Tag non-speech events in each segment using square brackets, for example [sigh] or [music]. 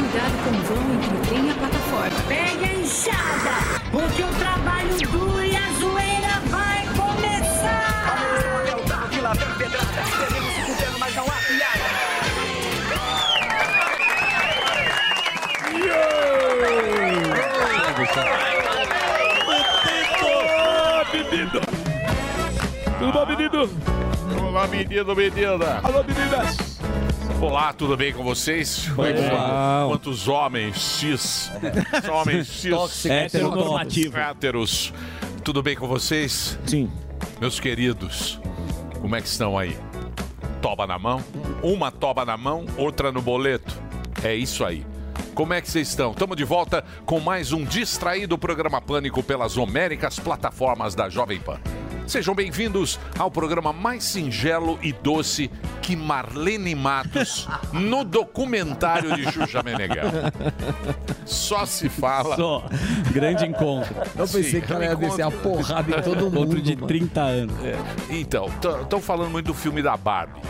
vão entre o trem e a plataforma. Pega a enxada, porque o trabalho duro e a zoeira vai começar. É o carro que lá vem pedrada. Devemos se fuder, mas não há piada. Tudo bom, menino? Olá, menino, menina. Alô, meninas. Olá, tudo bem com vocês? Oi, Quantos- João. Quantos homens cis? Só homens cis. Tóxico, heteronormativo. Héteros. Tudo bem com vocês? Sim. Meus queridos, como é que estão aí? Toba na mão? Uma toba na mão, outra no boleto. É isso aí. Como é que vocês estão? Estamos de volta com mais um distraído programa Pânico pelas homéricas plataformas da Jovem Pan. Sejam bem-vindos ao programa mais singelo e doce que Marlene Matos no documentário de Xuxa Meneghel. Só se fala. É um Só. Grande encontro. Eu pensei que ela ia descer a porrada em todo Outro mundo, de mano. 30 anos. Então, estão falando muito do filme da Barbie.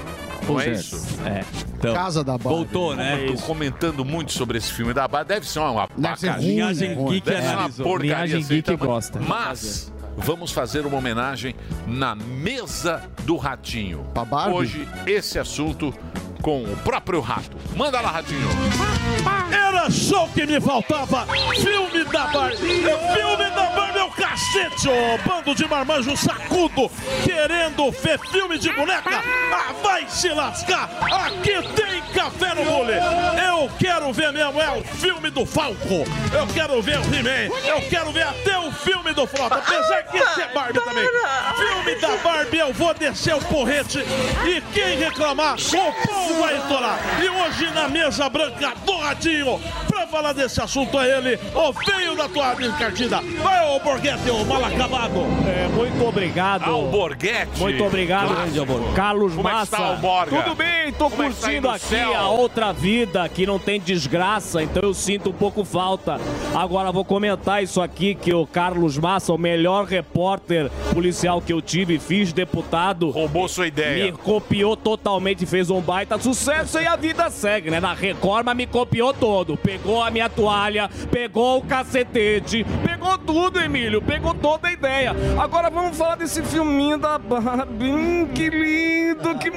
Não Pois é é. isso? É. Então, Casa da Barbie. Voltou, né? É Tô comentando muito sobre esse filme da Barbie. Deve ser uma Deve ser bacana. ruim, Linhagem né? Geek Deve ser uma analisou. porcaria Linhagem sem Geek tamanho. gosta. Mas vamos fazer uma homenagem na mesa do Ratinho. Hoje, esse assunto com o próprio Rato. Manda lá, Ratinho. Era só o que me faltava. Filme da Barbie. Filme da Barbie é o cacete, ô bando de marmanjo sacudo. Querendo ver filme de boneca. Ah, vai se lascar. Aqui tem café no mule. Eu quero ver mesmo, é o filme do Falco. Eu quero ver o He-Man. Eu quero ver até o filme do Frota. Apesar que esse é Barbie também. Filme da Barbie, eu vou descer o porrete. E quem reclamar, o pau vai estourar. E hoje na mesa branca do Ratinho, pra falar desse assunto é ele, o feio da toada encartida. Vai, ô Borghetti, ô mal acabado. É, muito obrigado. Alborguete. Muito obrigado, grande amor. Carlos Como é que Massa. está, Alborga? Tudo bem, tô Como é que está aí curtindo no aqui céu? a outra vida que não tem desgraça, então eu sinto um pouco falta. Agora vou comentar isso aqui que o Carlos Massa, o melhor repórter policial que eu tive, fiz deputado. Roubou sua ideia. Me copiou totalmente, fez um baita sucesso e a vida segue, né? Na Record, mas me copiou todo. Pegou a minha toalha, pegou o cacetete, pegou tudo, Emílio, pegou toda a ideia. Agora vamos falar desse filminho da Barbie. Hum, que lindo, que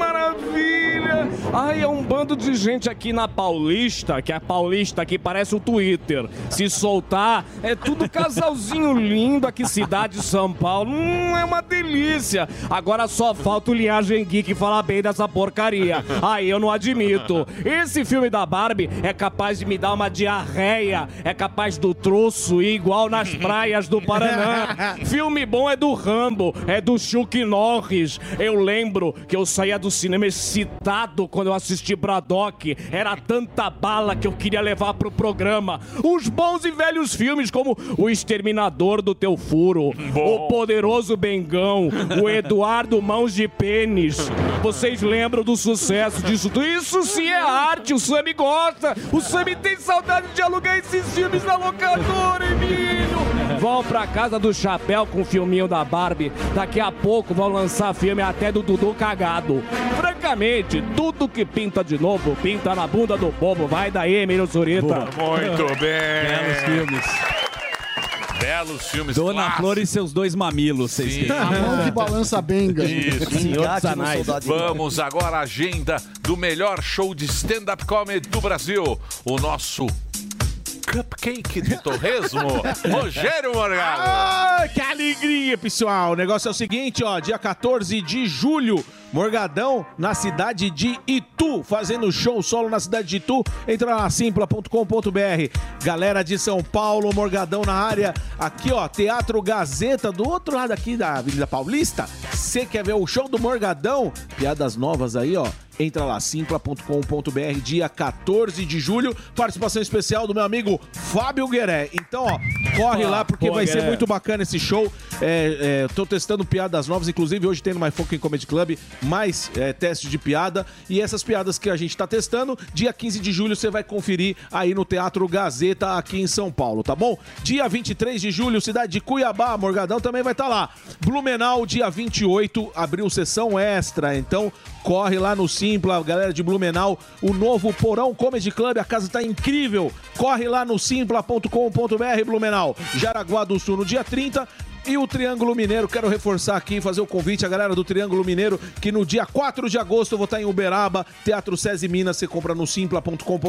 maravilha. Ai, é um bando de gente aqui na Paulista, que é a Paulista aqui parece o Twitter. Se soltar, é tudo casalzinho [laughs] lindo aqui, cidade de São Paulo. Hum, é uma delícia. Agora só falta o Linhagem Geek falar bem dessa porcaria. Aí eu não admito. Esse filme da Barbie é capaz de me dar uma diarreia, é capaz do troço ir igual nas praias do Paraná. filme bom é do Rambo, é do Chuck Norris. Eu lembro que eu saía do cinema excitado quando eu assisti Braddock. Era tanta bala que eu queria levar pro programa. Os bons e velhos filmes como O Exterminador do Teu Furo, O Poderoso Bengão, O Eduardo Mãos de Pênis. Vocês lembram do sucesso disso tudo? Isso sim é arte, o Sammy gosta. O Sammy tem saudade de alugar esses filmes na locadora, Emílio. Vão pra casa do chapéu com o filminho da Barbie. Daqui a pouco vão lançar filme até do Dudu cagado. Francamente, tudo que pinta de novo, pinta na bunda do bobo. Vai daí, Emílio Zurita. Tá Belos Muito bem. filmes. Belos filmes. Dona clássicos. Flor e seus dois mamilos, vocês Sim. querem. A mão que balança a benga. Isso. Senhor ah, dos Anais. Vamos agora à agenda do melhor show de stand-up comedy do Brasil. O nosso cupcake de [laughs] torresmo, Rogério Morgado. Ah, que alegria, pessoal. O negócio é o seguinte, ó, dia 14 de julho, Morgadão na cidade de Itu, fazendo show solo na cidade de Itu. Entra lá simpla.com.br. Galera de São Paulo, Morgadão na área. Aqui, ó, Teatro Gazeta do outro lado aqui da Avenida Paulista. Você quer ver o show do Morgadão? Piadas novas aí, ó. Entra lá, simpla.com.br, dia 14 de julho, participação especial do meu amigo Fábio Gueré. Então, ó, corre lá porque Pô, vai ser Gueré. muito bacana esse show. É, é, tô testando piadas novas, inclusive hoje tem no My Fucking Comedy Club mais é, teste de piada. E essas piadas que a gente tá testando, dia 15 de julho você vai conferir aí no Teatro Gazeta aqui em São Paulo, tá bom? Dia 23 de julho, cidade de Cuiabá, tá Morgadão também vai estar lá. Blumenau, dia 28, abriu sessão extra. Então, Corre lá no Simpla, galera de Blumenau, o novo Porão Comedy Club, a casa tá incrível. Corre lá no simpla.com.br, Blumenau. Jaraguá do Sul no dia 30, e o Triângulo Mineiro, quero reforçar aqui, fazer o convite à galera do Triângulo Mineiro, que no dia 4 de agosto eu vou estar em Uberaba, Teatro SESI Minas, você compra no simpla.com.br.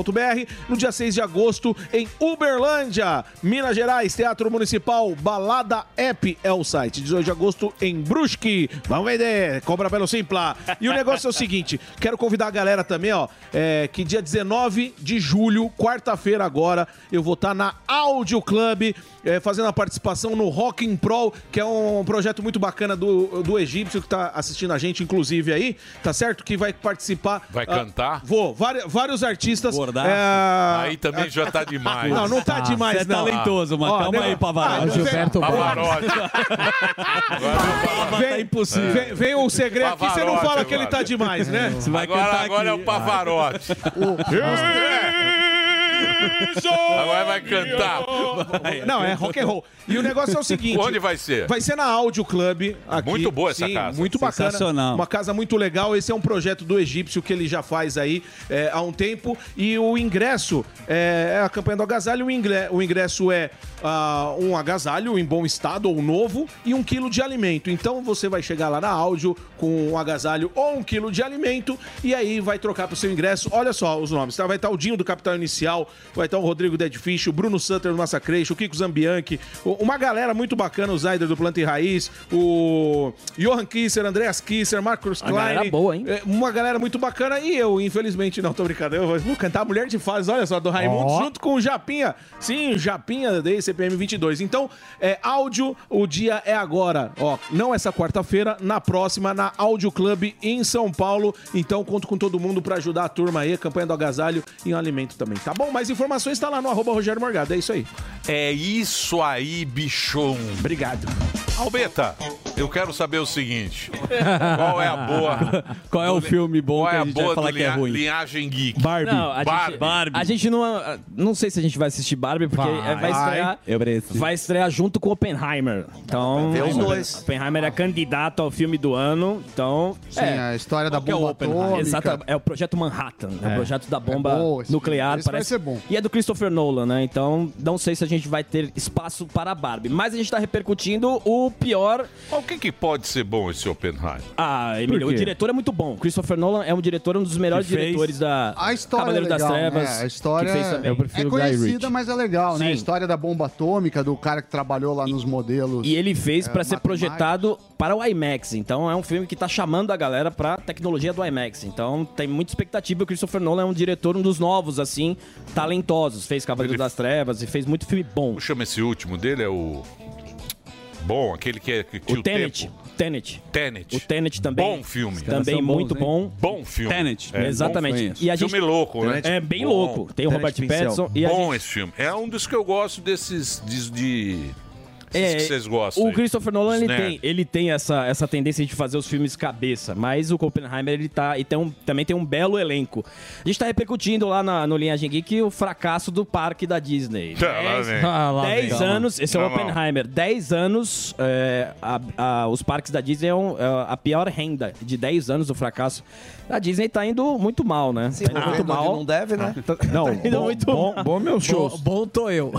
No dia 6 de agosto, em Uberlândia, Minas Gerais, Teatro Municipal, Balada App é o site. 18 de agosto, em Brusque, vamos vender, compra pelo Simpla. E o negócio é o seguinte, quero convidar a galera também, ó, é, que dia 19 de julho, quarta-feira agora, eu vou estar na Áudio Club, é, fazendo a participação no Rock in Pro, que é um projeto muito bacana do, do egípcio que tá assistindo a gente, inclusive aí, tá certo? Que vai participar. Vai ah, cantar? Vou, vari- vários artistas. Gordaço. é, Aí também já tá demais. Não, não tá demais, Você é não. talentoso, mano. Ó, Calma nego- aí, Pavarotti. Ah, Gilberto Pavarotti. Pava- tá Vem, impossível. vem, vem o segredo aqui, você não Pavarotti fala que ele agora. tá demais, né? Você vai Agora, cantar agora é o aqui. Pavarotti. Agora vai cantar. Não, é rock and roll. E o negócio é o seguinte. Onde vai ser? Vai ser na Áudio Club. Aqui. Muito boa essa casa. Muito bacana. Sensacional. Uma casa muito legal. Esse é um projeto do egípcio que ele já faz aí é, há um tempo. E o ingresso é, é a campanha do agasalho. O ingre- o ingresso é ah, um agasalho em bom estado ou novo e um quilo de alimento. Então você vai chegar lá na áudio com um agasalho ou um quilo de alimento e aí vai trocar pro seu ingresso. Olha só os nomes, tá? Vai estar o Dinho do Capital Inicial, vai estar o Rodrigo Dead Fish, o Bruno Sutter do Massacreixo, o Kiko Zambianchi, o- uma galera muito bacana, o Zaider do Planta e Raiz, o Johan Kisser, Andreas Kisser, Marcos Klein. galera boa, hein? É, Uma galera muito bacana e eu, infelizmente, não, tô brincando. Eu vou cantar Mulher de Fase, olha só, do Raimundo, Ó. junto com o Japinha. Sim, o Japinha da CPM 22. Então, é áudio, o dia é agora. Ó, não essa quarta-feira, na próxima, na Áudio Club em São Paulo. Então, conto com todo mundo pra ajudar a turma aí, a campanha do agasalho e o alimento também, tá bom? Mais informações tá lá no arroba Rogério Morgado, é isso aí. É isso aí, bichão. Obrigado. Albeta, eu quero saber o seguinte: qual é a boa? [laughs] Qual é o filme bom Qual que é a a gente vai boa falar do que é linha- ruim? linhagem geek? Barbie. Não, a Barbie. gente, Barbie. a gente não. Não sei se a gente vai assistir Barbie, porque é- vai, estrear. Eu preciso. Vai estrear junto com Oppenheimer. Então. Tem os dois. Oppenheimer é candidato ao filme do ano. Então. Sim, é, a história da é o bomba Oppenheimer? atômica. Exato, é o projeto Manhattan, é, o projeto da bomba É bom esse nuclear. filme, esse vai parece ser bom. E é do Christopher Nolan, né? Então, não sei se a gente vai ter espaço para a Barbie. Mas a gente tá repercutindo o pior. O que, que pode ser bom esse Oppenheimer? Ah, Emílio, o diretor é muito bom. Christopher Nolan é um diretor, um dos melhores Que fez- diretores da A história Cavaleiro é legal, das Trevas. né? A história que fez também. é conhecida, mas é legal, né? A Sim. história da bomba atômica, do cara que trabalhou lá nos modelos. E ele fez pra ser é matemática. projetado para o IMAX. Então é um filme que tá chamando a galera pra tecnologia do IMAX. Então tem muita expectativa. O Christopher Nolan é um diretor, um dos novos, assim, talentosos. Fez Cavaleiro das Trevas e fez muito filme bom. Como chama esse último dele? É o. Bom, aquele que, é, que tinha O o Tenet. tempo. Tenet. Tenet. O Tenet também. Bom filme. Também são bons, muito hein? bom. Bom filme. Tenet. É, Exatamente. bom filme. e a gente Filme louco, né? é bem Bom. louco. Tem o Robert Pattinson e a bom gente- esse filme. É um dos que eu gosto desses de. de- esses É, que vocês gostam. O aí. Christopher Nolan ele Os nerd. tem, ele tem essa, essa tendência de fazer os filmes cabeça, mas o Oppenheimer ele tá e tem um- também tem um belo elenco. A gente tá repercutindo lá na, no Linhagem Geek o fracasso do parque da [laughs] Disney. Tá, lá vem. 10 anos, esse é o Tá bom. Oppenheimer. 10 anos, é, a- a- os parques da Disney é, um- é a pior renda de 10 anos do fracasso. A Disney tá indo muito mal, né? Tá indo muito mal. Não deve, né? Não, indo bom, muito bom, bom meus shows. Bom tô eu.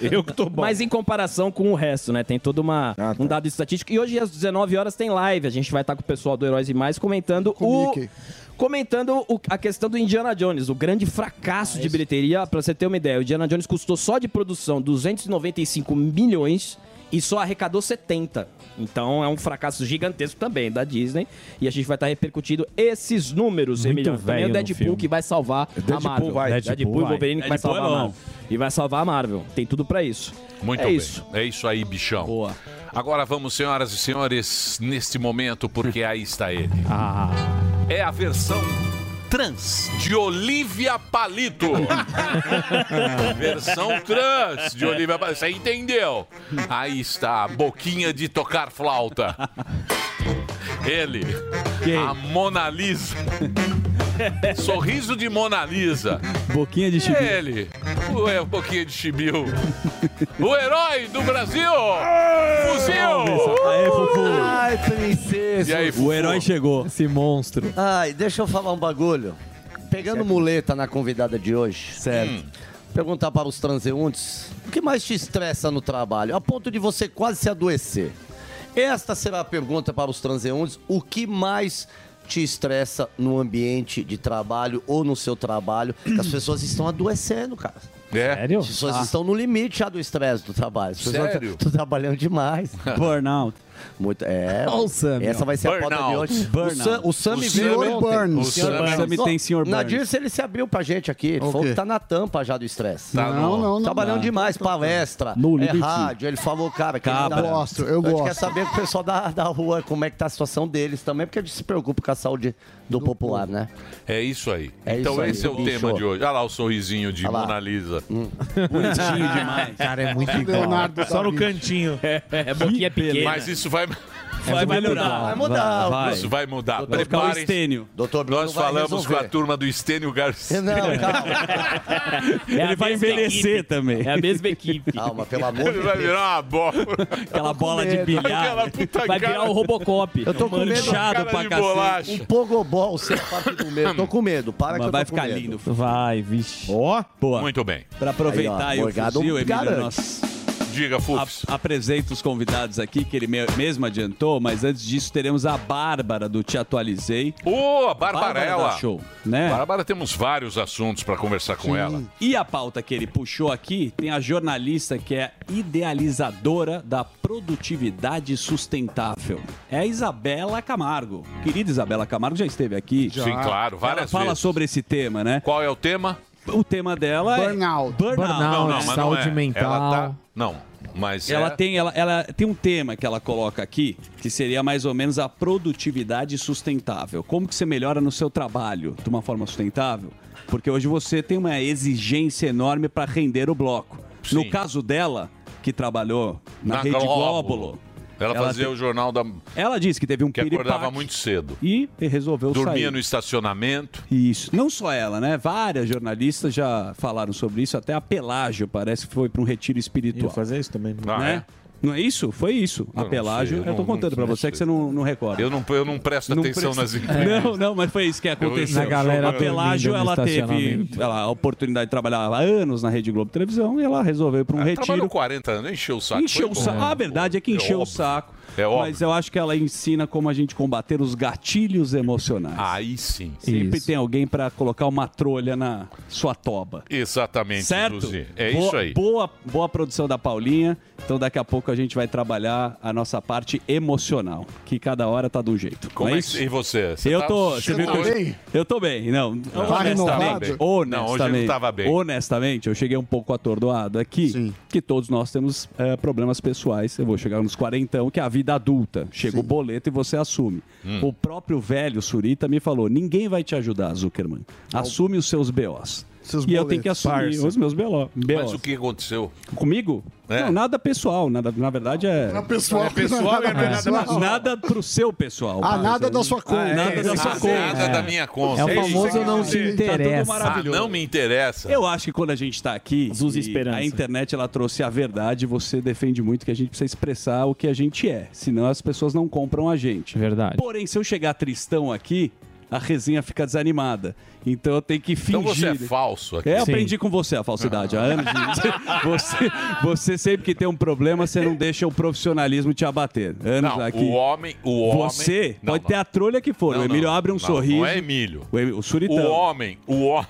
É. É, Eu que tô bom. Ah, tá. Mas em comparação com o resto, né? Tem todo uma, um dado estatístico. E hoje às 19 horas tem live. A gente vai estar com o pessoal do Heróis e Mais comentando Com o. Mickey. Comentando o- a questão do Indiana Jones, o grande Ah, fracasso de bilheteria. Pra você ter uma ideia, o Indiana Jones custou só de produção 295 milhões e só arrecadou 70. Então é um fracasso gigantesco também da Disney. E a gente vai estar repercutindo esses números, Muito Emílio. Também velho o no Deadpool filme. que vai salvar a Marvel. vai. Deadpool, Deadpool e Né, tipo, Wolverine que vai Deadpool é salvar a bom. Marvel. E vai salvar a Marvel. Tem tudo pra isso. Muito é bem. Isso. É isso aí, bichão. Boa. Agora vamos, senhoras e senhores, neste momento, porque aí está ele. Ah. É a versão trans de Olivia [laughs] Palito. [laughs] versão trans de Olivia Palito. Você entendeu? Aí está a boquinha de tocar flauta. Ele, a Mona Lisa. Sorriso de Mona Lisa. Boquinha de chibi. Ele, o é um pouquinho de chibiu. o herói do Brasil! Fuzil! Aê, fofo. Ai, princesa. E aí, O Fufu? herói chegou, esse monstro. Ai, deixa eu falar um bagulho. Pegando muleta na convidada de hoje. Certo. Perguntar para os transeuntes o que mais te estressa no trabalho, a ponto de você quase se adoecer. Esta será a pergunta para os transeuntes: o que mais te estressa no ambiente de trabalho ou no seu trabalho? Que as pessoas estão adoecendo, cara. É. As pessoas Ah. estão no limite já do estresse do trabalho. As pessoas Sério? [laughs] estão trabalhando demais. Burnout. Muito, é. Ó o Sammy, essa ó. vai ser a pauta de Burnout. hoje. O, Burnout. Sam, o Sammy O veio Sammy- ontem. Burns. O Sam- Burns. Sammy tem senhor Burns. Nadir, se ele se abriu pra gente aqui. Ele O falou quê? que tá na tampa já do estresse. Tá Não, no- não, não. Trabalhando dá. demais, palestra, No é limite. rádio. Ele falou, cara, que Cabra. ele Eu gosto, eu A gente gosto. quer saber o pessoal da, da rua, como é que tá a situação deles também, porque a gente se preocupa com a saúde do, popular, né? É isso aí. É então isso aí, esse é o bicho. tema de hoje. Olha lá o sorrisinho de Olha lá. Hum. Mona Lisa. [laughs] Bonitinho demais. Cara, é muito igual. Leonardo da Só no Vinci. cantinho. É, boquinha pequena. Mas isso vai, vai, vai mudar. Vai mudar. É, Vai. isso vai mudar. Vai ficar o Preparem-se. estênio. Doutor Bruno Nós vai falamos com a resolver. turma do Estênio Garcia. Não, calma, É a Ele vai mesma envelhecer equipe. também. É a mesma equipe. calma, pelo amor de Ele vai Deus. virar uma bola. Aquela bola de Aquela bilhar. puta Vai virar cara, o Robocop. Eu tô com medo. Um Manchado cara pra de cacete. bolacha. Pogobol, você é parte do medo. Tô com medo, para que eu Mas tô vai com ficar medo. lindo. Vai, vixe. Ó. Boa. Muito bem. Pra aproveitar Aí, aí, ó, o Morgado fuzil, Emílio, garante. nós Diga, Fux. a- apresenta os convidados aqui, que ele me- mesmo adiantou, mas antes disso teremos a Bárbara do Te Atualizei. Ô, a Bárbara Barbarella. da Show, né? Bárbara, temos vários assuntos pra conversar com ela. E a pauta que ele puxou aqui tem a jornalista que é idealizadora da produtividade sustentável. É a Isabela Camargo. Querida Isabela Camargo já esteve aqui. Sim, claro, Ela várias fala vezes. sobre esse tema, né? Qual é o tema? O tema dela Burnout. é burnout. Burnout. Não, de saúde mental. é. Ela tá... Não, mas Ela é- tem, ela, ela tem um tema que ela coloca aqui, que seria mais ou menos a produtividade sustentável. Como que você melhora no seu trabalho de uma forma sustentável? Porque hoje você tem uma exigência enorme para render o bloco. Sim. No caso dela, que trabalhou na, Rede Glóbulo, Ela, Ela fazia tem- o jornal da... ela disse que teve um que acordava piripaque muito cedo. e resolveu Dormia sair. no estacionamento. Isso. Não só ela, né? Várias jornalistas já falaram sobre isso, até a Pelágio parece que foi para um retiro espiritual. fazer isso também. Ah, né? Não é isso? Foi isso. Eu A não Pelágio. sei, eu eu tô não- contando não pra você sei. que você não, não recorda. é? Eu não, eu não presto Não atenção presta- nas... Não, não, mas foi isso que aconteceu. Na galera a Pelágio, dormindo no ela teve estacionamento. ela, a oportunidade de trabalhar há anos na Rede Globo Televisão e ela resolveu ir pra um Ah, Trabalhou retiro. 40 anos, encheu o saco. Encheu foi o bom. saco. A verdade é que É encheu o óbvio. saco. É óbvio. Mas eu acho que ela ensina como a gente combater os gatilhos emocionais. Aí sim. Sempre Isso. tem alguém pra colocar uma trolha na sua toba. Exatamente, Certo? Zuzi. É Boa- isso aí. Boa, boa produção da Paulinha. Então daqui a pouco a gente vai trabalhar a nossa parte emocional, que cada hora tá de um jeito. Como não é é que- isso? E você? Você eu tá- tô. Você viu tá que eu, bem? eu tô bem, não. honestamente. renovado? Honestamente, Não, hoje eu não tava bem. honestamente, eu cheguei um pouco atordoado aqui. Sim. Que todos nós temos eh, problemas pessoais. Eu vou chegar nos 40, que é a vida adulta. Chega o boleto e você assume. Hum. O próprio velho Surita me falou: ninguém vai te ajudar, Zuckerman. Assume os seus BOs. Seus e eu tenho que boletos, assumir parça. os meus BOs. Mas o que aconteceu? Comigo? É. Não, nada pessoal. Nada, na verdade é. É pessoal. É [laughs] pessoal, é verdade. Nada pro seu pessoal. Ah, parça. nada da sua conta. Ah, nada da sua Ah, conta. Nada da minha conta. É o isso famoso que não Ah, você- se tá Tá interessa. Ah, não me interessa. Eu acho que quando a gente está aqui, Zuz e Esperança. a internet ela trouxe a verdade, você defende muito que a gente precisa expressar o que a gente é, senão as pessoas não compram a gente. Verdade. Porém, se eu chegar tristão aqui, a resenha fica desanimada. Então eu tenho que fingir. Então você é falso aqui. Ah. É, eu Sim. aprendi com você a falsidade há anos. de- Você, você sempre que tem um problema, você não deixa o profissionalismo te abater. Anos Não, aqui. o homem, o homem. Você Não, pode não. ter a trolha que for. Não, o Emílio não, abre um não, sorriso. Não é Emílio. O, Em- o O Suritão. É. homem, o, [laughs] ho-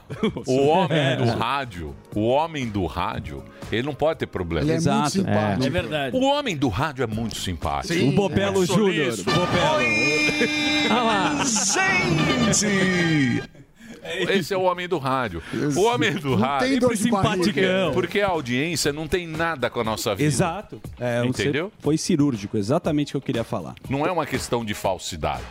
o homem do rádio, o homem do rádio, ele não pode ter problema. Ele é Exato. muito simpático. É verdade. O homem do rádio é muito simpático. É. o Bobelo Júnior. Bobelo. Esse é o homem do rádio. O homem do Não rádio. tem dor de é um simpaticão. barriga. Não. Porque a audiência não tem nada com a nossa vida. Exato. É, você Entendeu? Foi cirúrgico, exatamente o que eu queria falar. Não é uma questão de falsidade.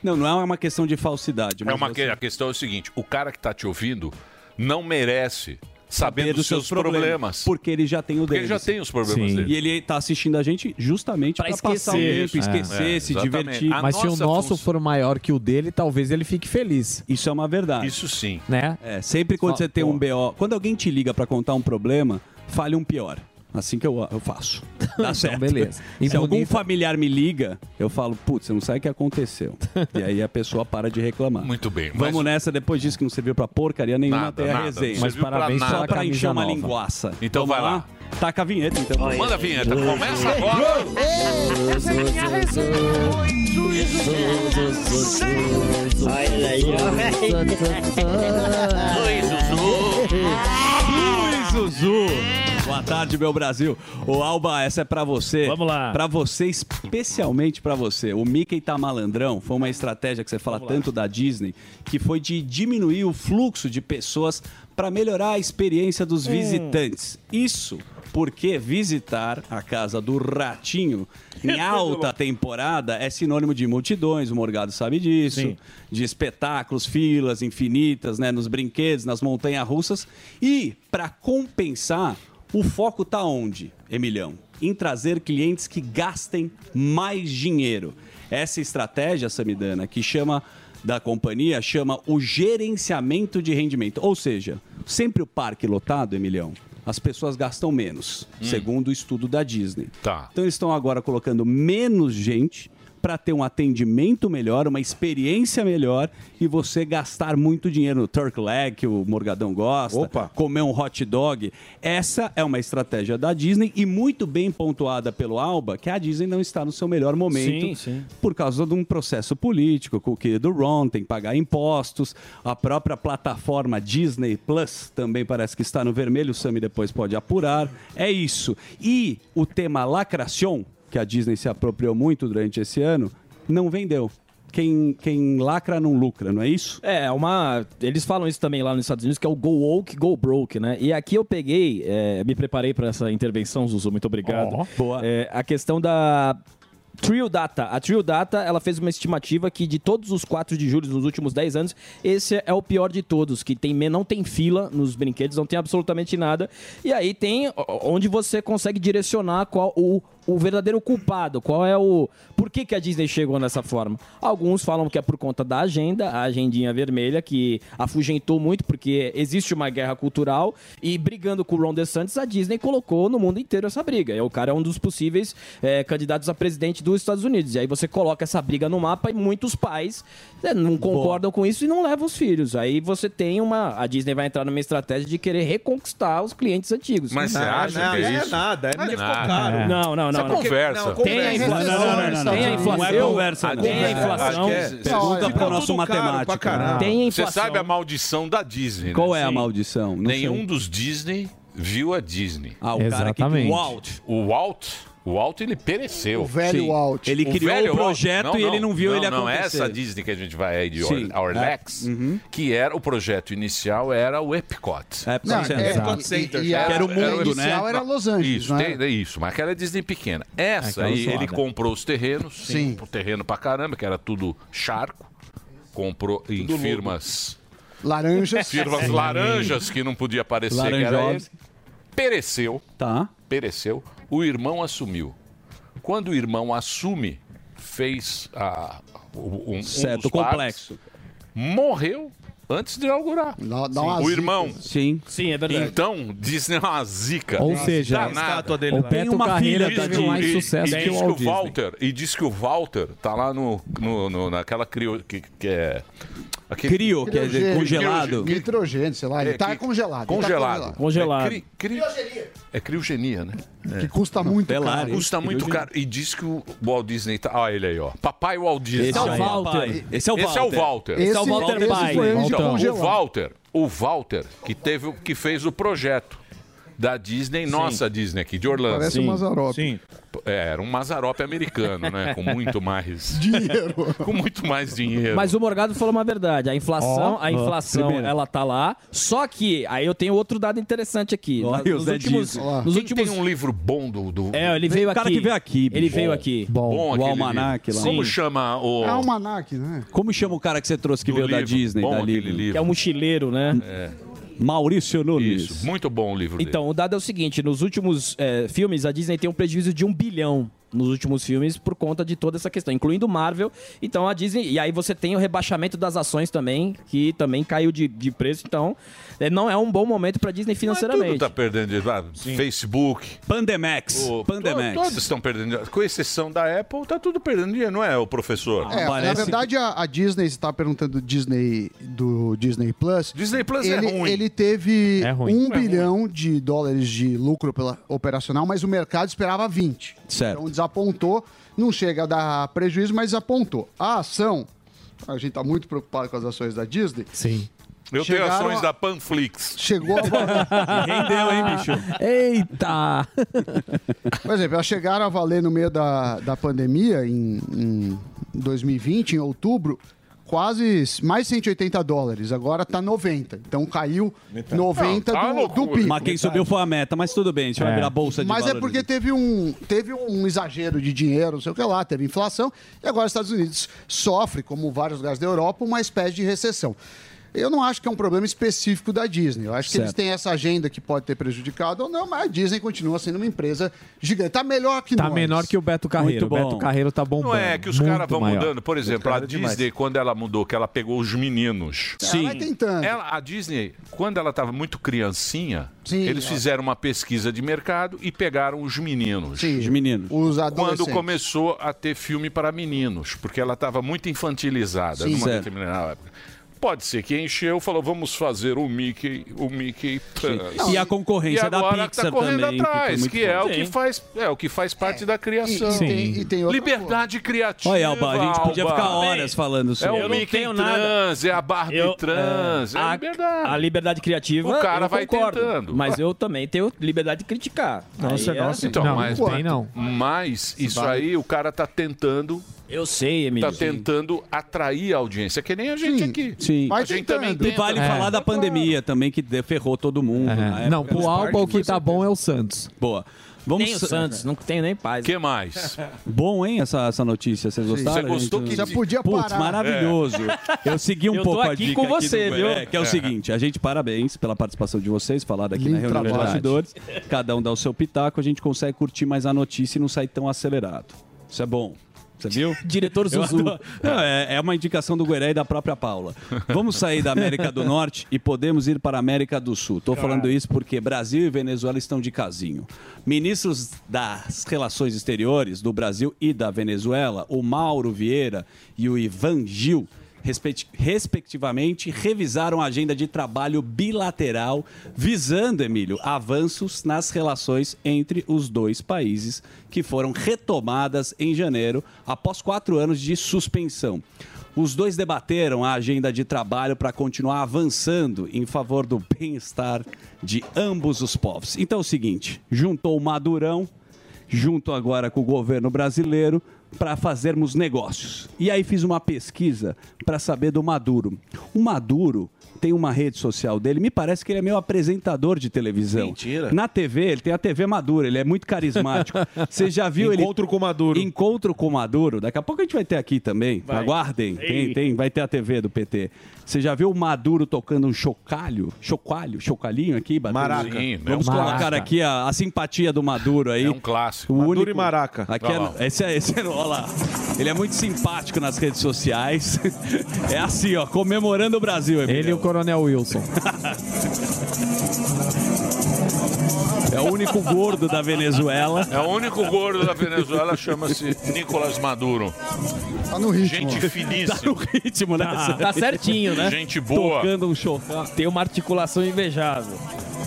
Não, não é uma questão de falsidade. É mas uma você- que- A questão é o seguinte: o cara que tá te ouvindo não merece saber, Saber dos seus problemas. Porque ele já tem o Porque ele dele. já tem os problemas Sim. dele. E ele tá assistindo a gente justamente Pra pra, passar o esquecer. tempo, esquecer, É, se exatamente. divertir. A Mas se o nossa nosso função- for maior que o dele, talvez ele fique feliz, Isso é uma verdade. Isso sim. né? É, sempre quando Só- você tem um BO, quando alguém te liga pra contar um problema, fale um pior. Assim que eu, eu [laughs] faço. Dá certo. beleza. Se Então, E algum bonita- familiar me liga, eu falo, putz, você não sabe o que [laughs] aconteceu. e aí a pessoa para de reclamar. Muito bem. Vamos nessa, depois disso que não serviu pra porcaria nenhuma Nada, até a nada, resenha. não Mas serviu pra parabéns nada. só pela pra encher camisa uma nova. linguaça. Então vai lá. Taca a vinheta, então. Manda a vinheta, começa agora. Essa é a minha resenha. Oi, juízo. Olha aí, Luiz Zuzu. Boa tarde, meu Brasil. Ô, Alba, essa é pra você. Vamos lá. Pra você, especialmente pra você. O Mickey tá malandrão. Foi uma estratégia que você fala tanto da Disney, que foi de diminuir o fluxo de pessoas pra melhorar a experiência dos Hum. visitantes. Isso porque visitar a casa do Ratinho em alta temporada é sinônimo de multidões, o Morgado sabe disso, de espetáculos, filas infinitas, né, nos brinquedos, nas montanhas-russas. E para compensar, o foco tá onde, Emilhão? Em trazer clientes que gastem mais dinheiro. Essa estratégia, Samidana, que chama da companhia chama o gerenciamento de rendimento. Ou seja, sempre o parque lotado, Emilhão, as pessoas gastam menos, Hum. segundo o estudo da Disney. Tá. Então eles estão agora colocando menos gente para ter um atendimento melhor, uma experiência melhor e você gastar muito dinheiro no turk leg, que o Morgadão gosta, comer um hot dog. Essa é uma estratégia da Disney e muito bem pontuada pelo Alba, que a Disney não está no seu melhor momento Sim, sim. por causa de um processo político com o que do Ron tem que pagar impostos, a própria plataforma Disney Plus também parece que está no vermelho, o Sami depois pode apurar. É isso. E o tema lacração, que a Disney se apropriou muito durante esse ano, não vendeu. Quem, quem lacra não lucra, não é isso? É, uma. Eles falam isso também lá nos Estados Unidos, que é o Go Woke, Go Broke, né? E aqui eu peguei, é, me preparei para essa intervenção, Zuzu, muito obrigado. boa. a questão da. Trio Data. A Trio Data, ela fez uma estimativa que de todos os 4 de julho nos últimos 10 anos, esse é o pior de todos, que tem, men- não tem fila nos brinquedos, não tem absolutamente nada. E aí tem o- onde você consegue direcionar qual o, o verdadeiro culpado, qual é o... Por que, que a Disney chegou nessa forma? Alguns falam que é por conta da agenda, a agendinha vermelha, que afugentou muito, porque existe uma guerra cultural, e brigando com o Ron DeSantis, a Disney colocou no mundo inteiro essa briga. E o cara é um dos possíveis eh, candidatos a presidente dos Estados Unidos. E aí você coloca essa briga no mapa e muitos pais né, não concordam com isso e não levam os filhos. Aí você tem uma... A Disney vai entrar numa estratégia de querer reconquistar os clientes antigos. Mas você acha que é isso? Não Não nada. Não, não, não. Isso é não. conversa. Tem a inflação. Tem a é inflação. né? Tem a inflação. Pergunta pro nosso matemático. né? Tem a Você inflação. sabe a maldição da Disney, Qual né? é a Sim. maldição? Não Nenhum sei. dos Disney viu a Disney. Ah, o cara que- Exatamente. o Walt. O Walt. O Walt, ele pereceu. O velho Sim. Walt. Ele criou velho o projeto e ele não viu ele Não, é acontecer. essa Disney que a gente vai aí de Sim. É. Uhum. Or- Orlex, que era o projeto inicial, era o Epcot. Não, Center. é, Epcot Center, e- e a- o inicial era Los Angeles, né? Isso, não tem- era? é isso, mas aquela Disney pequena. Essa Aquela aí, ele zoada. comprou os terrenos, Sim. sim, o terreno pra caramba, que era tudo charco, comprou em Tudo lobo. firmas Laranjas. Firmas laranjas que não podia aparecer, que era ele. Laranjosa. Pereceu. Tá. Pereceu. O irmão assumiu. Quando o irmão assume, fez a, um, um Certo, dos complexo. parques, morreu antes de inaugurar. dá uma o zica. irmão. Sim. Sim, é verdade. Então, Disney é uma zica. Tá Ou seja, a estátua dele o lá. Beto Carreira Diz tá que dando o- mais um e- sucesso e que o diz que Walt o Disney. Walter E diz que o Walter tá lá no, no, no- naquela crio... Que, que é... Aquele... Crio, que é Criogênio. Criogênio. Nitrogênio, sei lá. Ele É, tá que- congelado. ele tá Congelado. Congelado. É, cri, cri, é criogenia, né? É. Que custa Tá muito Pelari. caro. Custa muito caro. E diz que o Walt Disney tá. Olha ele aí, ó. Papai Walt Disney. Esse é o Aí, Walter. papai. Esse é o Esse é o Walter. Walter. Esse é o Walter Então, pai. Esse foi antes de o congelar. Walter, o Walter que teve, o- que fez o projeto da Disney, nossa Disney aqui de Orlando. Parece um Mazzaropi. Sim. É, era um Mazarope americano, né? Com muito mais dinheiro. [laughs] com muito mais dinheiro. Mas o Morgado falou uma verdade. A inflação, Ó, a ó, inflação, primeiro. ela tá lá. Só que aí eu tenho outro dado interessante aqui. Olha, Na- o Zé últimos, Dias. Olá. nos Quem últimos tem um livro bom do, do- É, ele veio O cara aqui. que veio aqui, Ele bicho. veio aqui. bom o aquele almanac livro. lá. Como chama o É almanac, né? Como chama o cara que você trouxe que Do veio da livro. Disney, Bom da aquele Libre? livro. Que é um mochileiro, né? Maurício Nunes. Isso, muito bom o livro dele. Então, o dado é o seguinte: nos últimos eh, filmes, a Disney tem um prejuízo de um bilhão. nos últimos filmes por conta de toda essa questão, incluindo Marvel. Então a Disney. E aí você tem o rebaixamento das ações também, que também caiu de, de preço. Então eh, não é um bom momento pra Disney Tudo financeiramente. tá perdendo dinheiro. Ah, Facebook. Pandemax. Pandemax. Todos estão perdendo dinheiro. Com exceção da Apple, tá tudo perdendo dinheiro, não é, o professor? É, Na verdade, a, a Disney, você tá perguntando do Disney, do Disney Plus. Disney Plus é ele, ruim. Ele teve É 1 ruim. É bilhão de dólares de lucro pela, operacional, mas o mercado esperava 20. Certo. Então desapontou. Não chega a dar prejuízo, mas desapontou. A ação, a gente tá muito preocupado com as ações da Disney. Sim. Eu tenho Chegaram ações a- da Panflix. Chegou [laughs] a valer. Rendeu, hein, bicho? Eita! Por exemplo, elas é, chegaram a valer no meio da, da pandemia, em, em 2020, em outubro, quase mais 180 dólares. Agora tá 90. Então caiu 90 tá tá do, do pico. Mas quem subiu foi a meta, mas tudo bem, a gente vai É. virar bolsa de Mas é valores. porque teve um, teve um exagero de dinheiro, não sei o que lá, teve inflação, e agora os Estados Unidos sofre, como vários lugares da Europa, uma espécie de recessão. Eu não acho que é um problema específico da Disney. Eu acho que eles Certo. têm essa agenda que pode ter prejudicado ou não, mas a Disney continua sendo uma empresa gigante. Tá melhor que Tá nós. menor que o Beto Carreiro. O Beto Carreiro tá bombando. Não é que os caras muito vão maior. mudando. Por exemplo, a caras é Disney, demais. quando ela mudou, que ela pegou os meninos. Sim. vai tentando. Ela- a Disney, quando ela estava muito criancinha, Sim, eles ó. fizeram uma pesquisa de mercado e pegaram os meninos. Os meninos. Os Quando adolescentes. começou a ter filme para meninos, porque ela estava muito infantilizada Sim. numa Certo. determinada época. Pode ser que encheu, falou, vamos fazer o Mickey, o Mickey Trans. E a concorrência E da agora Pixar tá correndo também, que foi atrás, que, muito é forte. o que Sim. faz, é o que faz parte da criação. e tem- Sim. e tem outra Liberdade criativa. Olha, Alba, a gente podia Alba. ficar horas falando É sobre o Mickey trans, é a Barbie trans, é a liberdade. eh, A liberdade criativa. O cara eu vai concordo, tentando. Mas eu também tenho liberdade de criticar. Aí é assim. Então, mas, Mas isso Vale. aí o cara tá tentando. Eu sei, Emílio. Tá tentando atrair a audiência, que nem a gente aqui. Sim. É. a gente também E tenta. vale falar da pandemia também, que de- ferrou todo mundo. né? na É. Não, época. pro Alba o que tá bom é o Santos. Boa. Vamos Nem o Santos, não tem nem paz. que mais? [laughs] Bom, hein, essa, essa notícia. Vocês gostaram? Você gostou que- Já podia Putz, parar. maravilhoso. É. Eu segui um Eu tô pouco a aqui dica do- com você, viu? É, que é o É. seguinte, a gente parabéns pela participação de vocês, falado aqui Lindo na reunião de trabalho. bastidores. Cada um dá o seu pitaco, a gente consegue curtir mais a notícia e não sair tão acelerado. Isso é bom. Você viu? Diretor Eu Zuzu. adoro. Ah, Não, é, é uma indicação do Gueré e da própria Paula. Vamos sair da América do Norte e podemos ir para a América do Sul. Estou falando isso porque Brasil e Venezuela estão de casinho. Ministros das Relações Exteriores do Brasil e da Venezuela, o Mauro Vieira e o Ivan Gil, respecti- respectivamente, revisaram a agenda de trabalho bilateral, visando, Emílio, avanços nas relações entre os dois países, que foram retomadas em janeiro, após quatro anos de suspensão. Os dois debateram a agenda de trabalho para continuar avançando em favor do bem-estar de ambos os povos. Então é o seguinte: juntou o Madurão junto agora com o governo brasileiro para fazermos negócios. E aí fiz uma pesquisa para saber do Maduro. O Maduro tem uma rede social dele, me parece que ele é meu apresentador de televisão. Mentira. Na TV, ele tem a TV Maduro, ele é [laughs] muito carismático. Você já viu ele Encontro com o Maduro. Encontro com o Maduro, daqui a pouco a gente vai ter aqui também. Aguardem, tem, Ei. tem, vai ter a TV do PT. Você já viu o Maduro tocando um chocalho, chocalho, chocalhinho aqui, batendo? Maraca. Sim, né? Vamos colocar Maraca. aqui a, a simpatia do Maduro aí. É um clássico. Maduro e Maraca. Aqui Vai lá. é, esse é, esse é, olha lá. Ele é muito simpático nas redes sociais. [laughs] É assim, ó, comemorando o Brasil, Emílio. Ele e o Coronel Wilson. [laughs] É o único gordo da Venezuela. É o único gordo da Venezuela, chama-se Nicolás Maduro. Tá no ritmo. [laughs] Gente finíssima. Tá no ritmo, né? Tá, tá certinho, né? Gente boa. Tocando um chocalho. Tem uma articulação invejável.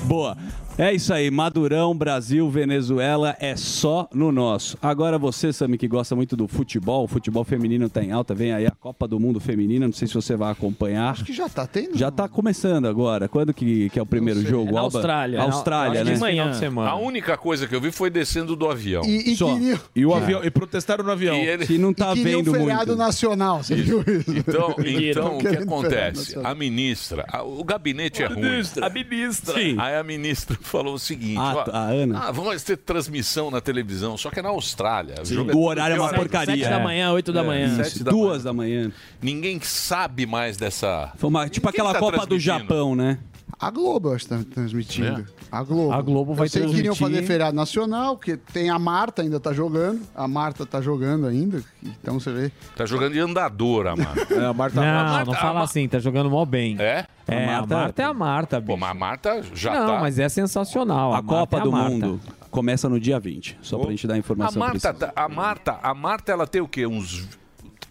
Boa. É isso aí, Madurão, Brasil, Venezuela, é só no nosso. Agora você, Sami, que gosta muito do futebol, o futebol feminino tá em alta, vem aí a Copa do Mundo Feminina, não sei se você vai acompanhar. Acho que já tá tendo. Já tá começando agora. Quando que, que é o primeiro jogo? É na Alba? Austrália. Austrália, né? Tá um- A única coisa que eu vi foi descendo do avião. E, e queriam- E o avião, e protestaram no avião. E ele- e tá tá queriam feriado nacional, você viu isso? [laughs] [laughs] Então, então o que Querendo acontece? feriado nacional. A ministra, a- o gabinete é ruim. Ministra. A ministra. Sim. Aí a ministra [laughs] falou o seguinte: Ah, ó, tá, a Ana. Ah, vamos ter transmissão na televisão, só que é na Austrália. Sim. jogo O tudo horário é que uma hora? porcaria. Sete da manhã, oito da manhã. sete Isso, da duas da manhã. Ninguém sabe mais dessa. Foi uma- tipo Quem aquela tá Copa do transmitindo? Japão, né? A Globo acho, tá transmitindo. É? A Globo. A Globo vai Eu sei que queriam transmitir. fazer feriado nacional, porque tem a Marta ainda tá jogando. A Marta tá jogando ainda. Então você vê. Tá jogando de andadora, mano. É, a Marta Não, A Marta- não a fala Ma- assim, tá jogando mal bem. É? É, a Marta, é a Marta, bicho. mas a Marta já não, tá. mas é sensacional. A, Copa Marta é a do Marta. Mundo começa no dia 20, só pra gente dar a A informação Marta, precisa. tá- a Marta, a Marta, ela tem o quê? Uns.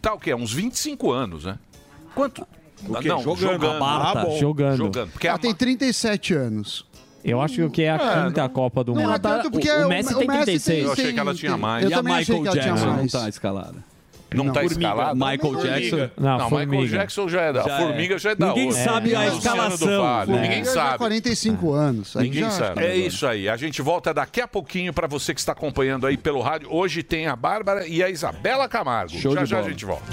Tá o quê? Uns 25 anos, né? Quanto? Ah, O quê? Não, Jogando. jogando. A Ah, Marta, bom. jogando. Jogando. Porque ela a tem 37 anos. Eu acho que é a É, quinta Copa do não Mundo. é tanto porque o- o Messi tem- Eu achei que ela tinha mais. E a Michael Jackson não tá escalada. Não, tá escalada? Michael Jackson. Não, Michael Jackson já é da. Já é. formiga já é da Ninguém outra. sabe a Luciano do escalação. Vale, Formiga Ninguém já é sabe. 45 anos. Aí já- Ninguém sabe. É isso aí. A gente volta daqui a pouquinho para você que está acompanhando aí pelo rádio. Hoje tem a Bárbara e a Isabela Camargo. Show já de já bola. a gente volta.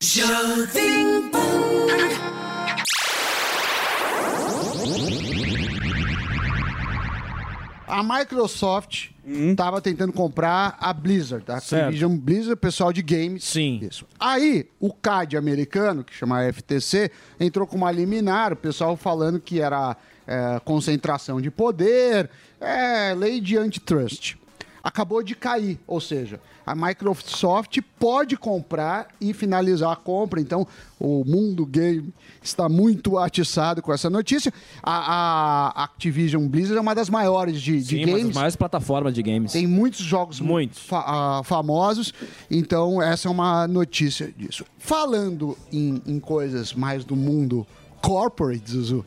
Jovem A Microsoft tava tentando comprar a Blizzard, a Certo. Activision Blizzard, pessoal de games. Sim. Isso. Aí, o CAD americano, que chama FTC, entrou com uma liminar, o pessoal falando que era é, concentração de poder, é, lei de antitrust. Acabou de cair, ou seja, a Microsoft pode comprar e finalizar a compra. Então, o mundo game está muito atiçado com essa notícia. A, a Activision Blizzard é uma das maiores de, de Sim, uma das games. maiores plataformas de games. Tem muitos jogos muito famosos. Então, essa é uma notícia disso. Falando em, em coisas mais do mundo corporate, Zuzu.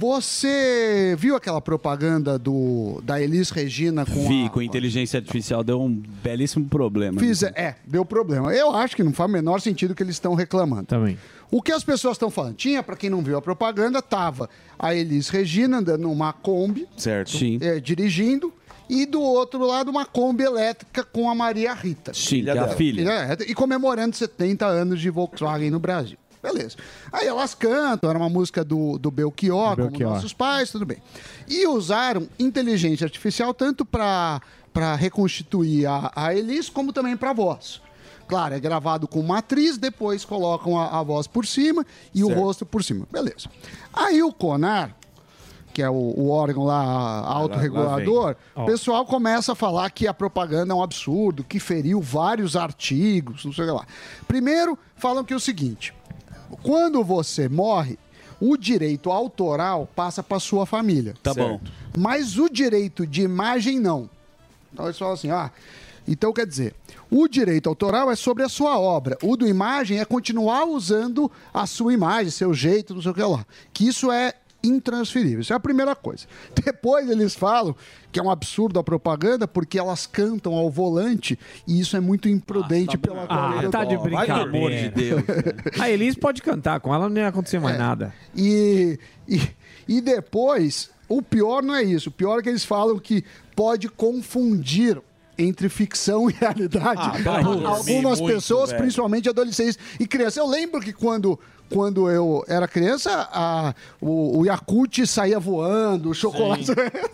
Você viu aquela propaganda do, da Elis Regina com a, Vi, com inteligência artificial deu um belíssimo problema. então. Fiz- é, deu problema. Eu acho que não faz o menor sentido que eles estão reclamando. Também. O que as pessoas estão falando? Tinha, para quem não viu a propaganda, tava a Elis Regina andando numa Kombi. Certo. Sim. é, dirigindo. E do outro lado, uma Kombi elétrica com a Maria Rita. Sim, que é a filha. dela. E comemorando 70 anos de Volkswagen no Brasil. Beleza. Aí elas cantam, era uma música do, do Belchior, como Belchior. nossos pais, tudo bem. E usaram inteligência artificial tanto para reconstituir a, a Elis, como também para voz. Claro, é gravado com uma atriz, depois colocam a, a voz por cima e o rosto por cima. Beleza. Aí o Conar, que é o, o órgão lá lá autorregulador, vem. o Ó. pessoal começa a falar que a propaganda é um absurdo, que feriu vários artigos, não sei o que lá. Primeiro, falam que é o seguinte: quando você morre, o direito autoral passa para sua família. Tá bom. Mas o direito de imagem não. Então eles falam assim, ah, então quer dizer, o direito autoral é sobre a sua obra, o do imagem é continuar usando a sua imagem, seu jeito, não sei o que lá. Que isso é intransferível, isso é a primeira coisa. [laughs] Depois eles falam que é um absurdo a propaganda porque elas cantam ao volante e isso é muito imprudente pela Ah, corrida tá do- de brincadeira. [laughs] A Elis pode cantar, com ela não ia acontecer mais nada. É. E, e, e depois, o pior não é isso. O pior é que eles falam que pode confundir entre ficção e realidade Ah, vai dormir algumas muito, pessoas, velho. principalmente adolescentes e crianças. Eu lembro que quando, quando eu era criança, a- o, o Yakut saía voando, o [laughs] chocolate...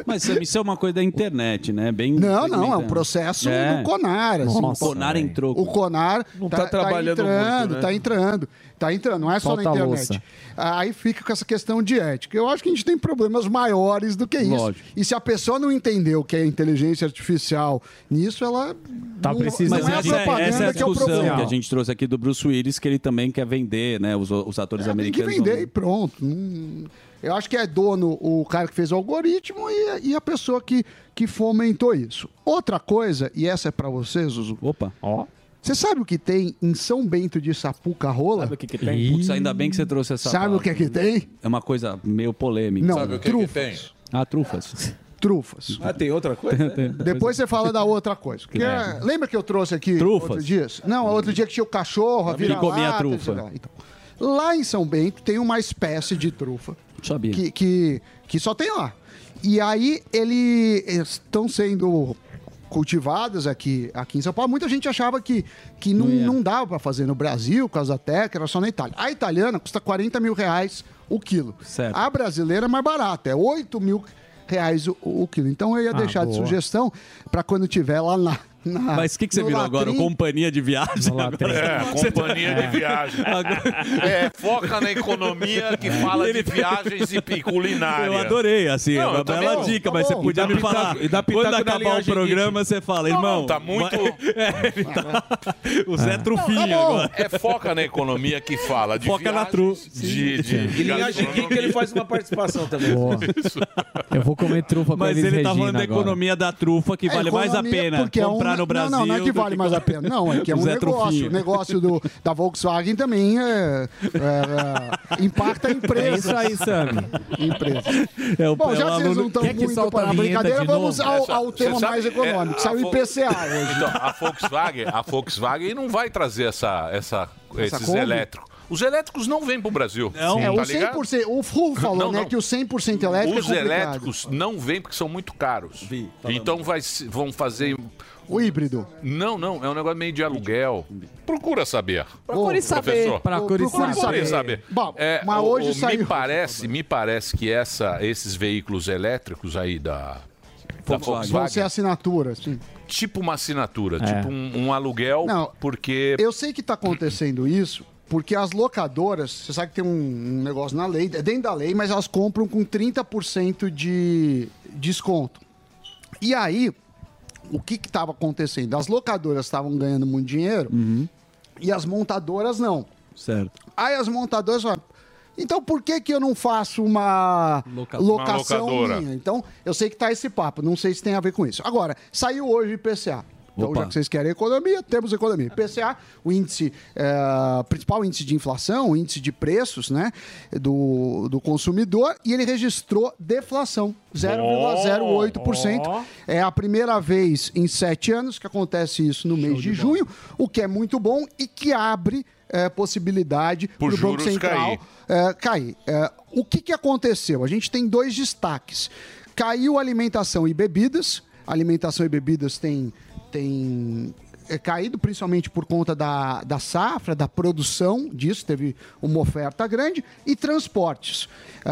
Mas Sam, isso é uma coisa da internet, né? Bem Não, não, é um processo do Conar. assim. o Conar entrou. O Conar Não tá, tá trabalhando tá entrando, muito, né? tá entrando, tá entrando, não é só Falta na louça. internet. Aí fica com essa questão de ética. Eu acho que a gente tem problemas maiores do que isso. Lógico. E se a pessoa não entendeu o que é inteligência artificial nisso, ela não, Mas não é a essa, propaganda Tá essa é a que é o discussão que, problema. a gente trouxe aqui do Bruce Willis, que ele também quer vender, né? Os, os atores É, Tem que americanos. vender e pronto. Hum, Eu acho que é dono o cara que fez o algoritmo e, e a pessoa que, que fomentou isso. Outra coisa, e essa é pra você, Zuzu. Opa, ó. Você sabe o que tem em São Bento de Sapuca Rola? Sabe o que, Tem. Putz, ainda bem que você trouxe essa. Sabe o que é que tem? É uma coisa meio polêmica. Não, Sabe o que é que trufas. tem? Ah, trufas. Trufas. Ah, tem outra coisa? Depois você fala da outra coisa. que é- lembra que eu trouxe aqui Trufas. outro dia? Não, outro dia que tinha o cachorro, a Ele vira comia a trufa. Lá em São Bento tem uma espécie de trufa Sabia. Que, que, que só tem lá. E aí ele estão sendo cultivadas aqui, aqui em São Paulo. Muita gente achava que, que não, não dava para fazer no Brasil, por causa da técnica, era só na Itália. A italiana custa 40 mil reais o quilo. Certo. A brasileira é mais barata, é 8 mil reais o, o quilo. Então eu ia Ah, deixar de boa. sugestão para quando tiver lá na... na- Mas o que, que você no virou agora? Ah, latrim. O Companhia de viagem? Agora? É, Você tá- companhia de viagem. É, foca na economia que fala de viagens e pi- culinária. Eu adorei, assim, Não, é uma eu também bela não. dica, Tá mas você bom. podia E dá me pitaco- falar. e dá pitaco Quando na acabar o linhagem É um programa, você fala, Não, irmão. não, tá muito- [laughs] É, ele tá- É. O Zé Tá Trufinho bom. agora. É foca na economia que fala de Foca na viagens, tru. De, de, E linhagem gastronomia. geek, ele faz uma participação [laughs] também. [laughs] Boa. Isso. Eu vou comer trufa com Mas eles ele tá Regina falando da agora. economia da trufa que É vale mais a economia, pena porque é comprar um- no Brasil. Não, não, não é que do vale mais a pena. Não, [laughs] é que é O um Zé negócio. Trufinho. O negócio do, da Volkswagen também é, é, é, impacta a empresa. É isso aí, Sam. Empresa. É o- Bom, é já o que vocês aluno- não estão Quer que muito solta a para a vinheta brincadeira, de vamos novo? ao, Essa- ao tema você sabe- mais é, econômico. a Saiu o Vol- IPCA hoje. Então, a Volkswagen, a Volkswagen não vai trazer essa, essa, Essa esses Kombi? elétricos. Os elétricos não vêm pro Brasil. é, o tá ligado? 100%. O Fu falou, Não, né, não. que o 100% elétrico Os é complicado. elétricos não vêm porque são muito caros. então vai, se- vão fazer. O híbrido. Não, não, é um negócio meio de aluguel. Procura saber. Procure saber. professor. Procure Procure saber. saber. Bom, É, mas o- hoje o- saiu- Me parece, me parece que essa, esses veículos elétricos aí da, da Vão Volkswagen, ser assinatura, assim. sim. tipo uma assinatura, É. tipo um, um aluguel, Não, porque. Eu sei que está acontecendo isso porque as locadoras, você sabe que tem um, um negócio na lei, é dentro da lei, mas elas compram com 30% de desconto. E aí, o que estava acontecendo? As locadoras estavam ganhando muito dinheiro e as montadoras não. Certo. Aí as montadoras falam, então por que, que eu não faço uma Loca- locação Uma locadora. minha? Então, eu sei que tá esse papo, não sei se tem a ver com isso. Agora, saiu hoje o IPCA. Então, Opa. já que vocês querem economia, temos economia. IPCA, o índice, eh, principal índice de inflação, o índice de preços, né, do, do consumidor, e ele registrou deflação, 0,08%. É a primeira vez em sete anos que acontece isso no mês de, junho, o que é muito bom e que abre eh, possibilidade para Por o Banco juros Central cair. é, cair. É, o que, que aconteceu? A gente tem dois destaques. Caiu alimentação e bebidas. Alimentação e bebidas tem, tem é, caído principalmente por conta da, da safra, da produção disso. Teve uma oferta grande. E transportes. É,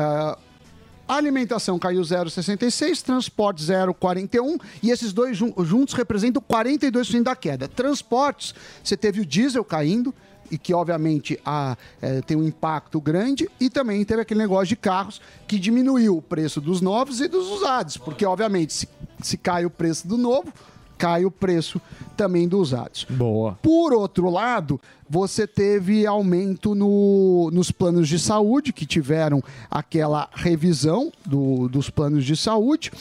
a Alimentação caiu 0,66, transporte 0,41 e esses dois jun- juntos representam 42% da queda. Transportes, você teve o diesel caindo e que obviamente a- eh, tem um impacto grande e também teve aquele negócio de carros que diminuiu o preço dos novos e dos usados, porque obviamente se, se cai o preço do novo, cai o preço também dos usados. Boa. Por outro lado, você teve aumento no- nos planos de saúde, que tiveram aquela revisão do- dos planos de saúde,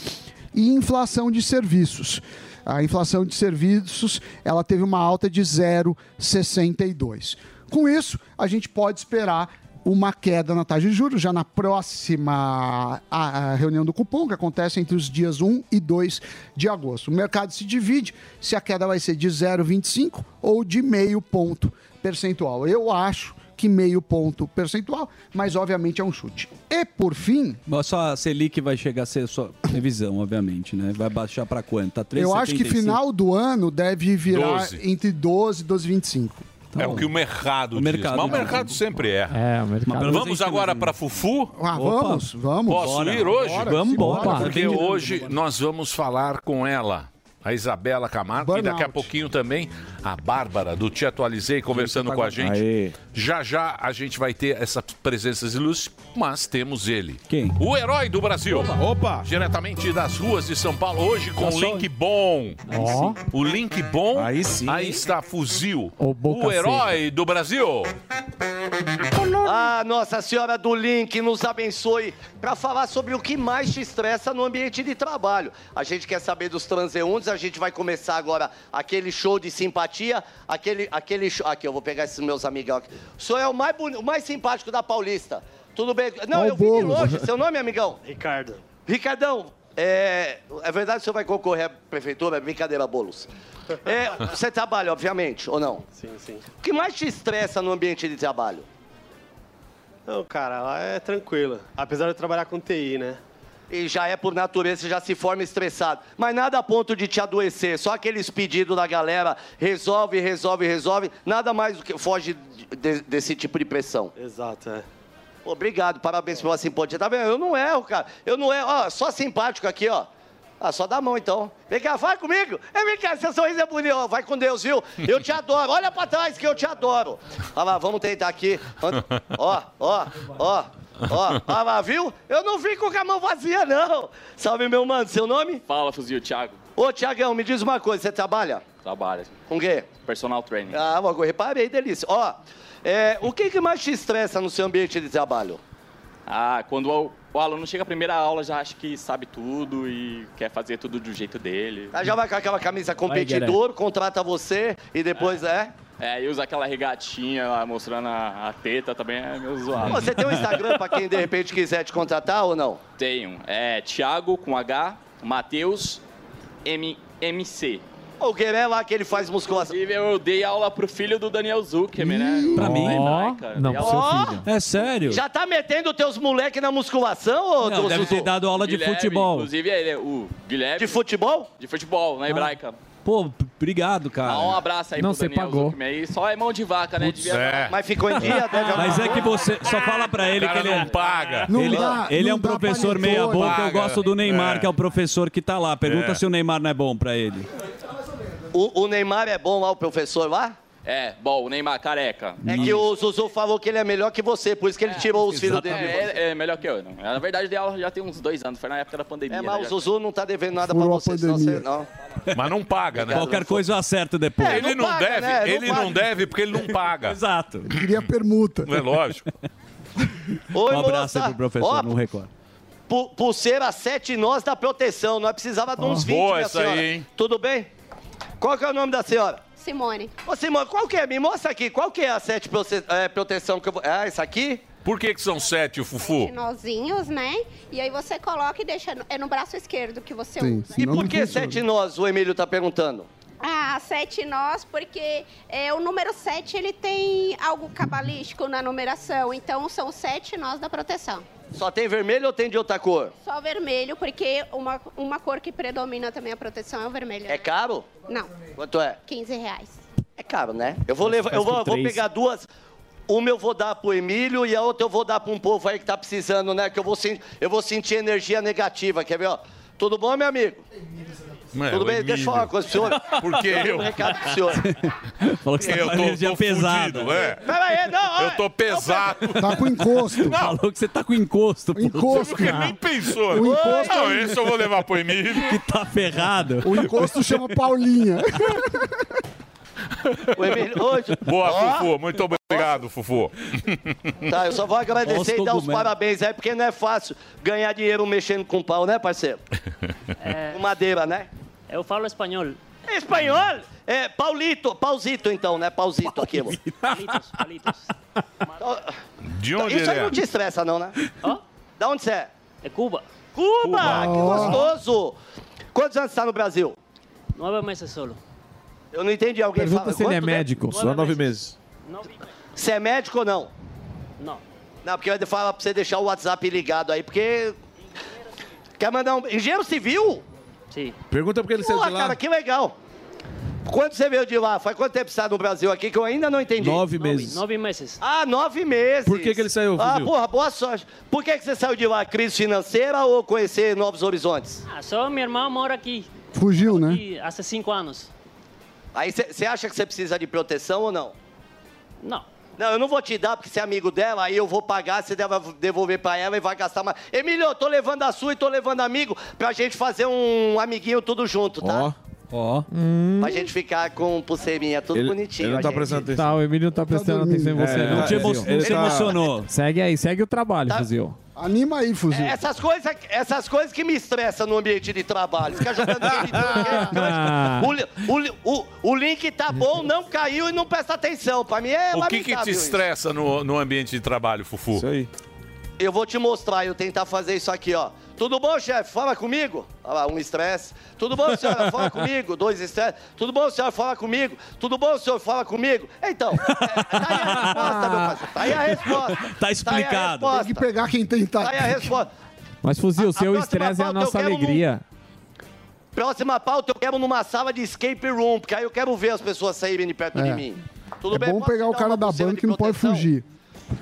e inflação de serviços. A inflação de serviços ela teve uma alta de 0,62. Com isso, a gente pode esperar uma queda na taxa de juros já na próxima a- a reunião do cupom, que acontece entre os dias 1 e 2 de agosto. O mercado se divide se a queda vai ser de 0,25 ou de meio ponto percentual. Eu acho que meio ponto percentual, mas obviamente é um chute. E por fim, Mas só a Selic vai chegar a ser sua previsão, obviamente, né? Vai baixar pra quanto? Tá 3,75? eu acho que final do ano deve virar 12. entre 12 e Tá 12,25. é o que o mercado O diz. mercado Mas o diz. mercado sempre erra. É, Tá o Mas pelo menos a Vamos gente agora para Fufu? Ah, vamos, vamos. Posso Bora, ir hoje? bora, Vamos embora. bora. Porque Bora. hoje nós vamos falar com ela, a Isabela Camargo, e daqui a pouquinho também a Bárbara do Te Atualizei conversando com a gente. Já já a gente vai ter essas presenças ilustres, mas temos ele. Quem? O herói do Brasil. Opa! Diretamente das ruas de São Paulo, hoje com Tá o só- link bom. Aí sim. O link bom. Aí sim. Aí está fuzil. boca o herói do Brasil. Ah, Nossa Senhora do Link, nos abençoe para falar sobre o que mais te estressa no ambiente de trabalho. A gente quer saber dos transeuntes, a gente vai começar agora aquele show de simpatia, aquele, aquele show... Aqui, eu vou pegar esses meus amigão aqui. O senhor é o mais, boni- o mais simpático da Paulista. Tudo bem? Não, Ó o eu vim de Boulos. longe. Seu nome, amigão? Ricardo. Ricardão, é, é verdade que você vai concorrer à prefeitura? Brincadeira, bolos. É, você trabalha, obviamente, ou não? Sim, sim. O que mais te estressa no ambiente de trabalho? Não, cara, lá é tranquilo. Apesar de eu trabalhar com TI, né? E já é por natureza, você já se forma estressado. Mas nada a ponto de te adoecer. Só aqueles pedidos da galera, resolve, resolve, resolve. Nada mais do que foge de- desse tipo de pressão. Exato, é. Obrigado, parabéns pela simpatia. Tá vendo? Eu não erro, cara. Eu não erro. Ó, só simpático aqui, ó. Ah, só dá a mão então. Vem cá, vai comigo. É, vem cá, seu sorriso é bonito. Ó, Vai com Deus, viu? Eu te adoro. Olha pra trás que eu te adoro. Ah, lá, vamos tentar aqui. Ó, ó, ó, ó. Ah, lá, viu? Eu não vim com a mão vazia, não. Salve, meu mano. Seu nome? Fala, fuzil, Thiago. Ô, Tiagão, me diz uma coisa. Você trabalha? Trabalha. Com quê? Personal training. Ah, logo, reparei, delícia. Ó, é, o que, que mais te estressa no seu ambiente de trabalho? Ah, quando o, o aluno chega à primeira aula, já acha que sabe tudo e quer fazer tudo do jeito dele. Ah, já vai com aquela camisa competidor, contrata você e depois é. É, e usa aquela regatinha lá, mostrando a, a teta também, é meio zoado. Você tem um Instagram pra quem de repente quiser te contratar ou não? [laughs] Tenho. É Thiago com H, Matheus M, MC. O Gueré lá que ele faz musculação. Inclusive, eu dei aula pro filho do Daniel Zuckerman, né? Pra mim? Não, pro seu Ó, filho. É sério? Já tá metendo teus moleque na musculação, ô Não, Dom deve Zuzu? ter dado aula de Guilherme, futebol. Inclusive, ele é o Guilherme. De futebol? Ah. De futebol, na hebraica. Pô, obrigado, cara. Dá um abraço aí Não, pro você Daniel pagou. Zuckerman aí. Só é mão de vaca, né? Devia dar- Mas ficou [laughs] em dia, deve Mas é que você só fala pra ele que cara ele é- não paga. Ele, Não dá- ele é não um dá professor panetone. meia boca. Eu Paga. gosto do Neymar, É. que é o professor que tá lá. Pergunta É. se o Neymar não é bom pra [laughs] ele. O, o Neymar é bom lá, o professor lá? É, bom, o Neymar careca. É que o Zuzu falou que ele é melhor que você, por isso que ele tirou os filhos dele. de você. É, é melhor que eu. Não. Na verdade, eu dei aula já tem uns dois anos. Foi na época da pandemia. É, né, já- mas o Zuzu não tá devendo nada pra vocês, não sei não. Mas não paga, né? Qualquer coisa eu acerto depois. É, ele não, deve, né? ele não, deve porque ele não paga. Exato. Queria permuta. É lógico. Oi, um abraço aí pro Ó, professor, não recordo. Pu- pulseira sete nós da proteção. Nós precisava de uns Ó. 20, Boa minha essa senhora. aí, hein? Tudo bem? Qual que é o nome da senhora? Simone. Ô, Simone, qual que é? Me mostra aqui. Qual que é a sete prote- é, proteção que eu vou... Ah, essa aqui? Por que, que são sete, o Fufu? Nozinhos, né? E aí você coloca e deixa. no- É no braço esquerdo que você usa. e por que sete nós, o Emílio tá perguntando? Ah, sete nós, porque é, o número sete ele tem algo cabalístico na numeração. Então são sete nós da proteção. Só tem vermelho ou tem de outra cor? Só vermelho, porque uma, uma cor que predomina também a proteção é o vermelho. É caro? Não, Quanto é? 15 reais. É caro, né? Eu vou levar, eu Faz por vou, vou três. pegar duas. Uma eu vou dar pro Emílio e a outra eu vou dar pra um povo aí que tá precisando, né? Que eu vou, sen- eu vou sentir energia negativa, quer ver, ó? Tudo bom, meu amigo? É, Tudo o bem? Emílio. Deixa eu falar uma coisa pro senhor. [laughs] Por que Eu tenho eu? Um recado pro senhor. Falou que você tá eu com tô, energia tô pesada. fudido, é. Pera aí, não, ó. Eu tô pesado. Ah, então Tá com [laughs] encosto. Falou que você tá com encosto. pô. Encosto, Porque nem pensou. O encosto- Não, esse eu vou levar pro Emílio. Que tá ferrado. O encosto chama Paulinha. Tá O Emílio, hoje. Boa, Ó. Fufu. Muito obrigado, Fufu. Tá, eu só vou agradecer e dar os parabéns aí, porque não é fácil ganhar dinheiro mexendo com pau, né, [laughs] parceiro? É. Com madeira, né? Eu falo espanhol. Espanhol? É, Paulito, Pauzito então, né? Pauzito aquilo. Palitos, palitos. De onde Então, Isso aí ele é? não te estressa, não, né? Da onde você é? É Cuba. Cuba, Cuba. que gostoso! Quantos anos você está no Brasil? Nove meses solo. Eu não entendi alguém Pergunta fala- se ele é quanto né? tempo? médico. Só nove meses. Você é médico ou não? Não. Não, porque eu ia falar pra você deixar o WhatsApp ligado aí, porque. Quer mandar um. Engenheiro civil? Sim. Pergunta porque ele saiu de Porra, lá. cara, que legal. Quando você veio de lá? Faz quanto tempo você está no Brasil aqui que eu ainda não entendi? Nove meses. Nove meses. Ah, nove meses. Por que que ele saiu, Ah, Fuzil? porra, boa sorte. Por que, que você saiu de lá? Crise financeira ou conhecer novos horizontes? Ah, só minha irmã mora aqui. Fugiu, né? aqui há cinco anos. Aí você acha que você precisa de proteção ou não? Não. Não, eu não vou te dar porque você é amigo dela, aí eu vou pagar, você deve devolver pra ela e vai gastar mais. Emílio, eu tô levando a sua e tô levando amigo pra gente fazer um amiguinho tudo junto, tá? Ó. Ó. Pra gente ficar com um pulseirinha, tudo bonitinho. ele não a tá gente. prestando atenção. Tá, o Emílio não tá prestando atenção em dormindo. você. É, não te emo- Ele não te tá- emocionou. Segue aí, segue o trabalho, Fuzil. Anima aí, Fuzil. Essas coisas, essas coisas que me estressam no ambiente de trabalho. [laughs] Ficar jogando game, Ah, o, li- o li- o- o link tá bom, não caiu e não presta atenção. Pra mim é O que, que lamentável te isso. estressa no, no ambiente de trabalho, Fufu? Isso aí. Eu vou te mostrar, eu tentar fazer isso aqui, ó. Tudo bom, chefe? Fala comigo. Olha lá, um estresse. Tudo bom, senhora? Fala comigo. Dois estresse. Tudo bom, senhora? Fala comigo. Tudo bom, senhor? Fala comigo. Então, é, tá aí a resposta, meu parceiro. Tá aí a resposta. Tá explicado. Tem que pegar quem tem Tá aí a resposta. Mas, Fuzil, seu próxima estresse é a pauta nossa eu quero alegria. Próxima pauta, eu quero numa sala de escape room, porque aí eu quero ver as pessoas saírem de perto É. de mim. Tudo é bem? bom Posso pegar o dar cara uma da pulseira banca de que não pode fugir.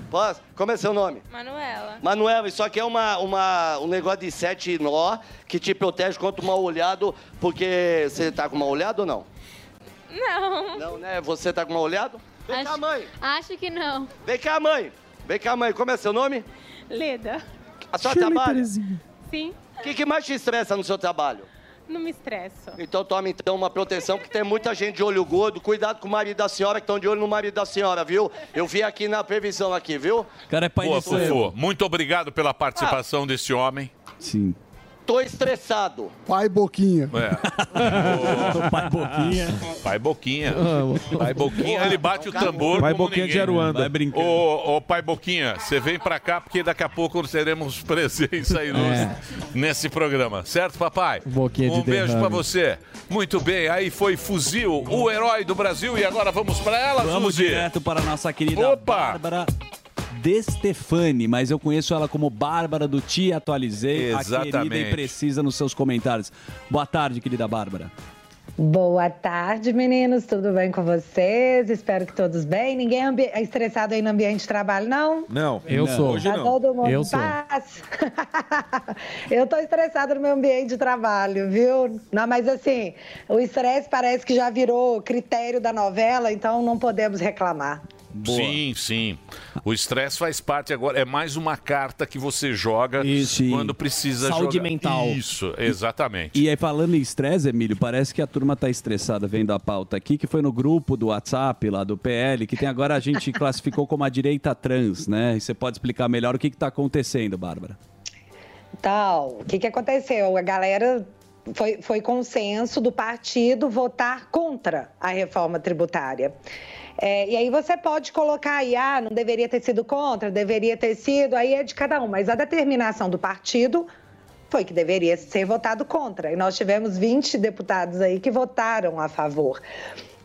Posso? Como é seu nome? Manuela. Manuela, isso aqui é uma, uma, um negócio de sete nó que te protege contra o mal olhado, porque você tá com mal olhado ou não? Não. Não, né? Você tá com mal olhado? Vem acho, cá, mãe. Acho que não. Vem cá, mãe. Vem cá, mãe. Como é seu nome? Leda. A senhora trabalha? Sim, O que, que mais te estressa no seu trabalho? não me estresso. Então tome então uma proteção, porque tem muita gente de olho gordo. Cuidado com o marido da senhora, que estão de olho no marido da senhora, viu? Eu vi aqui na previsão aqui, viu? Cara, é Boa, Fufu. Muito obrigado pela participação Ah. desse homem. Sim. Tô estressado. Pai Boquinha. É. Pai Boquinha. Pai Boquinha. Amo. Pai Boquinha, ele bate o tambor. Pai como Boquinha de ninguém. Aruanda. Vai brincando. Ô, ô, Pai Boquinha, você vem pra cá porque daqui a pouco nós teremos [laughs] presença ilustre nesse programa. Certo, papai? É. Boquinha de um beijo derrame. pra você. Muito bem, aí foi Fuzil, o herói do Brasil. E agora vamos pra ela, Vamos Fuzi. direto para a nossa querida Opa! Bárbara De Stefani, mas eu conheço ela como Bárbara do Ti Atualizei, a querida Exatamente. e precisa nos seus comentários. Boa tarde, querida Bárbara. Boa tarde, meninos. Tudo bem com vocês? Espero que todos bem. Ninguém ambi- estressado aí no ambiente de trabalho, não? Não, eu sou. Hoje Tá não. todo mundo Eu em sou. paz? [laughs] Eu tô estressada no meu ambiente de trabalho, viu? Não, mas assim, o estresse parece que já virou critério da novela, então não podemos reclamar. Sim, sim. O estresse faz parte agora. É mais uma carta que você joga quando precisa Saúde jogar. mental. Isso, exatamente. E aí, falando em estresse, Emílio, parece que a turma tá estressada vendo a pauta aqui, que foi no grupo do WhatsApp lá do PL, que tem agora a gente [laughs] classificou como a direita trans, né? E você pode explicar melhor o que, que tá acontecendo, Bárbara. Então, o que, que aconteceu? A galera foi, foi consenso do partido votar contra a reforma tributária. É, e aí você pode colocar aí, ah, não deveria ter sido contra, deveria ter sido, aí é de cada um. Mas a determinação do partido foi que deveria ser votado contra. E nós tivemos 20 deputados aí que votaram a favor.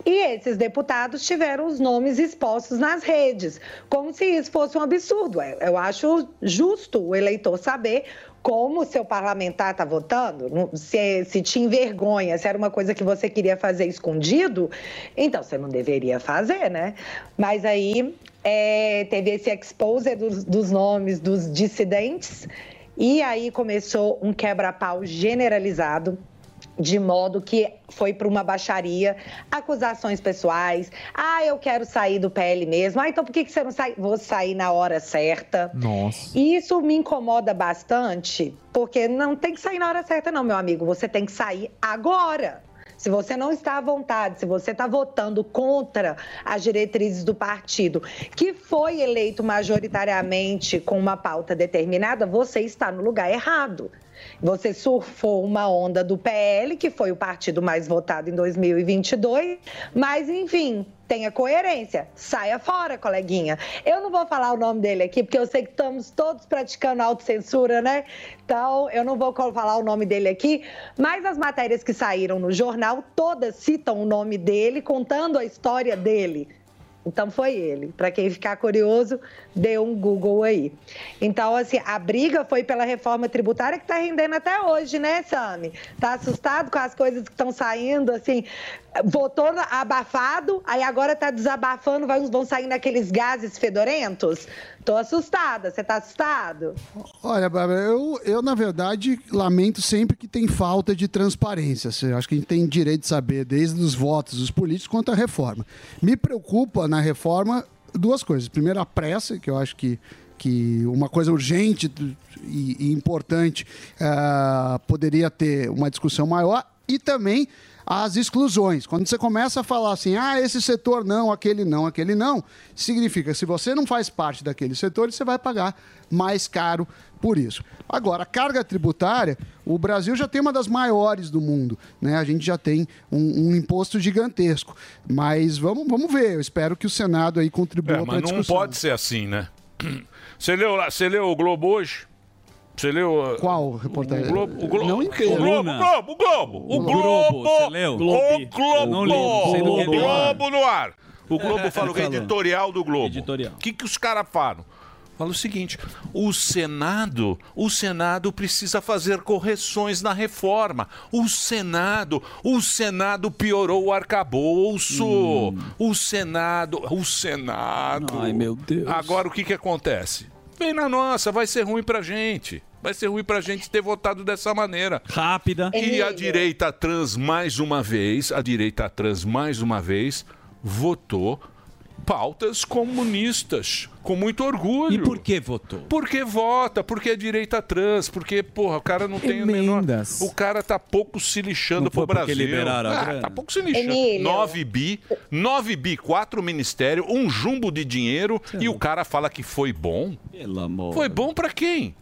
E esses deputados tiveram os nomes expostos nas redes, como se isso fosse um absurdo. É, Eu acho justo o eleitor saber como o seu parlamentar está votando. Não- Se, é, se te envergonha, se era uma coisa que você queria fazer escondido, então você não deveria fazer, né? Mas aí é, teve esse exposer dos- dos nomes dos dissidentes. E aí começou um quebra-pau generalizado. De modo que foi para uma baixaria, acusações pessoais. Ah, eu quero sair do PL mesmo. Ah, então por que, que você não sai? Vou sair na hora certa. Nossa. E isso me incomoda bastante, porque não tem que sair na hora certa, não, meu amigo. Você tem que sair agora. Se você não está à vontade, se você está votando contra as diretrizes do partido, que foi eleito majoritariamente com uma pauta determinada, você está no lugar errado. Você surfou uma onda do PL, que foi o partido mais votado em 2022, mas enfim, tenha coerência. Saia fora, coleguinha. Eu não vou falar o nome dele aqui, porque eu sei que estamos todos praticando autocensura, né? Então, eu não vou co- falar o nome dele aqui, mas as matérias que saíram no jornal todas citam o nome dele, contando a história dele. Então foi ele. Para quem ficar curioso, dê um Google aí. Então, assim, a briga foi pela reforma tributária que está rendendo até hoje, né, Sami? Tá assustado com as coisas que estão saindo, assim, votou na- abafado, aí agora tá desabafando, vai- vão saindo aqueles gases fedorentos? Tô assustada, você tá assustado? [laughs] Olha, Bárbara, eu, eu, na verdade, lamento sempre que tem falta de transparência. Assim, eu acho que a gente tem direito de saber, desde os votos dos políticos, quanto à reforma. Me preocupa na reforma duas coisas. Primeiro, a pressa, que eu acho que, que uma coisa urgente do- e, e importante ah, poderia ter uma discussão maior. E também as exclusões. Quando você começa a falar assim, ah, esse setor não, aquele não, aquele não, significa que se você não faz parte daquele setor, você vai pagar mais caro por isso. Agora, a carga tributária, o Brasil já tem uma das maiores do mundo, né? A gente já tem um, um imposto gigantesco. Mas vamos, vamos ver, eu espero que o Senado aí contribua para É, a mas não discussão. pode ser assim, né? [clears throat] Você leu, lá- você leu o Globo hoje? Você leu. Qual reportagem? O Globo, o Globo, Não o inteiro. Globo, o Globo, o Globo, o Globo, você o leu? Globo, Eu não li, não sei do que o é do ar. Globo no ar. [laughs] O Globo fala o que é Falou. editorial do Globo. Editorial. O que, que os caras falam? Fala o seguinte: o Senado, o Senado precisa fazer correções na reforma. O Senado, o Senado piorou o arcabouço. Hum. O Senado, o Senado. Ai, meu Deus. Agora o que, que acontece? Vem na nossa, vai ser ruim pra gente. Vai ser ruim pra gente ter votado dessa maneira. Rápida. E a direita trans, mais uma vez, a direita trans, mais uma vez, votou pautas comunistas, com muito orgulho. E por que votou? Porque vota, porque é direita trans, porque, porra, o cara não tem o menor... O cara tá pouco se lixando Não pro foi porque Brasil. liberaram a ah, grana? tá pouco se lixando. Emílio. 9 bi, 9 bi, 4 ministérios, um jumbo de dinheiro, e o cara fala que foi bom. é Pelo amor. Foi bom pra quem?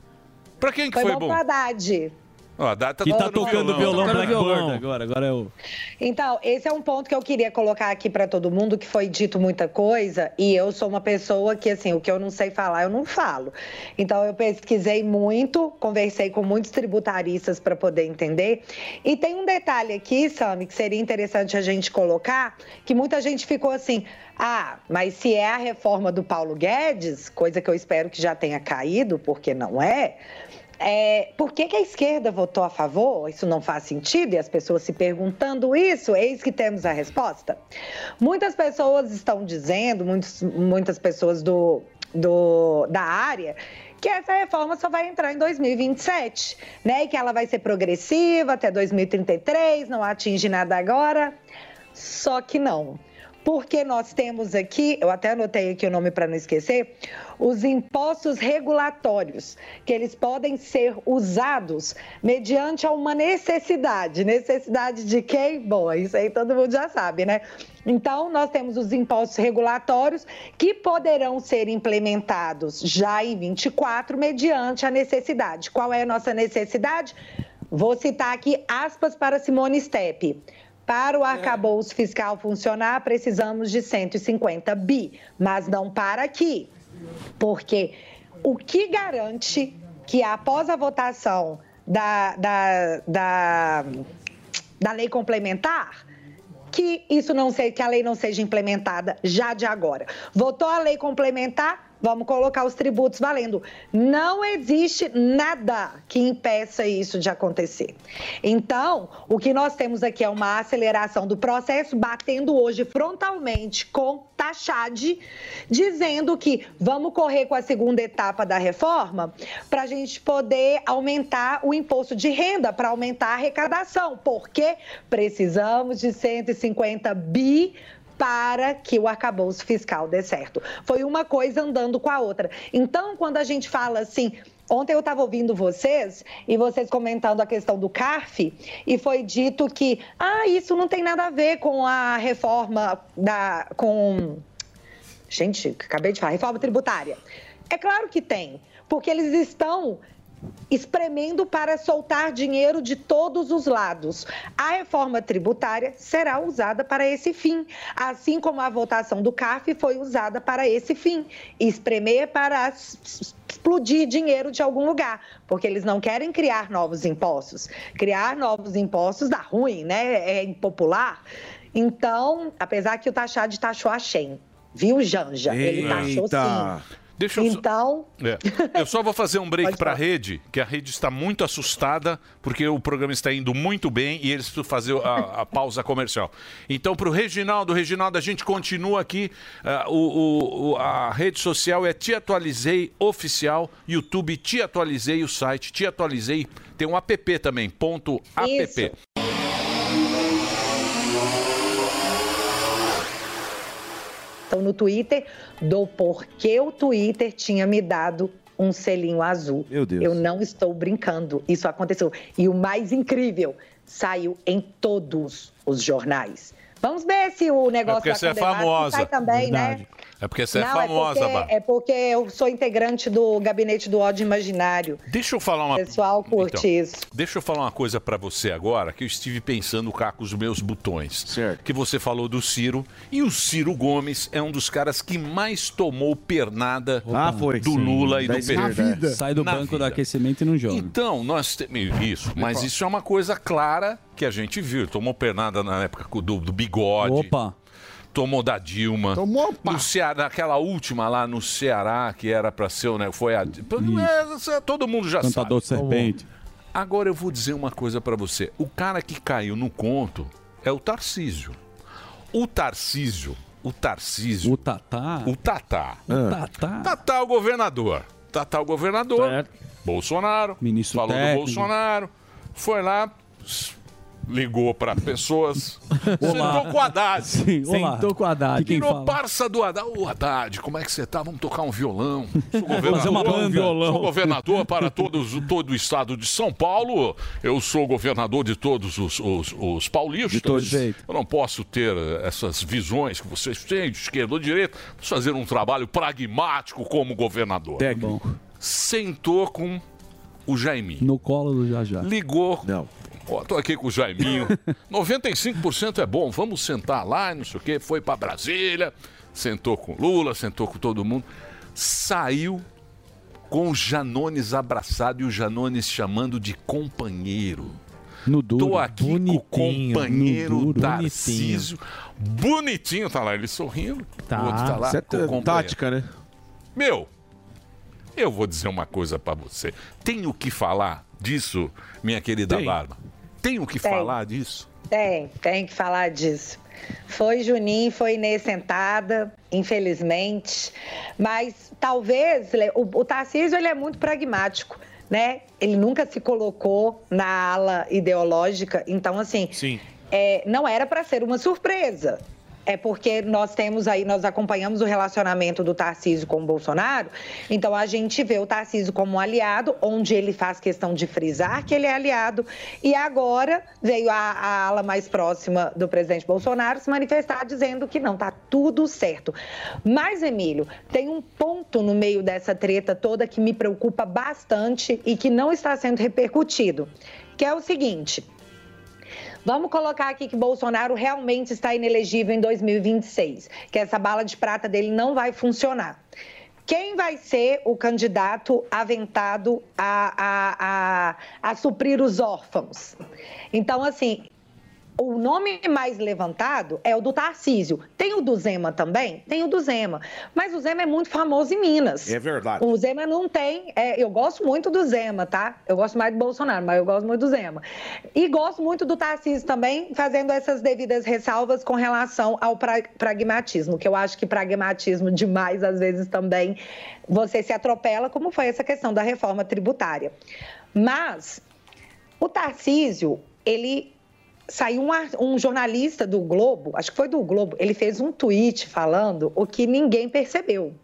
Pra quem que Foi foi, bom bom? pro Haddad. Ó, a data Que tá tocando violão Tá tocando Blackbird agora, agora é o. Então, esse é um ponto que eu queria colocar aqui para todo mundo, que foi dito muita coisa, e eu sou uma pessoa que, assim, o que eu não sei falar, eu não falo. Então, eu pesquisei muito, conversei com muitos tributaristas para poder entender. E tem um detalhe aqui, Sami, que seria interessante a gente colocar, que muita gente ficou assim, ah, mas se é a reforma do Paulo Guedes, coisa que eu espero que já tenha caído, porque não é, é, por que, que a esquerda votou a favor? Isso não faz sentido? E as pessoas se perguntando isso, eis que temos a resposta. Muitas pessoas estão dizendo, muitos- muitas pessoas do- do- da área, que essa reforma só vai entrar em 2027, né? E que ela vai ser progressiva até 2033, não atinge nada agora. Só que não porque nós temos aqui, eu até anotei aqui o nome para não esquecer, os impostos regulatórios, que eles podem ser usados mediante a uma necessidade. Necessidade de quem? Bom, isso aí todo mundo já sabe, né? Então, nós temos os impostos regulatórios que poderão ser implementados já em 24 mediante a necessidade. Qual é a nossa necessidade? Vou citar aqui aspas para Simone Stepp. Para o arcabouço fiscal funcionar, precisamos de 150 bi, mas não para aqui. Porque o que garante que após a votação da, da, da, da lei complementar, que isso não seja, que a lei não seja implementada já de agora. Votou a lei complementar, vamos colocar os tributos valendo. Não existe nada que impeça isso de acontecer. Então, o que nós temos aqui é uma aceleração do processo, batendo hoje frontalmente com Taxade, dizendo que vamos correr com a segunda etapa da reforma para a gente poder aumentar o imposto de renda, para aumentar a arrecadação, porque precisamos de 150 bi para que o arcabouço fiscal dê certo. Foi uma coisa andando com a outra. Então, quando a gente fala assim. Ontem eu estava ouvindo vocês e vocês comentando a questão do CARF e foi dito que ah, isso não tem nada a ver com a reforma da com Gente, acabei de falar, reforma tributária. É claro que tem, porque eles estão espremendo para soltar dinheiro de todos os lados. A reforma tributária será usada para esse fim, assim como a votação do CAF foi usada para esse fim, espremer para s- s- explodir dinheiro de algum lugar, porque eles não querem criar novos impostos. Criar novos impostos dá ruim, né? É impopular. Então, apesar que o taxado taxou a Shen, viu, Janja? Ele tá taxou sim. Deixa eu só- Então, É. Eu só vou fazer um break para a rede, que a rede está muito assustada, porque o programa está indo muito bem e eles precisam fazer a, a pausa comercial. Então, para o Reginaldo, Reginaldo, a gente continua aqui. ah, o- o- o- a rede social é Te Atualizei Oficial, YouTube Te Atualizei, o site Te Atualizei. Tem um app também, ponto app. É Então, no Twitter, do porquê o Twitter tinha me dado um selinho azul. Meu Deus. Eu não estou brincando. Isso aconteceu. E o mais incrível, saiu em todos os jornais. Vamos ver se o negócio porque da você é Condenar famosa. sai também, né? É porque você é Não, famosa, é Bá. porque, é porque eu sou integrante do gabinete do ódio imaginário. Deixa eu falar uma... Pessoal curte Então, isso. Deixa eu falar uma coisa pra você agora, que eu estive pensando cá com os meus botões. Certo. Que você falou do Ciro. E o Ciro Gomes é um dos caras que mais tomou pernada Ah, foi. do Sim, Lula e da do PT. esquerda. Sai do Na banco do aquecimento e não joga. Então, nós temos. Isso, mas isso é uma coisa clara que a gente viu. Tomou pernada na época co- do, do bigode. Opa! Tomou da Dilma. Tomou, no Ceará, Naquela última lá no Ceará, que era pra ser, né? Foi a. É, isso, todo mundo já Cantador sabe. serpente. Agora eu vou dizer uma coisa pra você. O cara que caiu no conto é o Tarcísio. O Tarcísio. O Tarcísio. O Tatá. O Tatá. O Tatá. Tatá é o governador. Tatá é o governador. Bolsonaro. Ministro Falou do técnico. Bolsonaro. Foi lá, s- ligou pra pessoas. [laughs] Olá. Sentou com o Haddad. Sim, olá. Sentou com o Haddad. Que quem Virou fala? parça do Haddad. Ô, Haddad, como é que você tá? Vamos tocar [laughs] um violão. Sou Fazer uma governador, banda. Sou governador para todos, todo o estado de São Paulo. Eu sou governador de todos os, os- os paulistas. De todo jeito. Eu não posso ter eh, essas visões que vocês têm de esquerda ou de direita. Vamos fazer um trabalho pragmático como governador. Técnico. Sentou com o Jaiminho. No colo do Jajá. Ligou. Não. tô aqui com o [laughs] Jaiminho. 95% é bom, vamos sentar lá, não sei o quê. Foi pra Brasília, sentou com Lula, sentou com todo mundo. Saiu com o Janones abraçado e o Janones chamando de companheiro. No duro. Tô aqui com o Bonitinho, companheiro no duro, Tarcísio. Bonitinho. tá lá ele sorrindo. Tá. O outro tá lá. Isso é com o companheiro. tática, né? Meu, eu vou dizer uma coisa pra você. Tenho que falar disso, minha querida Barba. Tenho que falar disso. Tem, tem que falar disso. Foi Juninho, foi Inês sentada, infelizmente. Mas talvez Le- o, o Tarcísio ele é muito pragmático, né? Ele nunca se colocou na ala ideológica. Então, assim, é, não era para ser uma surpresa. É porque nós temos aí, nós acompanhamos o relacionamento do Tarcísio com o Bolsonaro, então a gente vê o Tarcísio como um aliado, onde ele faz questão de frisar que ele é aliado, e agora veio a, a ala mais próxima do presidente Bolsonaro se manifestar dizendo que não, tá tudo certo. Mas, Emílio, tem um ponto no meio dessa treta toda que me preocupa bastante e que não está sendo repercutido, que é o seguinte. Vamos colocar aqui que Bolsonaro realmente está inelegível em 2026, que essa bala de prata dele não vai funcionar. Quem vai ser o candidato aventado a, a, a, a suprir os órfãos? Então, assim, o nome mais levantado é o do Tarcísio. Tem o do Zema também? Tem o do Zema. Mas o Zema é muito famoso em Minas. É verdade. O Zema não tem. é, eu gosto muito do Zema, tá? Eu gosto mais do Bolsonaro, mas eu gosto muito do Zema. E gosto muito do Tarcísio também, fazendo essas devidas ressalvas com relação ao pra- pragmatismo, que eu acho que pragmatismo demais, às vezes, também você se atropela, como foi essa questão da reforma tributária. Mas o Tarcísio, ele saiu um, ar- um jornalista do Globo, acho que foi do Globo, ele fez um tweet falando o que ninguém percebeu.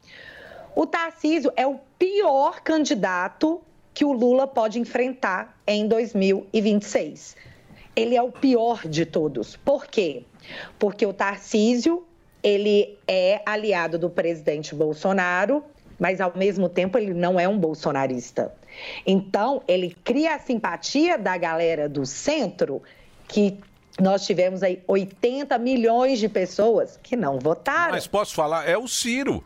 O Tarcísio é o pior candidato que o Lula pode enfrentar em 2026. Ele é o pior de todos. Por quê? Porque o Tarcísio, ele é aliado do presidente Bolsonaro, mas ao mesmo tempo ele não é um bolsonarista. Então, ele cria a simpatia da galera do centro que nós tivemos aí 80 milhões de pessoas que não votaram. Mas posso falar, é o Ciro.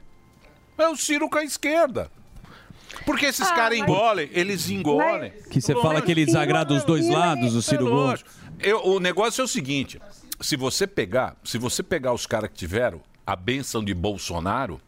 É o Ciro com a esquerda. Porque esses caras engolem, eles engolem. Que você fala que ele desagrada os dois lados, o Ciro É Gomes. lógico. Eu- o negócio é o seguinte: se você pegar, se você pegar os caras que tiveram a benção de Bolsonaro,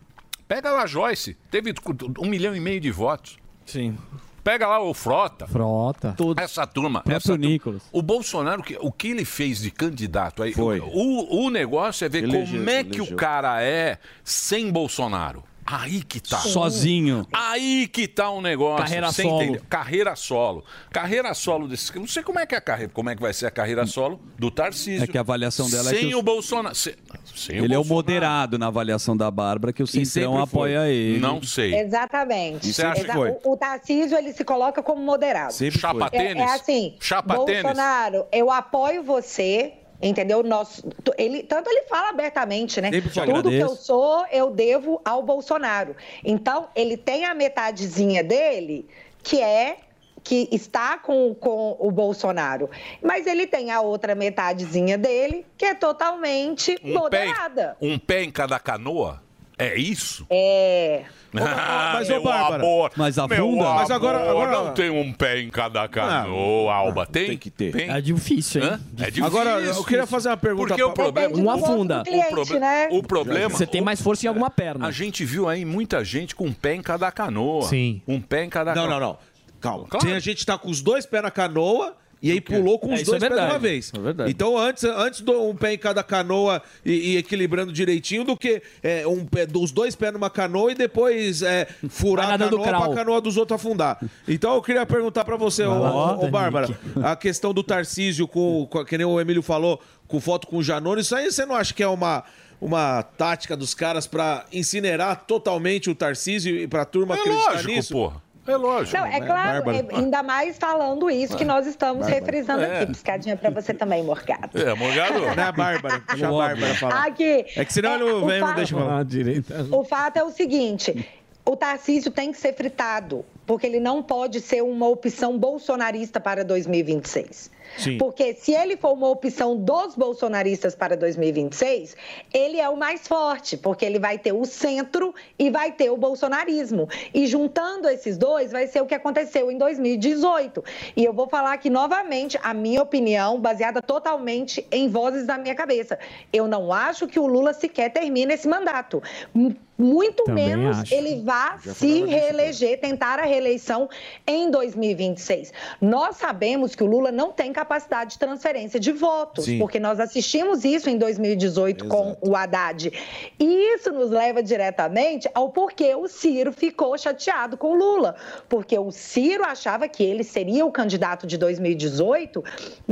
pega lá a Joyce, teve um milhão e meio de votos. Sim. Pega lá o Frota. Frota. Essa turma. Essa Nicolas. O Bolsonaro, o que- o que ele fez de candidato aí? O, o negócio é ver Elegeu, como é que elegeu. o cara é sem Bolsonaro. Aí que tá. Sozinho. Aí que tá o negócio. Carreira você solo. entendeu? Carreira solo. Carreira solo desse. Não sei como é que é a carreira. Como é que vai ser a carreira solo do Tarcísio. É que a avaliação dela é sem que os- o Bolsonaro. se- Sem Ele é o Bolsonaro. moderado na avaliação da Bárbara, que o Centrão sempre foi. apoia ele. Não sei. Exatamente. Você acha que foi? O, o Tarcísio, ele se coloca como moderado. Sempre Chapa foi. é, tênis? é assim, Chapa tênis? Bolsonaro, eu apoio você, Entendeu? Nós, t- ele, tanto ele fala abertamente, né? Sempre te Tudo que eu agradeço. sou, eu devo ao Bolsonaro. Então, ele tem a metadezinha dele, que é que está com, com o Bolsonaro. Mas ele tem a outra metadezinha dele, que é totalmente Um pé, em- moderada. um pé em cada canoa? É isso? É. Mas, mas, ô, meu Bárbara, amor, mas meu abunda? amor, Mas agora- agora- Ah, não tem um pé em cada canoa, Alba. Tem? Tem que ter. É difícil, hein? É difícil. Agora, eu queria fazer uma pergunta Porque o pra- problema... Um afunda. O, Cliente, proble- né? o problema... Você tem mais força em alguma perna. A gente viu aí muita gente com um pé em cada canoa. Sim. Um pé em cada Não, canoa. não, não. Calma. Tem a gente que tá com os dois pés na canoa e aí pulou com É, os isso dois é pés de uma verdade. vez. Então, antes, antes do um pé em cada canoa e, e equilibrando direitinho do que é, um pé, dos dois pés numa canoa e depois é, furar a nadando canoa crawl. pra canoa dos outros afundar. Então, eu queria perguntar pra você, ô, Vai lá, ô, ô, Nick. Bárbara, a questão do Tarcísio, com, com, que nem o Emílio falou, com foto com o Janone, isso aí você não acha que é uma... Uma tática dos caras pra incinerar totalmente o Tarcísio e pra turma acreditar É lógico, nisso? porra. É lógico. Não, é claro, é- ainda mais falando isso que nós estamos né? Bárbara. refrisando É. aqui. Piscadinha pra você também, Morgado. É, morgado. Não é a Bárbara. Deixa a Bárbara falar. Aqui. É que senão ele não o vem, não fato- deixa eu falar. O fato é o seguinte: o Tarcísio tem que ser fritado, porque ele não pode ser uma opção bolsonarista para 2026. Sim. Porque se ele for uma opção dos bolsonaristas para 2026, ele é o mais forte, porque ele vai ter o centro e vai ter o bolsonarismo. E juntando esses dois, vai ser o que aconteceu em 2018. E eu vou falar aqui novamente a minha opinião, baseada totalmente em vozes da minha cabeça. Eu não acho que o Lula sequer termine esse mandato. M- Muito Também menos acho. ele vá Já se falava disso, reeleger, tentar a reeleição em 2026. Nós sabemos que o Lula não tem capacidade de transferência de votos, Sim. porque nós assistimos isso em 2018 com o Haddad. E isso nos leva diretamente ao porquê o Ciro ficou chateado com o Lula, porque o Ciro achava que ele seria o candidato de 2018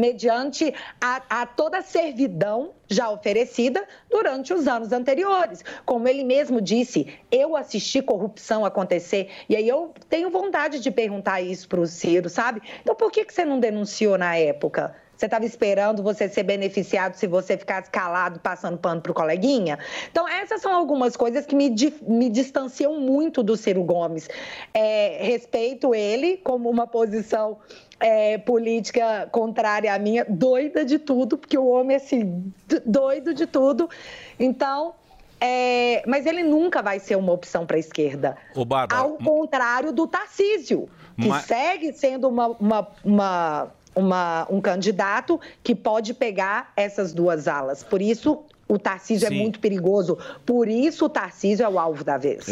mediante a, a toda a servidão já oferecida durante os anos anteriores. Como ele mesmo disse, eu assisti corrupção acontecer. E aí eu tenho vontade de perguntar isso para o Ciro, sabe? Então por que, que você não denunciou na época? Você estava esperando você ser beneficiado se você ficasse calado passando pano para o coleguinha? Então, essas são algumas coisas que me, di- me distanciam muito do Ciro Gomes. É, respeito ele como uma posição é, política contrária à minha, doida de tudo, porque o homem é assim, d- doido de tudo. Então, é, mas ele nunca vai ser uma opção para a esquerda. Ô, Bárbara, Ao contrário do Tarcísio, que Mas- segue sendo uma, uma- uma- uma- um candidato que pode pegar essas duas alas. Por isso, o Tarcísio é Sim. muito perigoso. Por isso, o Tarcísio é o alvo da vez.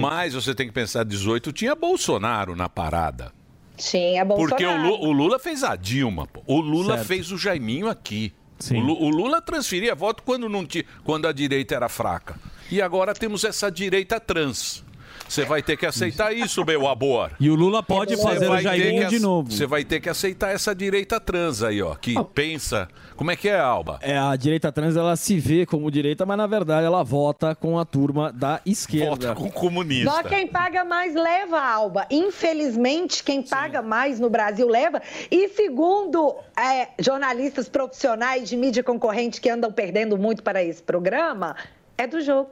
Mas você tem que pensar, 18 tinha Bolsonaro na parada. Sim, é Bolsonaro. Porque o Lu- o Lula, fez a Dilma, pô. O Lula Certo. fez o Jaiminho aqui. O, Lu- o Lula transferia voto quando, não ti- quando a direita era fraca. E agora temos essa direita trans. Você vai ter que aceitar isso, meu amor. E o Lula pode Você fazer o vai ter que Jairinho de ac- novo. Você vai ter que aceitar essa direita trans aí, ó. Que pensa. Como é que é, Alba? É, a direita trans ela se vê como direita, mas na verdade ela vota com a turma da esquerda. Vota com o comunista. Só quem paga mais leva, Alba. Infelizmente, quem paga mais no Brasil leva. E segundo é, jornalistas profissionais de mídia concorrente que andam perdendo muito para esse programa, é do jogo.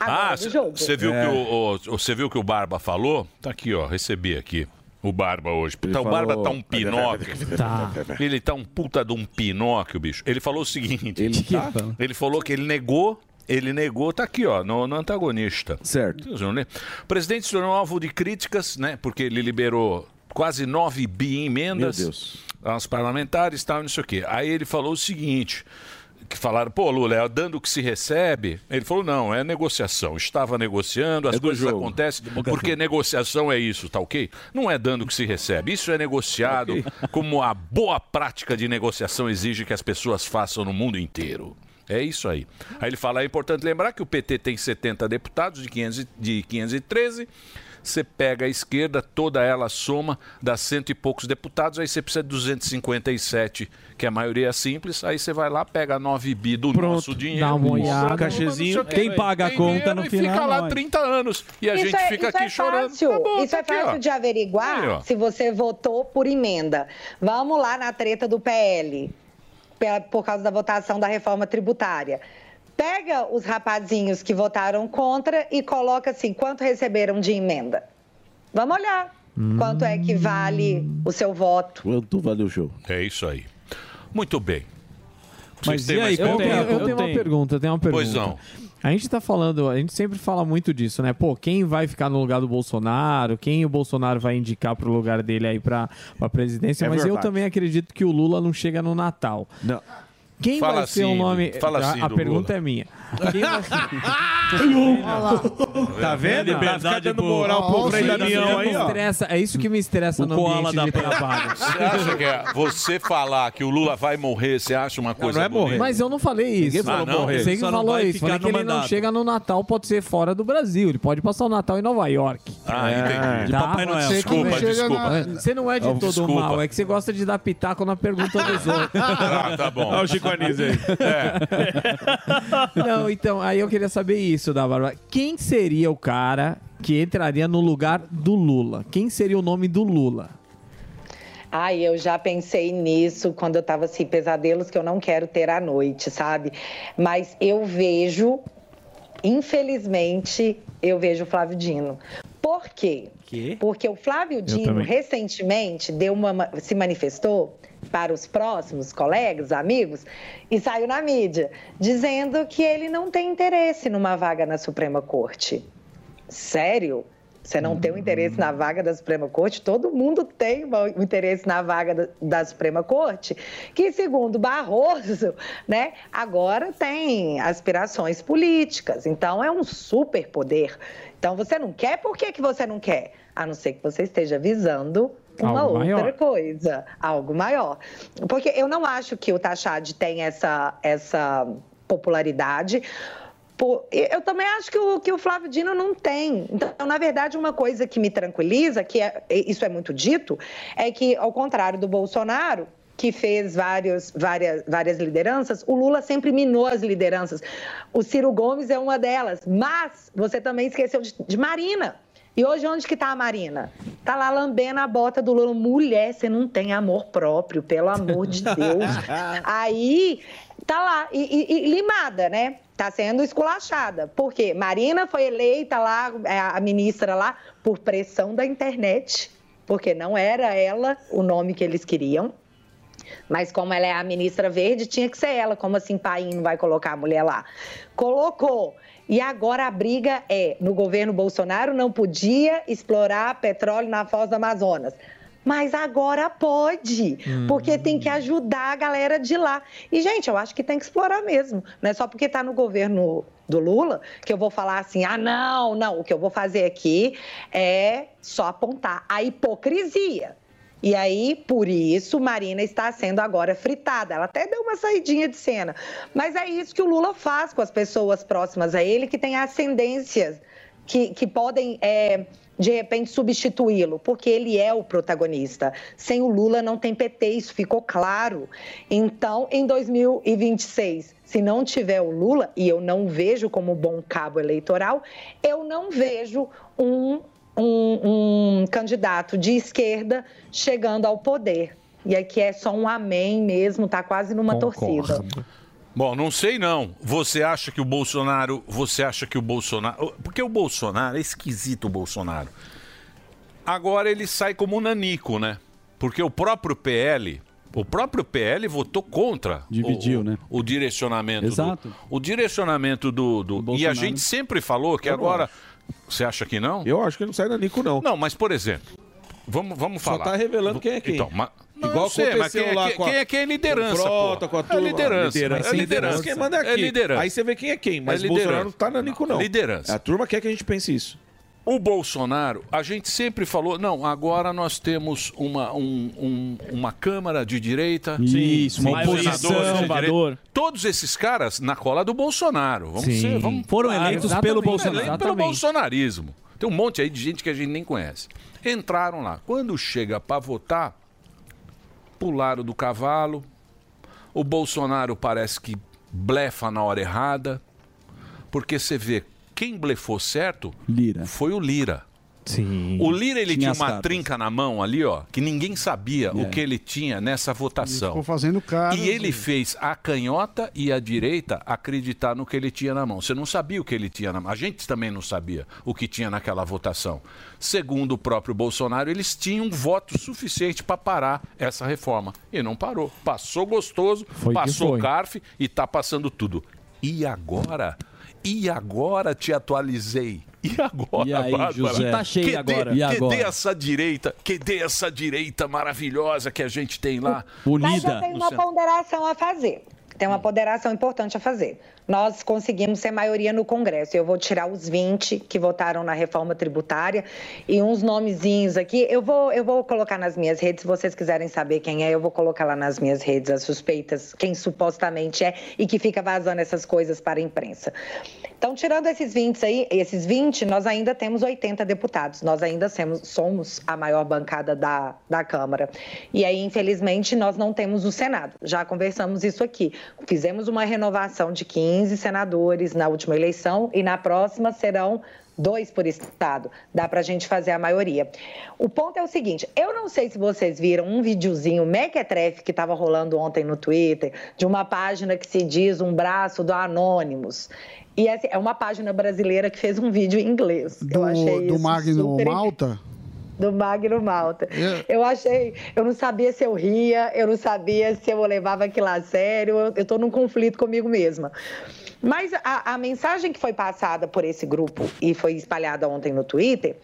Ah, Agora, é do jogo. você viu, É. que o- o- você viu que o Barba falou? Tá aqui, ó, recebi aqui. O Barba hoje. Puta, o falou- Barba tá um pinóquio. Tá. Ele tá um puta de um pinóquio, bicho. Ele falou o seguinte. Ele, tá? ele falou que ele negou. Ele negou, tá aqui, ó, no, no antagonista. Certo. O presidente se tornou alvo de críticas, né? Porque ele liberou quase 9 bi em emendas. Meu Deus. aos parlamentares tal, não sei o quê. Aí ele falou o seguinte, que falaram, pô, Lula, é dando o que se recebe? Ele falou, não, é negociação. Estava negociando, as coisas acontecem, porque negociação é isso, tá ok? Não é dando o que se recebe. Isso é negociado [laughs] como a boa prática de negociação exige que as pessoas façam no mundo inteiro. É isso aí. Aí ele fala, é importante lembrar que o PT tem 70 deputados de, 500, de 513, você pega a esquerda, toda ela soma, dá cento e poucos deputados, aí você precisa de 257, que a maioria é simples, aí você vai lá, pega 9 bi do nosso dinheiro. dá uma compra, olhada. não Cachezinho. sei o quê. Quem paga a Tem conta dinheiro no e fica final, tá lá nós. 30 anos e a gente fica aqui chorando. é- Fácil. Tá bom, isso tá é aqui, fácil ó. de averiguar Aí, ó. se você votou por emenda. Vamos lá na treta do PL. pe- por causa da votação da reforma tributária. Pega os rapazinhos que votaram contra e coloca assim, quanto receberam de emenda? Vamos olhar quanto é que vale o seu voto. Quanto vale o show? É isso aí. Muito bem. Mas tem e aí, mais é eu tenho, pergunta? eu tenho uma pergunta, eu tenho uma pergunta. Pois não. A gente tá falando, a gente sempre fala muito disso, né? Pô, quem vai ficar no lugar do Bolsonaro, quem o Bolsonaro vai indicar pro lugar dele aí pra, pra presidência, É mas eu verdade. também acredito que o Lula não chega no Natal. Não. Quem Fala vai ser o assim, nome? fala a, assim a do pergunta é minha. Quem vai ser... [laughs] Tá vendo? Tá ficando dando moral pro Frei Damião aí, me ó. estressa, é isso que me estressa O no koala ambiente da de trabalho. Você acha que é você falar que o Lula vai morrer, você acha uma coisa não é morrer. bonita? Mas eu não falei isso. Ninguém falou Ah, não? morrer. Você que Só não falou vai isso. ficar Falei que no ele não mandato. chega no Natal, pode ser fora do Brasil. Ele pode passar o Natal em Nova York. Ah, entendi. De Papai Noel. Você que Desculpa, não chega desculpa. na- Você não é de Oh, todo desculpa. mal, é que você gosta de dar pitaco na pergunta dos outros. [laughs] Ah, tá bom. É. Olha o Chico Anísio aí. [laughs] Não, então, aí eu queria saber isso da Bárbara. Quem seria o cara que entraria no lugar do Lula? Quem seria o nome do Lula? Ai, eu já pensei nisso quando eu tava assim, pesadelos que eu não quero ter à noite, sabe? Mas eu vejo, infelizmente, eu vejo o Flávio Dino. Por quê? Porque o Flávio Dino também. recentemente deu uma, ma- se manifestou para os próximos colegas, amigos, e saiu na mídia dizendo que ele não tem interesse numa vaga na Suprema Corte. Sério? Você não tem um interesse na vaga da Suprema Corte? Todo mundo tem uma- um interesse na vaga da, da Suprema Corte, que, segundo Barroso, [laughs] né, agora tem aspirações políticas. Então, é um superpoder. Então, você não quer, por que, que você não quer? A não ser que você esteja visando uma Algo outra maior. coisa, algo maior. Porque eu não acho que o Tachad tem essa, essa popularidade. Pô, e eu também acho que o, que o Flávio Dino não tem. Então, na verdade, uma coisa que me tranquiliza, que é- e isso é muito dito, é que, ao contrário do Bolsonaro, que fez vários, várias, várias lideranças, o Lula sempre minou as lideranças. O Ciro Gomes é uma delas. Mas você também esqueceu de, de Marina. E hoje onde que tá a Marina? Tá lá lambendo a bota do Lula. Mulher, você não tem amor próprio, pelo amor de Deus. [laughs] [laughs] Aí tá lá, e, e- e limada, né? Tá sendo esculachada. Por quê? Marina foi eleita lá, é, a ministra lá, por pressão da internet, porque não era ela o nome que eles queriam. Mas como ela é a ministra verde, tinha que ser ela. Como assim, pai não vai colocar a mulher lá? Colocou. E agora a briga é: no governo Bolsonaro não podia explorar petróleo na Foz do Amazonas. Mas agora pode, Hum. porque tem que ajudar a galera de lá. E, gente, eu acho que tem que explorar mesmo. Não é só porque está no governo do Lula que eu vou falar assim: ah, não, não. O que eu vou fazer aqui é só apontar a hipocrisia. E aí, por isso, Marina está sendo agora fritada. Ela até deu uma saidinha de cena. Mas é isso que o Lula faz com as pessoas próximas a ele, que têm ascendências, que, que podem, é, de repente, substituí-lo, porque ele é o protagonista. Sem o Lula não tem PT, isso ficou claro. Então, em 2026, se não tiver o Lula, e eu não vejo como bom cabo eleitoral, eu não vejo um um, um candidato de esquerda chegando ao poder. E aqui é só um amém mesmo, tá quase numa torcida. Bom, não sei não. Você acha que o Bolsonaro. Você acha que o Bolsonaro. Porque o Bolsonaro é esquisito, o Bolsonaro. Agora ele sai como um nanico, né? Porque o próprio PL. O próprio PL votou contra Dividiu, o, né? o direcionamento. do- Exato. o direcionamento do. do- e a Bolsonaro. gente sempre falou que Eu não agora. Você acha que não? Eu acho que não sai nanico, não. Não, mas por exemplo. Vamos, vamos Só falar. tá revelando quem é quem. Então, mas. Igual Não, eu sei, mas aconteceu quem é, lá quem, com a- quem é quem é liderança. Com o Frota, pô. com a É turma. liderança. Liderança, É liderança. Quem manda é aqui. É liderança. Aí você vê quem é quem. Mas É Bolsonaro não liderança. tá nanico, não. Liderança. A turma quer que a gente pense isso. O Bolsonaro, a gente sempre falou, não, agora nós temos uma, um- um- uma Câmara de direita. Isso, uma Mais oposição, senadores de Salvador. direita. Todos esses caras na cola do Bolsonaro. Vamos Sim. ser- vamos- Foram eleitos Claro, pelo Ah, exatamente. Bolsonaro. Eleitos pelo Exatamente. bolsonarismo. Tem um monte aí de gente que a gente nem conhece. Entraram lá. Quando chega para votar, pularam do cavalo. O Bolsonaro parece que blefa na hora errada. Porque você vê, quem blefou certo foi o Lira. Sim. O Lira, ele Tinha tinha, as uma cartas. trinca na mão ali, ó, que ninguém sabia É. o que ele tinha nessa votação. Ficou fazendo cara. E ele fez a canhota e a direita acreditar no que ele tinha na mão. Você não sabia o que ele tinha na mão. A gente também não sabia o que tinha naquela votação. Segundo o próprio Bolsonaro, eles tinham voto suficiente para parar essa reforma. E não parou. Passou gostoso, Foi que passou foi. CARF e está passando tudo. E agora? E agora te atualizei? E agora, E aí, Bárbara? José? Tá cheio Que dê- agora. Que E agora? dê essa direita, que dê essa direita maravilhosa que a gente tem lá. Mas eu tenho uma ponderação a fazer. Tem uma ponderação importante a fazer. Nós conseguimos ser maioria no Congresso. Eu vou tirar os 20 que votaram na reforma tributária e uns nomezinhos aqui. Eu vou, eu vou colocar nas minhas redes. Se vocês quiserem saber quem é, eu vou colocar lá nas minhas redes as suspeitas, quem supostamente é e que fica vazando essas coisas para a imprensa. Então, tirando esses 20 aí, esses 20, nós ainda temos 80 deputados. Nós ainda somos, somos a maior bancada da, da Câmara. E aí, infelizmente, nós não temos o Senado. Já conversamos isso aqui. Fizemos uma renovação de 15 senadores na última eleição e na próxima serão dois por estado. Dá para a gente fazer a maioria. O ponto é o seguinte: eu não sei se vocês viram um videozinho mequetrefe que estava rolando ontem no Twitter, de uma página que se diz um braço do Anonymous. E assim, é uma página brasileira que fez um vídeo em inglês. eu achei Do, do isso Magno super Malta? do Magno Malta. Eu achei, eu não sabia se eu ria, eu não sabia se eu levava aquilo a sério, eu, eu tô num conflito comigo mesma. Mas a, a mensagem que foi passada por esse grupo e foi espalhada ontem no Twitter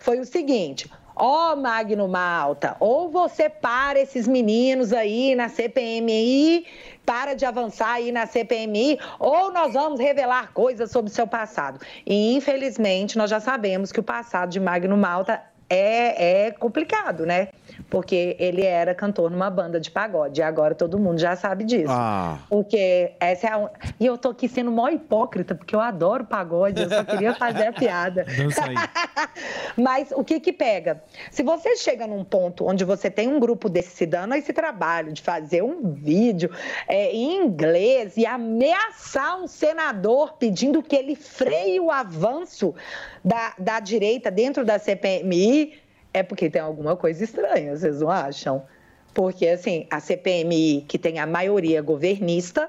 foi o seguinte: ó, Magno Malta, ou você para esses meninos aí na CPMI, para de avançar aí na CPMI, ou nós vamos revelar coisas sobre o seu passado. E infelizmente nós já sabemos que o passado de Magno Malta é, é complicado, né? Porque ele era cantor numa banda de pagode. E agora todo mundo já sabe disso. Ah. Porque essa é a. un- E eu tô aqui sendo mó hipócrita, porque eu adoro pagode, eu só queria fazer a piada. Dança aí. [laughs] Mas o que que pega? Se você chega num ponto onde você tem um grupo desse se dando a esse trabalho de fazer um vídeo é, em inglês e ameaçar um senador pedindo que ele freie o avanço da, da direita dentro da CPMI, é porque tem alguma coisa estranha, vocês não acham? Porque, assim, a CPMI, que tem a maioria governista,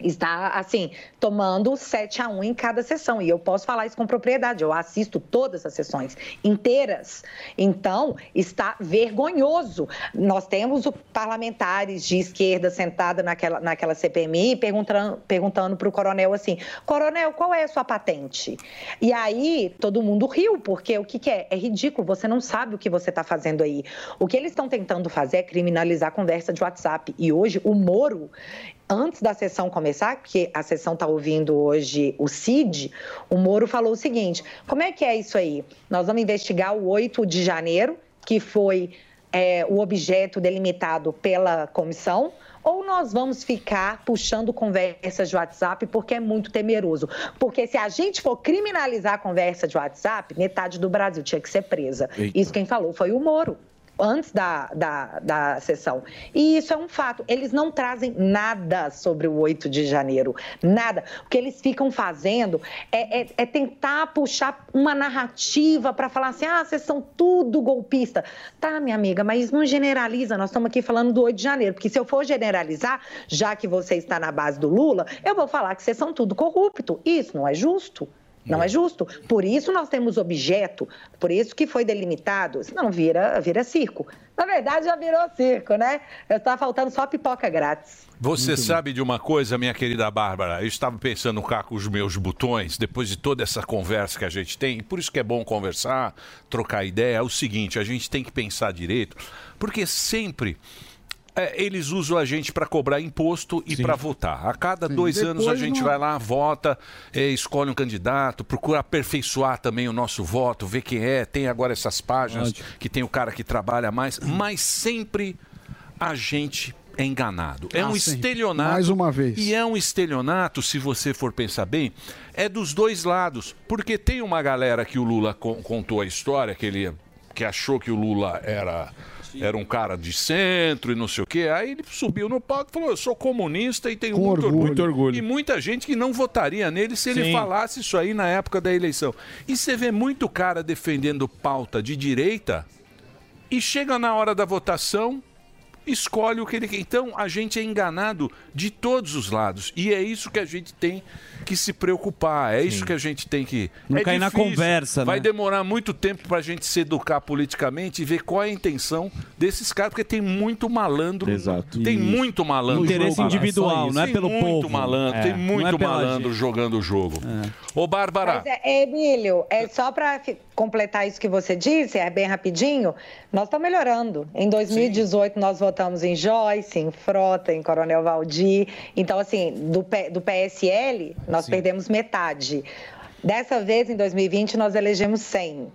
está assim tomando 7 a 1 em cada sessão e eu posso falar isso com propriedade, eu assisto todas as sessões inteiras. Então, está vergonhoso. Nós temos o- parlamentares de esquerda sentada naquela naquela CPMI perguntando perguntando para o coronel assim: "Coronel, qual é a sua patente?". E aí todo mundo riu, porque o que que é? É ridículo, você não sabe o que você está fazendo aí. O que eles estão tentando fazer é criminalizar a conversa de WhatsApp e hoje o Moro antes da sessão começar, porque a sessão está ouvindo hoje o CID, o Moro falou o seguinte: como é que é isso aí? Nós vamos investigar o 8 de janeiro, que foi é, o objeto delimitado pela comissão, ou nós vamos ficar puxando conversas de WhatsApp porque é muito temeroso? Porque se a gente for criminalizar a conversa de WhatsApp, metade do Brasil tinha que ser presa. Eita. Isso quem falou foi o Moro antes da, da, da sessão. E isso é um fato. Eles não trazem nada sobre o 8 de janeiro. Nada. O que eles ficam fazendo é, é- é tentar puxar uma narrativa para falar assim: ah, vocês são tudo golpista. Tá, minha amiga, mas não generaliza. Nós estamos aqui falando do 8 de janeiro. Porque se eu for generalizar, já que você está na base do Lula, eu vou falar que vocês são tudo corrupto. Isso não é justo. Não é justo? Por isso nós temos objeto, por isso que foi delimitado. Senão vira, vira circo. Na verdade, já virou circo, né? Está faltando só pipoca grátis. Você sabe de uma coisa, minha querida Bárbara? Eu estava pensando cá com os meus botões, depois de toda essa conversa que a gente tem, e por isso que é bom conversar, trocar ideia, é o seguinte, a gente tem que pensar direito, porque sempre é, eles usam a gente para cobrar imposto e para votar. A cada Sim. dois anos a Depois gente não- vai lá, vota, eh, escolhe um candidato, procura aperfeiçoar também o nosso voto, ver quem é, tem agora essas páginas que tem o cara que trabalha mais, mas sempre a gente é enganado. É Ah, um sim. estelionato. Mais uma vez. E é um estelionato, se você for pensar bem, é dos dois lados. Porque tem uma galera que o Lula con- contou a história, que ele que achou que o Lula era era um cara de centro e não sei o quê. Aí ele subiu no palco e falou: Eu sou comunista e tenho Com muito orgulho. orgulho. Muito orgulho. E muita gente que não votaria nele se ele Sim. falasse isso aí na época da eleição. E você vê muito cara defendendo pauta de direita e chega na hora da votação, escolhe o que ele quer. Então a gente é enganado de todos os lados. E é isso que a gente tem que se preocupar. É isso que a gente tem que. Não é cair na conversa, né? Vai demorar muito tempo para a gente se educar politicamente e ver qual é a intenção desses caras, porque tem muito malandro. Exato. Tem Isso. muito malandro. No interesse jogando. individual, Só isso. não é tem pelo muito povo. Malandro, É, Tem não muito é pela malandro gente. jogando o jogo. Ô, Bárbara. Mas, é, Emílio, é só para completar isso que você disse, é bem rapidinho, nós estamos melhorando. Em 2018, nós votamos em Joyce, em Frota, em Coronel Valdir. Então, assim, do, P- do PSL, nós perdemos metade. Dessa vez, em 2020, nós elegemos 100.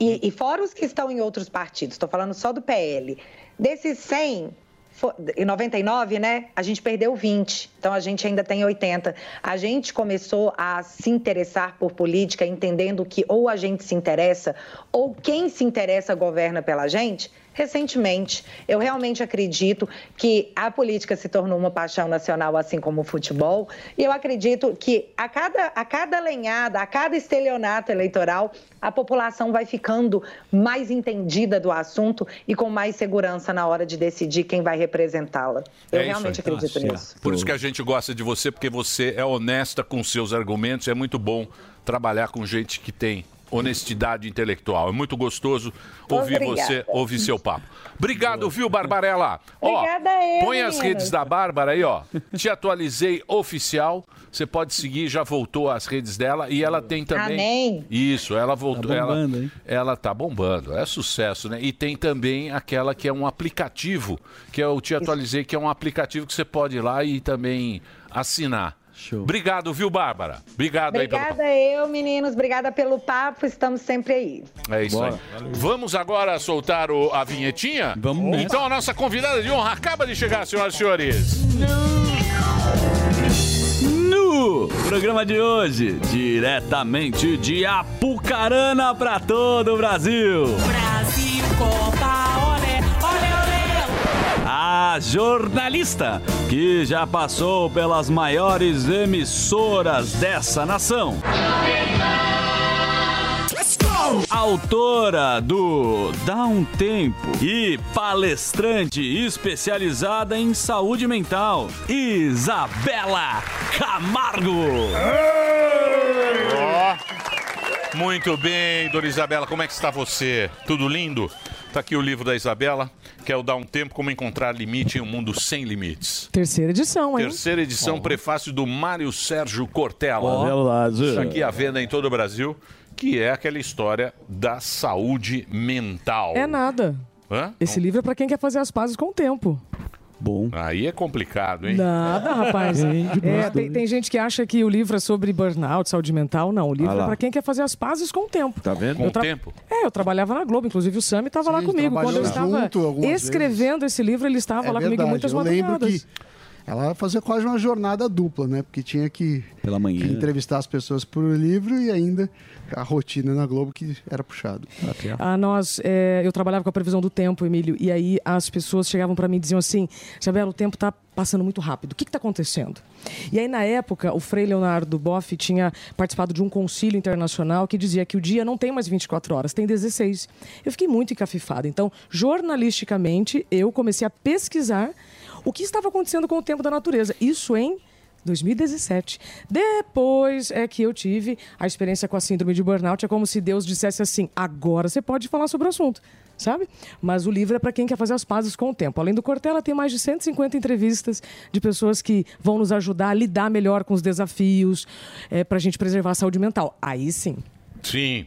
E, e fora os que estão em outros partidos, estou falando só do PL. Desses 100, Fo- Em 99, né? A gente perdeu 20, então a gente ainda tem 80. A gente começou a se interessar por política, entendendo que ou a gente se interessa, ou quem se interessa governa pela gente, recentemente. Eu realmente acredito que a política se tornou uma paixão nacional, assim como o futebol, e eu acredito que a cada, a cada lenhada, a cada estelionato eleitoral, a população vai ficando mais entendida do assunto e com mais segurança na hora de decidir quem vai representá-la. Eu É isso realmente aí. acredito nisso. Por isso que a gente gosta de você, porque você é honesta com seus argumentos. É muito bom trabalhar com gente que tem honestidade intelectual. É muito gostoso ouvir Obrigada. você, ouvir seu papo. Obrigado, viu, Barbarella? Obrigada ó, a eu, Põe as meninas. redes da Bárbara aí, ó. Te atualizei oficial. Você pode seguir, já voltou às redes dela e ela tem também. Amém. Isso, ela voltou. Tá ela, bombando, hein? ela tá bombando, é sucesso, né? E tem também aquela que é um aplicativo, que eu te atualizei, que é um aplicativo que você pode ir lá e também assinar. Obrigado, viu, Bárbara? Obrigado aí pelo Obrigada eu, meninos. Obrigada pelo papo. Estamos sempre aí. é isso Bora. aí. Vamos agora soltar o- a vinhetinha? Vamos Então a nossa convidada de honra acaba de chegar, senhoras e senhores. No programa de hoje, diretamente de Apucarana para todo o Brasil, Brasil, Copa, olé, olé, a jornalista que já passou pelas maiores emissoras dessa nação. Autora do Dá um Tempo e palestrante especializada em saúde mental, Isabela Camargo. É. Ó. Muito bem, Dona Isabela, como é que está você? Tudo lindo? Tá aqui o livro da Isabela, que é o Dar um Tempo, Como Encontrar Limite em um Mundo Sem Limites. Terceira edição, hein? Terceira edição, prefácio do Mário Sérgio Cortella. Ó. Verdade. Isso aqui é à venda em todo o Brasil, que é aquela história da saúde mental. É nada. Hã? Esse livro é pra quem quer fazer as pazes com o tempo. Bom. Aí é complicado, hein? Nada, [laughs] rapaz. É, tem, tem gente que acha que o livro é sobre burnout, saúde mental. Não, o livro Ah lá. é pra quem quer fazer as pazes com o tempo. Tá vendo? Com Eu o tempo. É, eu trabalhava na Globo, inclusive o Sami estava lá comigo. Quando eu trabalhou estava junto algumas vezes. escrevendo esse livro, ele estava É lá verdade, comigo muitas eu lembro madrugadas. que ela fazia quase uma jornada dupla, né? Porque tinha que, Pela manhã. que entrevistar as pessoas por livro e ainda a rotina na Globo que era puxado. Ah, nós, é, eu trabalhava com a previsão do tempo, Emílio, e aí as pessoas chegavam para mim e diziam assim: Isabela, o tempo está passando muito rápido, o que está acontecendo? E aí, na época, o Frei Leonardo Boff tinha participado de um concílio internacional que dizia que o dia não tem mais 24 horas, tem 16. Eu fiquei muito encafifada. Então, jornalisticamente, eu comecei a pesquisar o que estava acontecendo com o tempo da natureza. Isso em 2017. Depois é que eu tive a experiência com a síndrome de burnout. É como se Deus dissesse assim: agora você pode falar sobre o assunto, sabe? Mas o livro é para quem quer fazer as pazes com o tempo. Além do Cortella, tem mais de 150 entrevistas de pessoas que vão nos ajudar a lidar melhor com os desafios, para a gente preservar a saúde mental. Aí sim, Sim.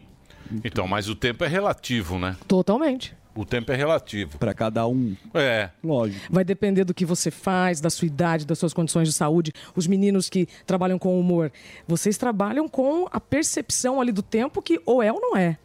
Então, mas o tempo é relativo, né? totalmente. O tempo é relativo. Para cada um. É. Lógico. Vai depender do que você faz, da sua idade, das suas condições de saúde. Os meninos que trabalham com humor, vocês trabalham com a percepção ali do tempo que ou é ou não é.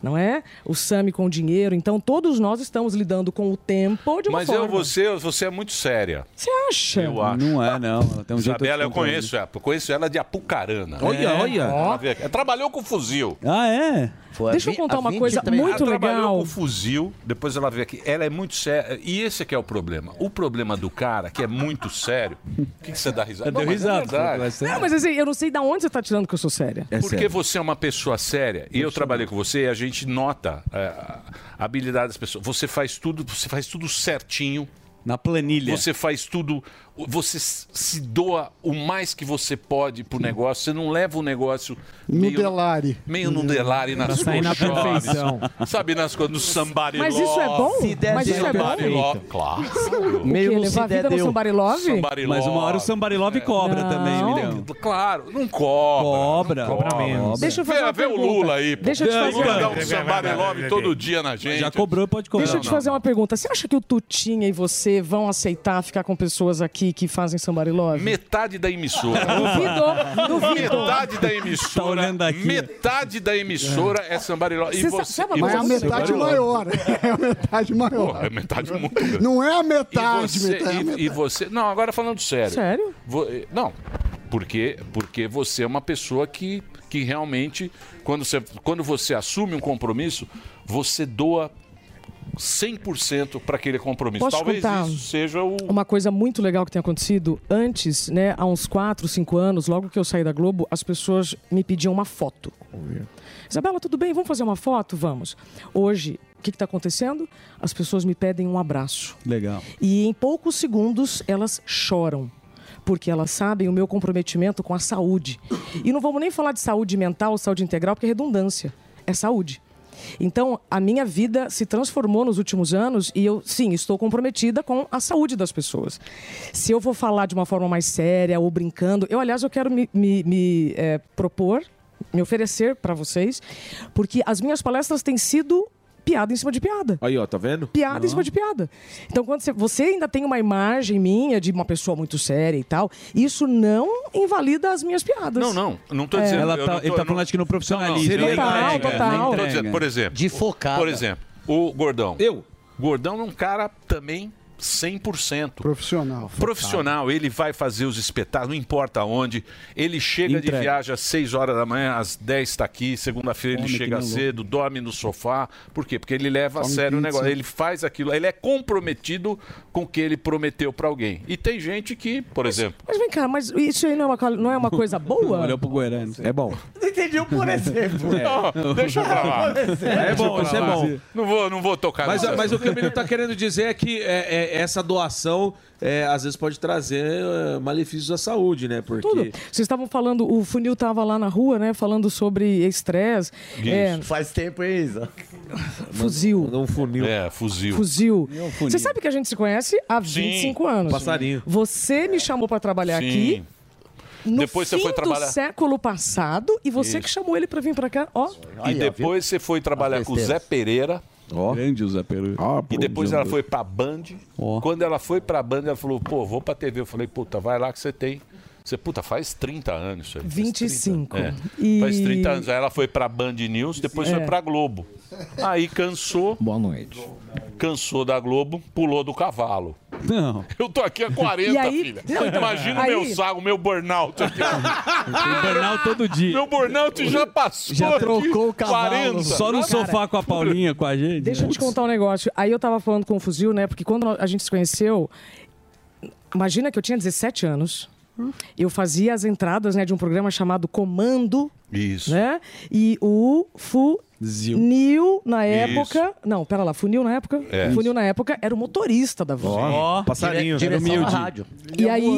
Não é? O Sami com o dinheiro. Então, todos nós estamos lidando com o tempo de uma Mas forma. eu, você, você é muito séria. Você acha? Eu acho. Não é, não. Ela tem um jeito Isabela, eu descontrolado. conheço ela. Eu conheço ela de Apucarana. É. Olha, olha. Ela veio aqui. Ela trabalhou com fuzil. Ah, é? Foi Deixa eu vi- contar há uma 23 coisa muito ela trabalhou legal. com fuzil, depois ela veio aqui. Ela é muito séria. E esse que é o problema. O problema do cara, que é muito sério. [laughs] O que, que você dá risada? Deu Não, mas é risada, verdade. Não, mas assim, eu não sei de onde você tá tirando que eu sou séria. Porque você é uma pessoa séria e eu trabalhei com você e a gente nota é, a habilidade das pessoas. Você faz tudo, você faz tudo certinho. Na planilha. Você faz tudo. Você s- se doa o mais que você pode pro negócio. Você não leva o negócio No meio, Delari. meio no delare nas Pra sair na colchones. perfeição. Sabe, nas coisas, no sambariló. Mas isso é bom? Se der Mas isso é bom? sambariló, Claro. Meio não se der, deu. Sambariló. Mas uma hora o Sambarilove cobra também, Milhão. Claro, não É. Cobra. cobra. Cobra menos. Deixa eu fazer Vê- uma vê o pergunta. Lula aí, pô. Deixa eu te fazer Lula uma- dá um sambarilove todo dia na gente. Já cobrou, pode cobrar. Deixa eu te fazer uma pergunta. Você acha que o Tutinha e você vão aceitar ficar com pessoas aqui que fazem somebody love? Metade da emissora. [laughs] Duvido, duvido. Metade da Tá emissora. Metade da emissora é Sambarilove. E Você sa- você, sabe e uma você, Mas é a metade maior. [laughs] É a metade maior. É metade muito grande. Não é a E metade, você, metade. e- e você- Não, agora falando sério. Sério? Vo- eh, Não. Porque, porque você é uma pessoa que, que realmente, quando você, quando você assume um compromisso, você doa 100% para aquele compromisso. Posso te Talvez contar? isso seja o. Uma coisa muito legal que tem acontecido antes, né, há uns 4, 5 anos, logo que eu saí da Globo, as pessoas me pediam uma foto. Isabela, tudo bem? Vamos fazer uma foto? Vamos. Hoje, o que está acontecendo? As pessoas me pedem um abraço. Legal. E em poucos segundos elas choram. Porque elas sabem o meu comprometimento com a saúde. E não vamos nem falar de saúde mental, saúde integral, porque é redundância. É saúde. Então, a minha vida se transformou nos últimos anos e eu, sim, estou comprometida com a saúde das pessoas. Se eu vou falar de uma forma mais séria ou brincando, eu, aliás, eu quero me, me- me, eh, propor, me oferecer para vocês, porque as minhas palestras têm sido piada em cima de piada. Aí, ó, tá vendo? Piada em cima de piada. Então, quando você, você ainda tem uma imagem minha de uma pessoa muito séria e tal, isso não invalida as minhas piadas. Não, não. Não tô É. dizendo. Ela eu tá- não tô- ele tá eu não- falando acho que no profissionalismo, Não, na né? não. Total, entrega, total. na Não tô entrega. dizendo, por exemplo. De focada. Por exemplo, o Gordão. Eu? Gordão é um cara também 100%. Profissional. Profissional, ele vai fazer os espetáculos, não importa onde. Ele chega Entrega. de viagem às 6 horas da manhã, às 10 está aqui, segunda-feira ele Come que chega nem louco. cedo, dorme no sofá. Por quê? Porque ele leva Come a sério o pizza. negócio. Ele faz aquilo, ele é comprometido com o que ele prometeu para alguém. E tem gente que, por exemplo. Mas vem cá, mas isso aí não é uma, cal- não é uma coisa [laughs] boa? Olhou pro Guerani. É bom. Entendi o por exemplo. É. deixa pra lá. É bom, isso é bom. Não vou, não vou tocar Mas, nessa- mas o que o menino [laughs] tá querendo dizer é que é, é, essa doação é, às vezes pode trazer é, malefícios à saúde, né? Porque Tudo. Vocês estavam falando, o funil estava lá na rua, né? Falando sobre estresse. É, Faz tempo, hein, Isa? Fuzil. Não, funil. É, fuzil. Fuzil. É um funil. Você sabe que a gente se conhece há 25 anos. passarinho. Você me chamou para trabalhar Sim. aqui. No Depois você fim foi trabalhar- do século passado e você Isso. que chamou ele para vir para cá, ó. E depois você foi trabalhar com o Zé besteiras. Pereira. Grande o Zé Peru. E depois ela foi pra Band. Quando ela foi pra Band, ela falou, pô, vou pra TV. Eu falei, puta, vai lá que você tem. Você, puta, faz 30 anos isso aí. 25. É, E- Faz 30 anos. Aí ela foi pra Band News, depois É. foi pra Globo. Aí cansou. Boa noite. Cansou da Globo, pulou do cavalo. Não. Eu tô aqui há 40, E aí- filha. Não, então, Imagina aí- o meu saco, o meu burnout aqui. Tem burnout todo dia. Meu burnout já passou. Já aqui, trocou o cavalo. 40. Só no Cara, sofá com a Paulinha, com a gente. Deixa eu te contar um negócio. Aí eu tava falando com o Fuzil, né? Porque quando a gente se conheceu, imagina que eu tinha 17 anos. Eu fazia as entradas, né, de um programa chamado Comando, Isso. né? E o Zil. Funil na Isso. época, não, pera lá, Funil na época, É. Funil na época era o motorista da van. Ó, passarinho. Dire- direção Humilde. à rádio. E aí,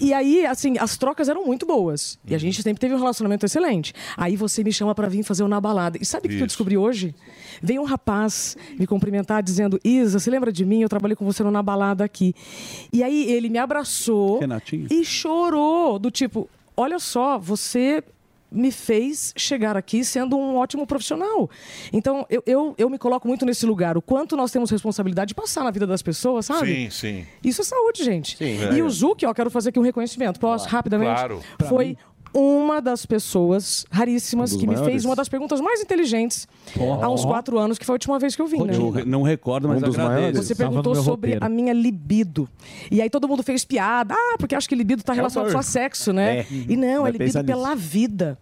e, e aí, assim, as trocas eram muito boas. Uhum. E a gente sempre teve um relacionamento excelente. Aí você me chama pra vir fazer o na balada. E sabe o que eu Isso. descobri hoje? Veio um rapaz me cumprimentar dizendo: Isa, você lembra de mim? Eu trabalhei com você no na balada aqui. E aí ele me abraçou Renatinho? e chorou do tipo: Olha só, você me fez chegar aqui sendo um ótimo profissional. Então, eu, eu, eu me coloco muito nesse lugar. O quanto nós temos responsabilidade de passar na vida das pessoas, sabe? Sim, sim. Isso é saúde, gente. Sim. é. e o Zuki, ó, quero fazer aqui um reconhecimento. Posso, rapidamente? Claro. Foi uma das pessoas raríssimas Um dos que me maiores. fez uma das perguntas mais inteligentes Ó. há uns quatro anos, que foi a última vez que eu vim, né? Eu não recordo, mas Um dos agradeço. maiores. Você perguntou sobre a minha libido. E aí todo mundo fez piada. Ah, porque acho que libido tá É relacionado amor. só a sexo, né? É. E não, é Mas libido pensa nisso. pela vida.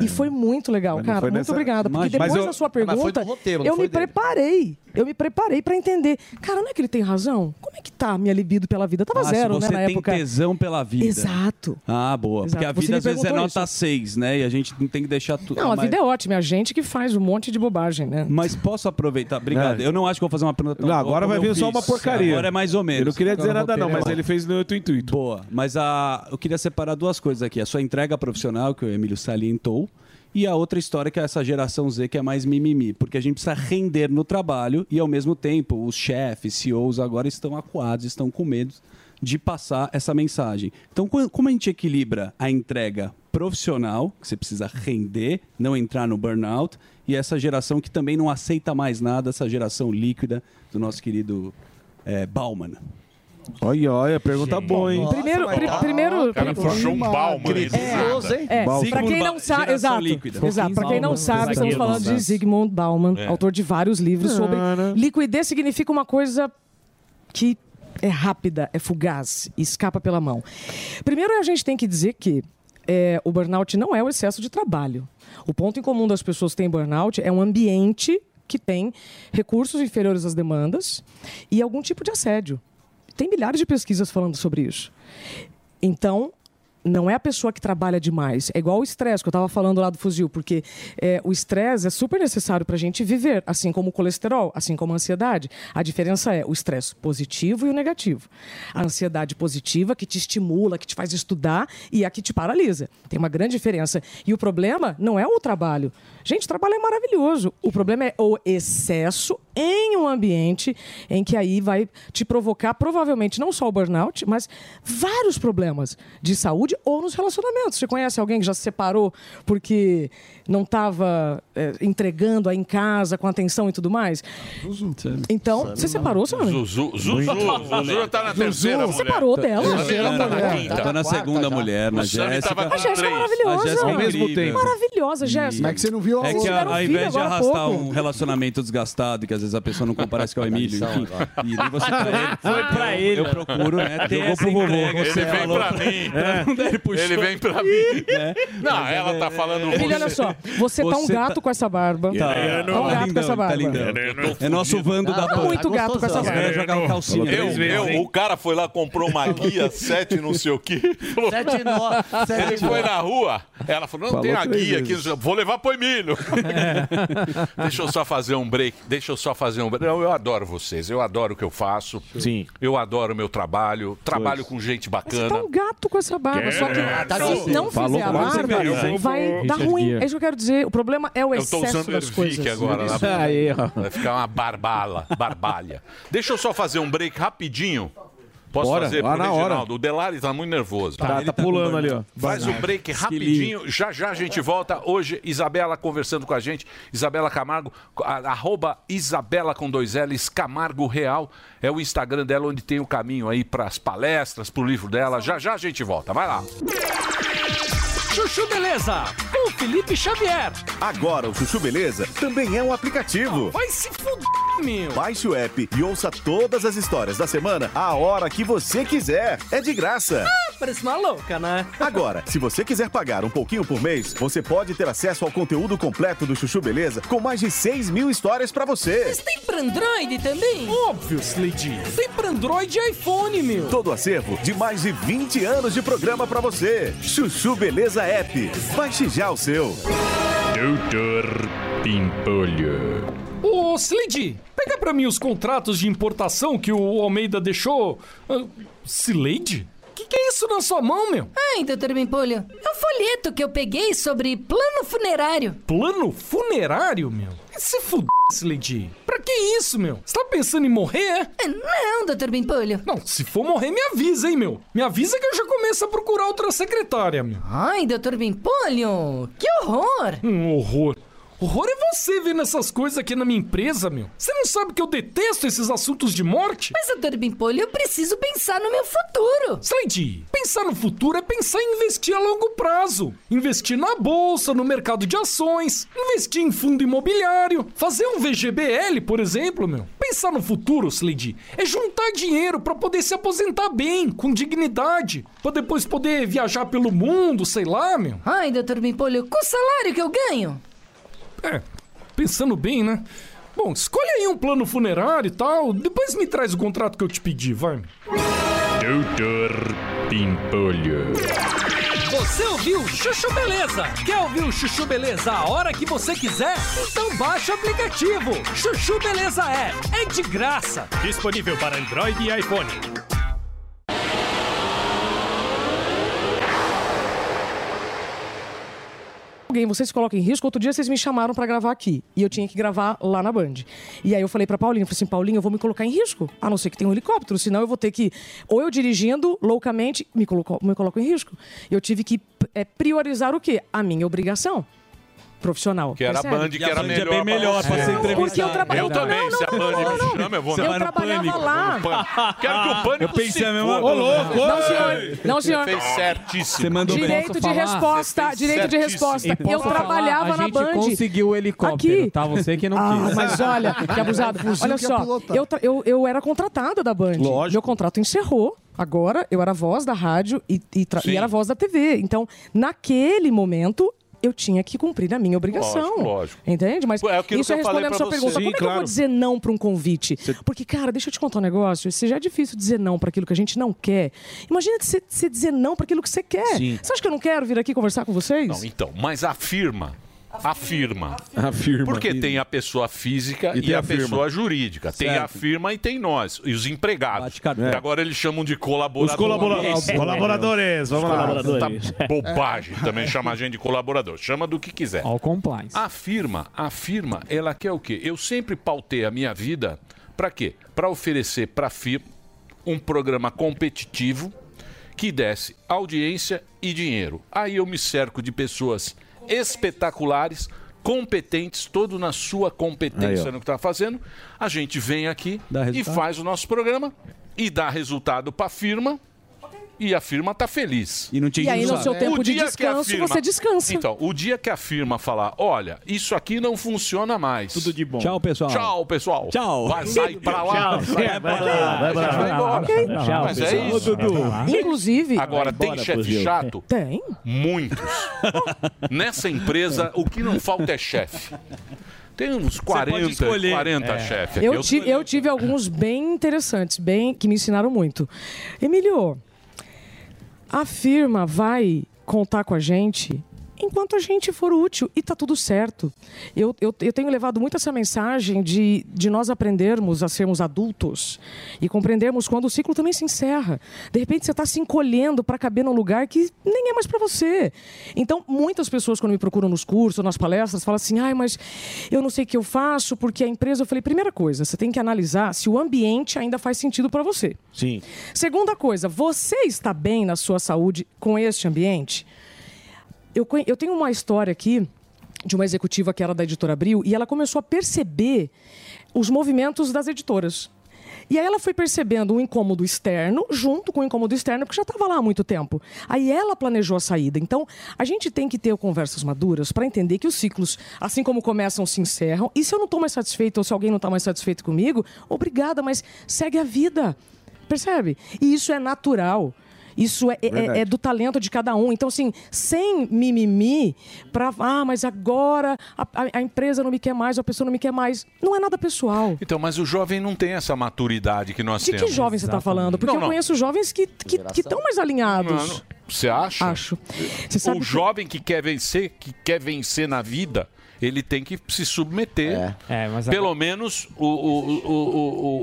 E foi muito legal, Mas não cara. foi Muito nessa- obrigada. Porque Mas- depois mas eu- da sua mas foi do pergunta, roteiro, não eu foi me dele. preparei. Eu me preparei pra entender. Cara, não é que ele tem razão? Como é que tá a minha libido pela vida? Tava Ah, zero, se você né, na tem época. tesão pela vida. Exato. Ah, boa. Exato. Porque a Você vida me às vezes é perguntou nota 6, né? E a gente não tem que deixar tudo. Não, a vida é ótima. É a gente que faz um monte de bobagem, né? Mas posso aproveitar? Obrigado. Não. Eu não acho que vou fazer uma pergunta tão É. Não, boa agora vai como eu vir só fiz. uma porcaria. Agora é mais ou menos. Eu não queria Então dizer nada não, mas ele fez no outro intuito. Boa. Mas a, eu queria separar duas coisas aqui. A sua entrega profissional, que o Emílio salientou, e a outra história que é essa geração Z que é mais mimimi. Porque a gente precisa render no trabalho e, ao mesmo tempo, os chefes, CEOs agora estão acuados, estão com medo de passar essa mensagem. Então, co- como a gente equilibra a entrega profissional, que você precisa render, não entrar no burnout, e essa geração que também não aceita mais nada, essa geração líquida do nosso querido eh, Bauman. Olha, olha, pergunta boa, hein? Primeiro, pri- tá. primeiro, O cara puxou um Bauman aí do nada. É, Bauman. pra quem não Sigmund sabe, Bauman, geração exato, líquida. exato. Pra quem não Bauman, sabe, estamos zagueiro falando de Bauman. Sigmund Bauman, É. autor de vários livros sobre Cara. liquidez significa uma coisa que é rápida, é fugaz, e escapa pela mão. Primeiro a gente tem que dizer que é, o burnout não é o excesso de trabalho. O ponto em comum das pessoas que têm burnout é um ambiente que tem recursos inferiores às demandas e algum tipo de assédio. Tem milhares de pesquisas falando sobre isso. Então, não é a pessoa que trabalha demais. É igual o estresse que eu estava falando lá do fuzil, porque é, o estresse é super necessário para a gente viver, assim como o colesterol, assim como a ansiedade. A diferença é o estresse positivo e o negativo. A ansiedade positiva que te estimula, que te faz estudar e a que te paralisa. Tem uma grande diferença. E o problema não é o trabalho. Gente, o trabalho é maravilhoso. O problema é o excesso em um ambiente em que aí vai te provocar provavelmente não só o burnout, mas vários problemas de saúde ou nos relacionamentos. Você conhece alguém que já se separou porque não estava entregando aí em casa com atenção e tudo mais? Então, você separou, seu amigo? Zuzu, Zuzu, né? Zuzu já tá na Zuzu. terceira Você mulher. parou dela? Tá na Terceira quinta, mulher. na quinta. Tá na segunda mulher, na O Sami Jéssica. tava com A Jéssica é três. maravilhosa. A Jéssica é Ao mesmo incrível. tempo. Maravilhosa, Jéssica. Como é que você não viu É que a- ao invés de arrastar um pouco. relacionamento desgastado, que às vezes a pessoa não comparece com o Emílio, lição enfim, e nem [laughs] você tá pra ele. Foi pra ele. Eu procuro, né? Ter Jogou essa pro vovô. entrega, Ele você vem falou pra mim. É. Ele puxou. Ele vem pra mim. É. Não, ela tá falando Emílio, olha só. Você, tá um Você gato com essa barba. Tá. tá um gato com essa barba. É nosso Vando da Tá Pan. muito gato com essa Os caras barba. jogavam calcinha. Eu, eu, o cara foi lá, comprou [laughs] uma guia, sete não sei o que. Sete nó, sete Ele nó. foi na rua, ela falou, não Falou tem a três guia aqui, vezes. vou levar pro [laughs] Emílio. deixa eu só fazer um break, deixa eu só fazer um break. Não, eu adoro vocês, eu adoro o que eu faço. Sim. Eu adoro o meu trabalho, trabalho com gente bacana. Tá um gato com essa barba. Só que É, tá se sim. não Falou fizer a quase barba, mesmo. Eu vou- vai dar Richard ruim. Gere. É isso que eu quero dizer. O problema é o Eu tô excesso usando das coisas. Ervic agora. Lá. Isso aí, ó. Vai ficar uma barbala, barbalha. Deixa eu só fazer um break rapidinho. Posso Bora, fazer lá pro na hora. Reginaldo? O Delari tá muito nervoso. Tá, Ele tá tá pulando com ali, ó. Faz um break rapidinho. Já já a gente volta. Hoje, Isabela conversando com a gente. Isabela Camargo, a- arroba Isabela com dois L's, Camargo Real. É o Instagram dela, onde tem o caminho aí pras palestras, pro livro dela. Já já a gente volta. Vai lá. Chuchu Beleza, com Felipe Xavier. Agora o Chuchu Beleza também é um aplicativo. Vai se fuder, meu. Baixe o app e ouça todas as histórias da semana a hora que você quiser. É de graça. Ah, parece uma louca, né? Agora, se você quiser pagar um pouquinho por mês, você pode ter acesso ao conteúdo completo do Chuchu Beleza com mais de 6 mil histórias pra você. Mas tem pra Android também? Óbvio, Slade. Tem pra Android e iPhone, meu. Todo acervo de mais de 20 anos de programa pra você. Chuchu Beleza App. Baixe já o seu. Doutor Pimpolho. Ô, Slade, pega pra mim os contratos de importação que o Almeida deixou. Ah, Slade? Que que é isso na sua mão, meu? Ai, doutor Bimpolho, é um folheto que eu peguei sobre plano funerário. Plano funerário, meu? Se fuder, Slade. Pra que isso, meu? Você tá pensando em morrer, é? Não, doutor Bimpolho. Não, se for morrer, me avisa, hein, meu? Me avisa que eu já começo a procurar outra secretária, meu. Ai, doutor Bimpolho, que horror! Um horror. Horror é você vendo essas coisas aqui na minha empresa, meu. Você não sabe que eu detesto esses assuntos de morte? Mas, doutor Bimpolho, eu preciso pensar no meu futuro. Slade, pensar no futuro é pensar em investir a longo prazo. Investir na bolsa, no mercado de ações, investir em fundo imobiliário, fazer um VGBL, por exemplo, meu. Pensar no futuro, Slade, é juntar dinheiro pra poder se aposentar bem, com dignidade, pra depois poder viajar pelo mundo, sei lá, meu. Ai, doutor Bimpolho, com o salário que eu ganho? É, pensando bem, né? Bom, escolhe aí um plano funerário e tal, depois me traz o contrato que eu te pedi, vai. Doutor Pimpolho. Você ouviu Chuchu Beleza? Quer ouvir o Chuchu Beleza a hora que você quiser? Então baixa o aplicativo. Chuchu Beleza é. É de graça. Disponível para Android e iPhone. alguém, você se coloca em risco. Outro dia vocês me chamaram pra gravar aqui e eu tinha que gravar lá na Band. E aí eu falei pra Paulinho, eu falei assim, Paulinho, eu vou me colocar em risco, a não ser que tenha um helicóptero, senão eu vou ter que ou eu dirigindo loucamente me coloco, me coloco em risco. Eu tive que é, priorizar o quê? A minha obrigação profissional. Que era a percebe? Band, que era Band é melhor. bem melhor pra ser Porque eu traba- Eu não, também, não, se a Band me chama, eu vou Você na- vai no Eu trabalhava Pânico, lá. vou no Pânico. [laughs] Quero que o Pânico Eu pensei se a mesma foda. coisa. Ô, louco, Não, oi! senhor. Não, senhor. Fez certíssimo. Você mandou bem. Direito de resposta, direito de resposta. E Eu posso falar, trabalhava a na gente Band. conseguiu o helicóptero, Aqui. tá? Você que não Ah, quis. Mas [laughs] olha, [laughs] que abusado. Fuzil olha que só, é pilotar. eu, tra- eu, eu era contratada da Band. Meu contrato encerrou. Agora eu era voz da rádio e, e, tra- Sim. e era voz da TV. Então, naquele momento. Eu tinha que cumprir a minha obrigação. Lógico, lógico. Entende? Mas Pô, é aquilo isso que é eu falei respondendo pra sua você. pergunta. Sim, Como é que eu claro. vou dizer não para um convite? Porque, cara, deixa eu te contar um negócio. Se já é difícil dizer não para aquilo que a gente não quer, imagina você- você dizer não para aquilo que você quer. Sim. Você acha que eu não quero vir aqui conversar com vocês? Não, então, mas afirma. Afirma. Afirma. Porque tem a pessoa física E e, tem a, a firma. pessoa jurídica. Tem a Certo. firma e tem nós, e os empregados. Que agora eles chamam de colaboradores. Os colaboradores. Colaboradores, vamos lá. Tá bobagem também chamar a gente de colaborador. Chama do que É. quiser. All compliance. A firma, a firma, ela quer o quê? Eu sempre pautei a minha vida para quê? Para oferecer para a firma um programa competitivo que desse audiência e dinheiro. Aí eu me cerco de pessoas espetaculares, competentes, todo na sua competência Aí, ó. no que está fazendo. A gente vem aqui e resultado. faz o nosso programa e dá resultado para a firma. E a firma tá feliz. E não tinha E aí, no seu tempo de descanso, você descansa. Então, o dia que a firma falar, olha, isso aqui não funciona mais. Tudo de bom. Tchau, pessoal. Tchau, pessoal. Tchau. Vai sair pra lá. Tchau. Vai pra lá, vai pra lá. Ok. Tchau, Mas é pessoal. isso. Ô, Dudu. Vai pra lá. Inclusive- Agora, Vai embora, tem chefe fuzil. chato? Tem. Muitos. Nessa empresa, o que não falta é chefe. Tem uns 40, escolher. 40 É. chefe. aqui. Eu, tive, eu tive alguns bem interessantes, bem que me ensinaram muito. Emílio, a firma vai contar com a gente enquanto a gente for útil e tá tudo certo. Eu, eu, eu tenho levado muito essa mensagem de, de nós aprendermos a sermos adultos e compreendermos quando o ciclo também se encerra. De repente você está se encolhendo para caber num lugar que nem é mais para você. Então, muitas pessoas quando me procuram nos cursos, nas palestras, falam assim: "Ai, mas eu não sei o que eu faço porque a empresa". Eu falei: "Primeira coisa, você tem que analisar se o ambiente ainda faz sentido para você". Sim. Segunda coisa, você está bem na sua saúde com este ambiente? Eu, conhe- eu tenho uma história aqui de uma executiva que era da editora Abril e ela começou a perceber os movimentos das editoras. E aí ela foi percebendo um incômodo externo junto com o incômodo externo, porque já estava lá há muito tempo. Aí ela planejou a saída. Então, a gente tem que ter conversas maduras para entender que os ciclos, assim como começam, se encerram. E se eu não estou mais satisfeito ou se alguém não está mais satisfeito comigo, obrigada, mas segue a vida. Percebe? E isso é natural. Isso é, é- Verdade. é do talento de cada um. Então, assim, sem mimimi para. Ah, mas agora a, a- a empresa não me quer mais, a pessoa não me quer mais. Não é nada pessoal. Então, mas o jovem não tem essa maturidade que nós De temos. que jovem você está falando? Porque Não, não. eu conheço jovens que estão que, tão mais alinhados. Mano, você acha? Acho. o jovem que quer vencer, que quer vencer na vida, ele tem que se É. submeter. mas Pelo menos o, o, o,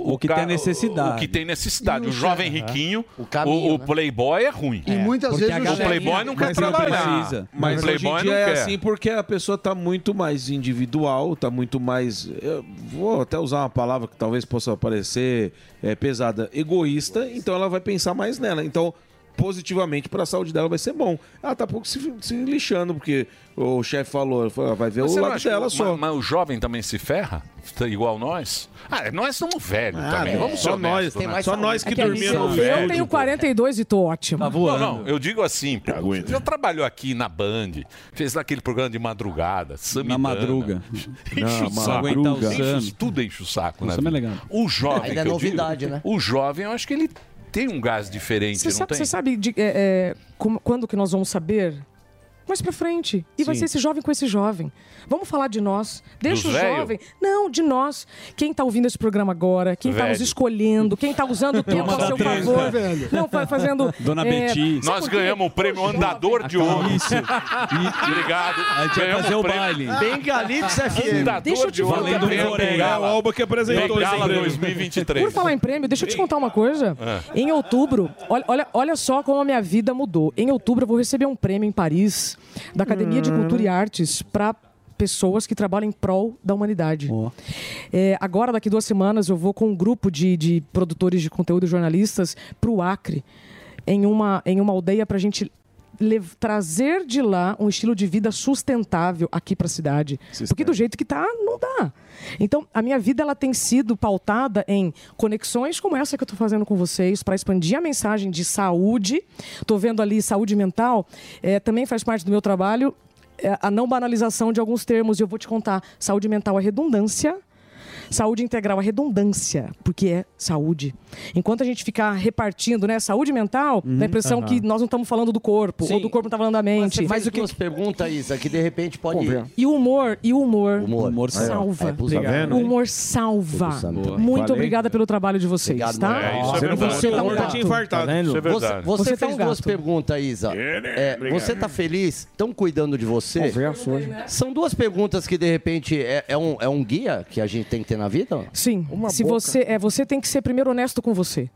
o, o, O que ca- tem necessidade. O que tem necessidade. E O o jovem cara, riquinho, o, caminho, o né? playboy é ruim. E muitas porque vezes a o galerinha- jovem- playboy não quer Mas não trabalhar. precisa. Mas Mas hoje em playboy dia não é quer. assim porque a pessoa tá muito mais individual, tá muito mais. eu vou até usar uma palavra que talvez possa parecer é, pesada, egoísta, então ela vai pensar mais nela. Então. positivamente para a saúde dela vai ser bom. Ela tá pouco se, se lixando, porque o chefe falou, falou, ah, vai ver Mas você o não lado acha que dela o- só. Mas, mas o jovem também se ferra? Tá Igual nós? Ah, nós somos velhos Ah, também. velho. Vamos ser Só honestos, nós- né? tem mais Só saúde. nós que É que a minha- eu tenho 42 e tô ótima. Não, não, eu digo assim, pô, você já trabalhou aqui na Band, fez lá aquele programa de madrugada, Samidana. madruga. [laughs] Enche Não, o saco. madruga. Enche o- Sam. tudo enche o saco, né? Sam é legal. O jovem. Ainda é que eu digo, novidade, né? O jovem, eu acho que ele tem um gás diferente, Você não sabe, tem? você sabe de- é, é, como- quando que nós vamos saber? Mais pra frente. E vai Sim. ser esse jovem com esse jovem. Vamos falar de nós. Deixa o velho? jovem. Não, de nós. Quem tá ouvindo esse programa agora, quem tá Velho. nos escolhendo, quem tá usando o tempo Nossa, um a seu tá trans, né, favor. velho? Não, vai fazendo. é, sabe Nós por quê? ganhamos o prêmio Andador de Ouro. Isso. Obrigado. A gente vai Ganhamos fazer o prêmio baile. Bengalix FM. Andador Deixa eu te de Ouro. falar. Valendo um Prêmio Corega. Bengala. É o Alba que apresentou Bengala esse prêmio. 2023. Por falar em prêmio, deixa eu te contar uma coisa. É. Em outubro, olha, olha, olha só como a minha vida mudou. Em outubro, eu vou receber um prêmio em Paris da Academia de Cultura e Artes para pessoas que trabalham em prol da humanidade. É, agora, daqui duas semanas, eu vou com um grupo de, de produtores de conteúdo e jornalistas para o Acre, em uma, em uma aldeia para a gente lev- trazer de lá um estilo de vida sustentável aqui para a cidade. Porque do jeito que tá, não dá. Então, a minha vida ela tem sido pautada em conexões como essa que eu estou fazendo com vocês para expandir a mensagem de saúde. Estou vendo ali saúde mental, eh, também faz parte do meu trabalho eh, a não banalização de alguns termos e eu vou te contar. Saúde mental é redundância. Saúde integral, a redundância, porque é saúde. Enquanto a gente ficar repartindo, né, saúde mental, dá a impressão aham. que nós não estamos falando do corpo, Sim. ou do corpo não está falando da mente. Você faz o que... duas perguntas, Isa, que de repente pode ir. E o humor, e o humor, Humor. Humor salva. É, pus- tá Obrigado. vendo? o humor salva. Pus- Muito Falei. obrigada pelo trabalho de vocês, tá? mano. É Você não- você tá um gato. Tá vendo? Você, você Você tá fez um duas gato. perguntas, Isa. É, Obrigado. você tá feliz? Estão cuidando de você? Conversa hoje. São duas perguntas que, de repente, é, é um, é um guia que a gente tem que ter na vida? Sim. Se você é, você tem que ser primeiro honesto com você.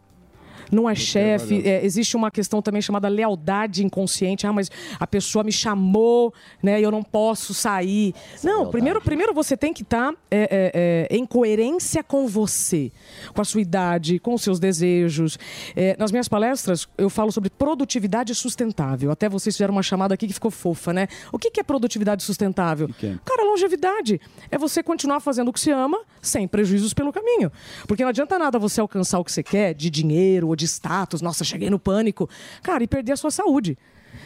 Não é chefe, é, existe uma questão também chamada lealdade inconsciente. Ah, mas a pessoa me chamou, né? e Eu não posso sair. não, primeiro, primeiro você tem que tá, estar é, em coerência com você, com a sua idade, com os seus desejos. É, nas minhas palestras eu falo sobre produtividade sustentável. Até vocês fizeram uma chamada aqui que ficou fofa, né? O que, que é produtividade sustentável? Cara, longevidade é você continuar fazendo o que se ama sem prejuízos pelo caminho. Porque não adianta nada você alcançar o que você quer de dinheiro ou de status. Nossa, cheguei no pânico. Cara, e perder a sua saúde.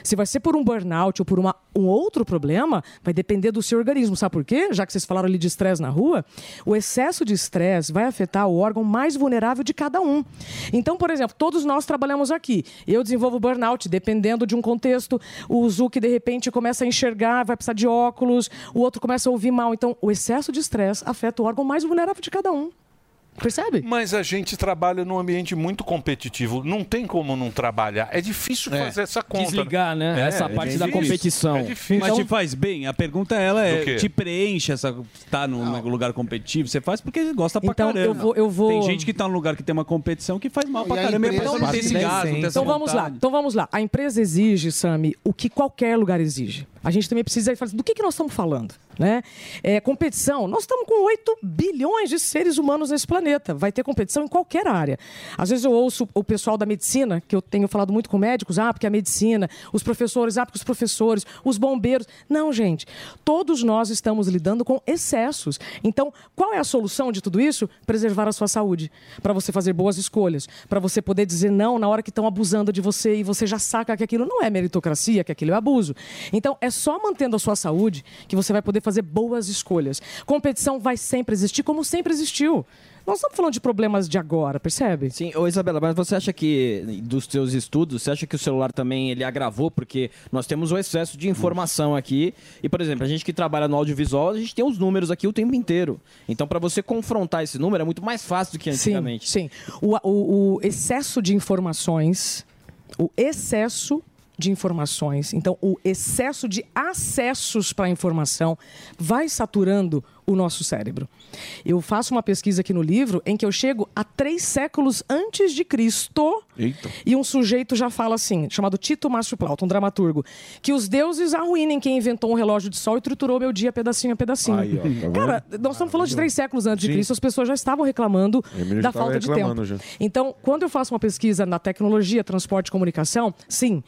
Se vai ser por um burnout ou por uma- um outro problema, vai depender do seu organismo. Sabe por quê? Já que vocês falaram ali de estresse na rua, o excesso de estresse vai afetar o órgão mais vulnerável de cada um. Então, por exemplo, todos nós trabalhamos aqui. Eu desenvolvo burnout dependendo de um contexto. O Zuki, de repente, começa a enxergar, vai precisar de óculos. O outro começa a ouvir mal. Então, o excesso de estresse afeta o órgão mais vulnerável de cada um. Percebe? Mas a gente trabalha num ambiente muito competitivo. Não tem como não trabalhar. É difícil fazer essa conta. Desligar, É, né? essa é parte da difícil, competição. É difícil. Mas te faz bem? A pergunta ela Do quê? é: te preenche essa. tá num lugar competitivo? Você faz porque gosta pra Então, caramba. eu vou- eu vou- Tem gente que tá num lugar que tem uma competição que faz mal pra caramba. E a pessoa não tem esse gás, não tem essa Então vamos lá, vontade. então vamos lá. A empresa exige, Sami, o que qualquer lugar exige. A gente também precisa falar assim, do que, que nós estamos falando, né? É, competição, nós estamos com 8 bilhões de seres humanos nesse planeta. Vai ter competição em qualquer área. Às vezes eu ouço o pessoal da medicina, que eu tenho falado muito com médicos, ah, porque a medicina, os professores, ah, porque os professores, os bombeiros. Não, gente. Todos nós estamos lidando com excessos. Então, qual é a solução de tudo isso? Preservar a sua saúde, para você fazer boas escolhas, para você poder dizer não na hora que estão abusando de você e você já saca que aquilo não é meritocracia, que aquilo é abuso. Então, é só mantendo a sua saúde que você vai poder fazer boas escolhas. Competição vai sempre existir, como sempre existiu. Nós estamos falando de problemas de agora, percebe? Sim, ô Isabela, mas você acha que, dos seus estudos, você acha que o celular também ele agravou? Porque nós temos o excesso de informação aqui. E, por exemplo, a gente que trabalha no audiovisual, a gente tem os números aqui o tempo inteiro. Então, para você confrontar esse número, é muito mais fácil do que antigamente. Sim, sim. O, o- o excesso de informações, o excesso de informações, então o excesso de acessos para a informação vai saturando o nosso cérebro. Eu faço uma pesquisa aqui no livro em que eu chego a três séculos antes de Cristo. Eita. E um sujeito já fala assim, chamado Tito Márcio Plauto, um dramaturgo, que os deuses arruinem quem inventou um relógio de sol e triturou meu dia pedacinho a pedacinho. Aí, ó, tá vendo? Cara, nós estamos falando de três séculos antes de Sim. Cristo, as pessoas já estavam reclamando Emílio da estava falta de reclamando tempo. já. Então, quando eu faço uma pesquisa na tecnologia, transporte e comunicação, sim,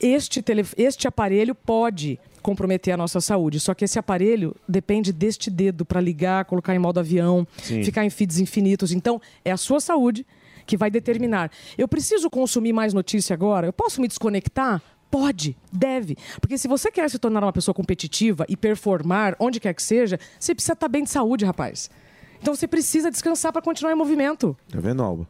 este, tele- este aparelho pode comprometer a nossa saúde. Só que esse aparelho depende deste dedo para ligar, colocar em modo avião, Sim. ficar em feeds infinitos. Então, é a sua saúde que vai determinar. Eu preciso consumir mais notícia agora? Eu posso me desconectar? Pode, deve. Porque se você quer se tornar uma pessoa competitiva e performar onde quer que seja, você precisa estar bem de saúde, rapaz. Então você precisa descansar para continuar em movimento. Tá vendo, Alba?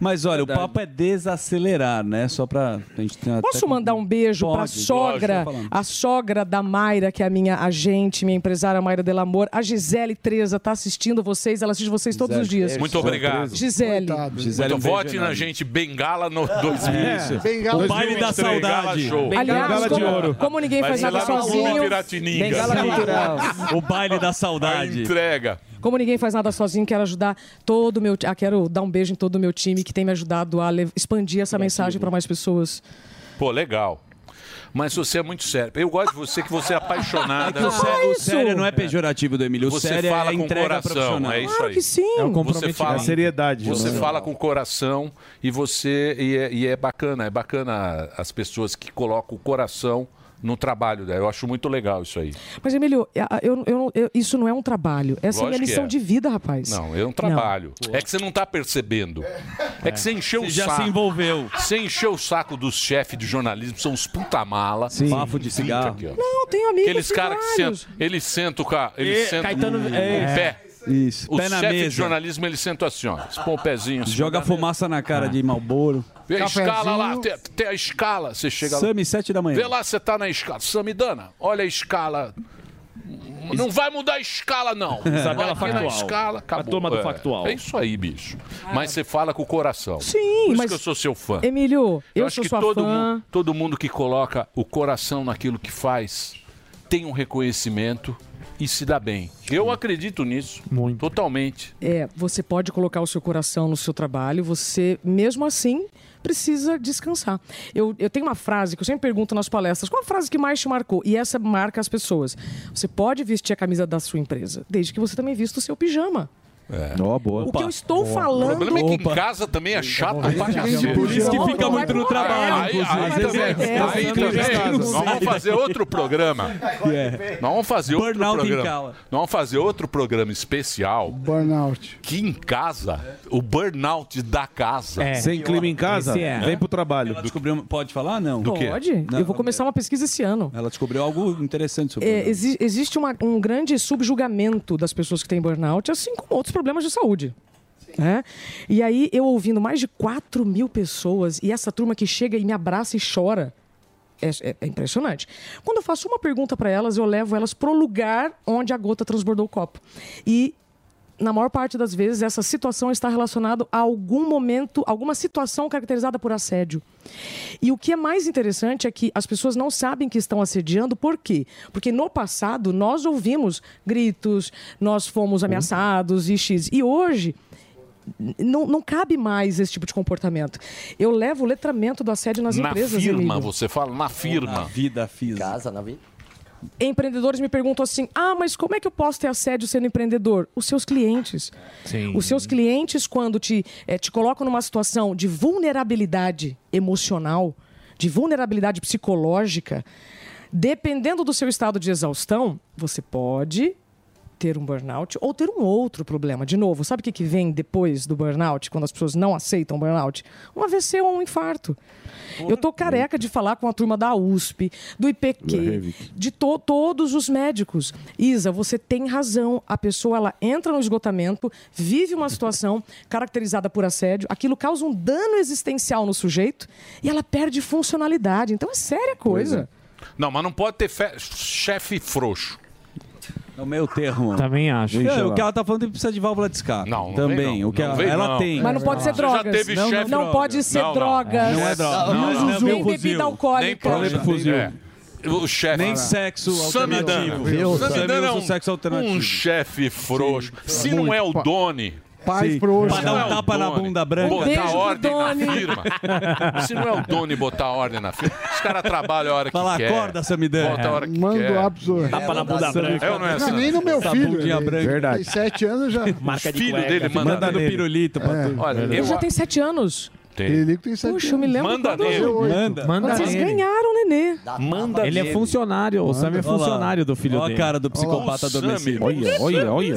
Mas olha, o papo é desacelerar, né? Só pra. A gente tem até- Posso mandar um beijo para a Pode, sogra, lógico. a sogra da Mayra, que é a minha agente, minha empresária Mayra Delamor. A Gisele Treza está assistindo vocês, ela assiste vocês todos Gisele os dias. Treza. Muito obrigado. Gisele. Muito vote na gente Bengala no 2000. né? É. Bengala O de baile da ouro. saudade. show. Aliás, Bengala de como- ouro. como ninguém Vai faz ser nada lá no Clube sozinho- Piratininga. Bengala Sim. natural. O baile da saudade. entrega. Como ninguém faz nada sozinho, quero ajudar todo o meu, ah, quero dar um beijo em todo o meu time que tem me ajudado a le- expandir essa mensagem para mais pessoas. Pô, legal. Mas você é muito sério. Eu gosto de você, que você é apaixonada. É que o sé- o sério não é pejorativo do Emílio. O Você sério fala é com entrega coração, profissional. é isso aí. É o você comprometimento. fala, É a seriedade, Você né? fala com o coração e você e é, e é bacana, é bacana as pessoas que colocam o coração no trabalho. né? Eu acho muito legal isso aí. Mas, Emílio, a- a- eu- eu não- eu- isso não é um trabalho. Essa é a minha Lógico que lição é. de vida, rapaz. Não, eu não trabalho. É que você não tá percebendo. É que você encheu Você o já saco. se envolveu. Você encheu o saco dos chefes de jornalismo, são os puta mala. Bafo de cigarro. Não, tenho amigos. Aqueles caras que sentam. Ele senta o cara. Ele E- senta Caetano- o, o é. pé. Isso. O Pé na chefe de mesa. jornalismo, ele senta assim, ó. Põe o pezinho assim. Joga fumaça na Ah. cara de Malboro. Vê a escala lá, tem, tem a escala. Você chega lá. Sami, sete da manhã. Vê lá, você tá na escala. Samidana, olha a escala. Não vai mudar a escala, não. [laughs] Isabela Vai aqui Factual. Na escala, A acabou. turma do É, Factual. É isso aí, bicho. Mas você fala com o coração. Sim, Por mas- isso que eu sou seu fã. Emílio, eu, acho sou que sua todo, fã. Mundo, todo mundo que coloca o coração naquilo que faz tem um reconhecimento e se dá bem. Eu acredito nisso. Muito. Totalmente. É, você pode colocar o seu coração no seu trabalho, você, mesmo assim, precisa descansar. Eu, eu tenho uma frase que eu sempre pergunto nas palestras: qual a frase que mais te marcou? E essa marca as pessoas. Você pode vestir a camisa da sua empresa, desde que você também vista o seu pijama. É. boa. O que eu estou falando- O problema é que em Opa. casa também é chato pra cacete. Por isso que fica Aí- muito no aí- trabalho. Aí inclusive. é, também- aí também, nós vamos fazer [laughs] outro programa. Nós vamos fazer outro é Burnout em programa. cala. Nós vamos fazer outro programa especial. Burnout. Que em casa, o burnout da casa. É. É. Sem clima em casa, vem pro trabalho. Pode falar? Não. Do quê? Pode? Não, eu vou começar uma pesquisa esse ano. Ela descobriu algo interessante sobre É, exi- existe uma- um grande subjugamento das pessoas que têm burnout, assim como outros problemas de saúde. né? E aí, eu ouvindo mais de 4 mil pessoas e essa turma que chega e me abraça e chora. É, é- é impressionante. Quando eu faço uma pergunta para elas, eu levo elas pro lugar onde a gota transbordou o copo. E na maior parte das vezes, essa situação está relacionada a algum momento, alguma situação caracterizada por assédio. E o que é mais interessante é que as pessoas não sabem que estão assediando, por quê? Porque no passado nós ouvimos gritos, nós Uhum. fomos ameaçados e X. E hoje. n- Não, não cabe mais esse tipo de comportamento. Eu levo o letramento do assédio nas na empresas. firma, Emílio. você fala, na firma. Na vida física. Casa, na vida. Empreendedores me perguntam assim: ah, mas como é que eu posso ter assédio sendo empreendedor? Os seus clientes. Sim. Os seus clientes, quando te, eh, te colocam numa situação de vulnerabilidade emocional, de vulnerabilidade psicológica, dependendo do seu estado de exaustão, você pode ter um burnout ou ter um outro problema. De novo, sabe o que, que vem depois do burnout, quando as pessoas não aceitam o burnout? Um AVC ou um infarto. Eu tô careca de falar com a turma da USP, do IPQ, de to- todos os médicos. Isa, você tem razão. A pessoa ela entra no esgotamento, vive uma situação caracterizada por assédio, aquilo causa um dano existencial no sujeito e ela perde funcionalidade. Então é séria a coisa. Não, mas não pode ter fe- chefe frouxo. É o meu termo. Também acho. Não, o que ela tá falando é que precisa de válvula de escape. Não, não Também. vem não. O que Não ela, vem ela não. tem. Mas não pode ser drogas. teve não, chefe não droga. pode ser Não, não. drogas. Não é droga. Não, Nem não. bebida alcoólica. Nem fuzil. É. o chefe. Nem sexo Samidana. alternativo. Viu? Samidana Também é um, usa sexo alternativo. um chefe frouxo. Se não Muito. é o Doni. Pai se- frouxo. se Pra não dar um é o tapa na Doni, bunda branca. Um beijo Botar pro ordem na Doni. firma. Se não é o Doni botar ordem na firma, os caras trabalham a hora que Fala, quer. acorda, Samidana. Bota a hora que Manda quer. o absurdo. Tapa na bunda branca. É ou não é, Não, Sam? nem no meu Essa filho, bundinha ele- branca. Verdade. Tem sete anos já. Marca de filho cueca, dele manda Manda no nele. pirulito pra É. tudo. Olha, Ele eu já a- tem sete anos. Tem. Pirulito tem sete Puxa, eu me anos. lembro Manda quando nele. eu- Manda. Quando Manda vocês nele. ganharam o nenê. Manda Ele é nele. funcionário, o Sam é Olha lá. funcionário do filho Olha a dele. cara do psicopata O Sam. adormecido. Olha, olha, olha.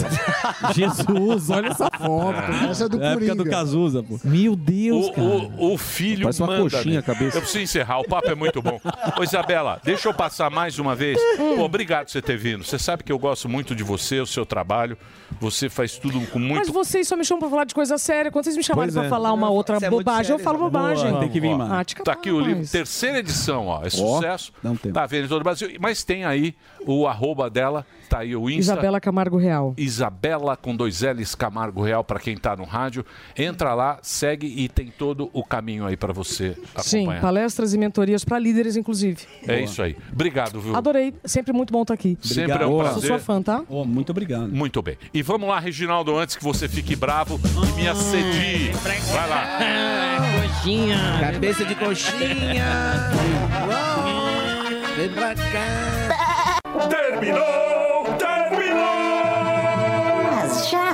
Jesus, olha essa foto. Essa é do É a época Coringa. do Cazuza, pô. Meu Deus, O, o- o filho Parece uma manda. né? coxinha a cabeça. Eu preciso encerrar, o papo é muito bom. Ô Isabela, deixa eu passar mais uma vez. Pô, obrigado por você ter vindo. Você sabe que eu gosto muito de você, o seu trabalho. Você faz tudo com Mas muito... vocês só me chamam pra falar de coisa séria. Quando vocês me chamarem Pois pra é. falar uma outra Você é muito bobagem, eu séria, falo Isabela. bobagem. Boa, ó. Ah, te Tá aqui o livro, terceira edição, ó. É sucesso. Tá vendo em todo o Brasil. Mas tem aí o arroba dela, tá aí o Insta. Isabela Camargo Real. Isabela com dois L's Camargo Real para quem tá no rádio. Entra lá, segue e tem todo o caminho aí para você Sim, tá. acompanhar. palestras e mentorias pra líderes, inclusive. é isso aí. Obrigado, viu? Adorei. Sempre muito bom estar aqui. Sempre é um Boa. prazer. Sou sua fã, tá? muito obrigado. Muito bem. E vamos lá, Reginaldo, antes que você fique bravo e Ah, me é acedi. Vai lá. Coxinha. Cabeça de coxinha. Vem pra cá. Terminou! Terminou! Mas já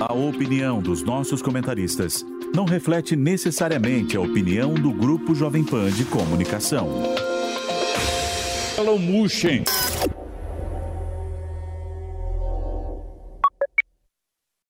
A opinião dos nossos comentaristas não reflete necessariamente a opinião do Grupo Jovem Pan de Comunicação. Hello, Mushen.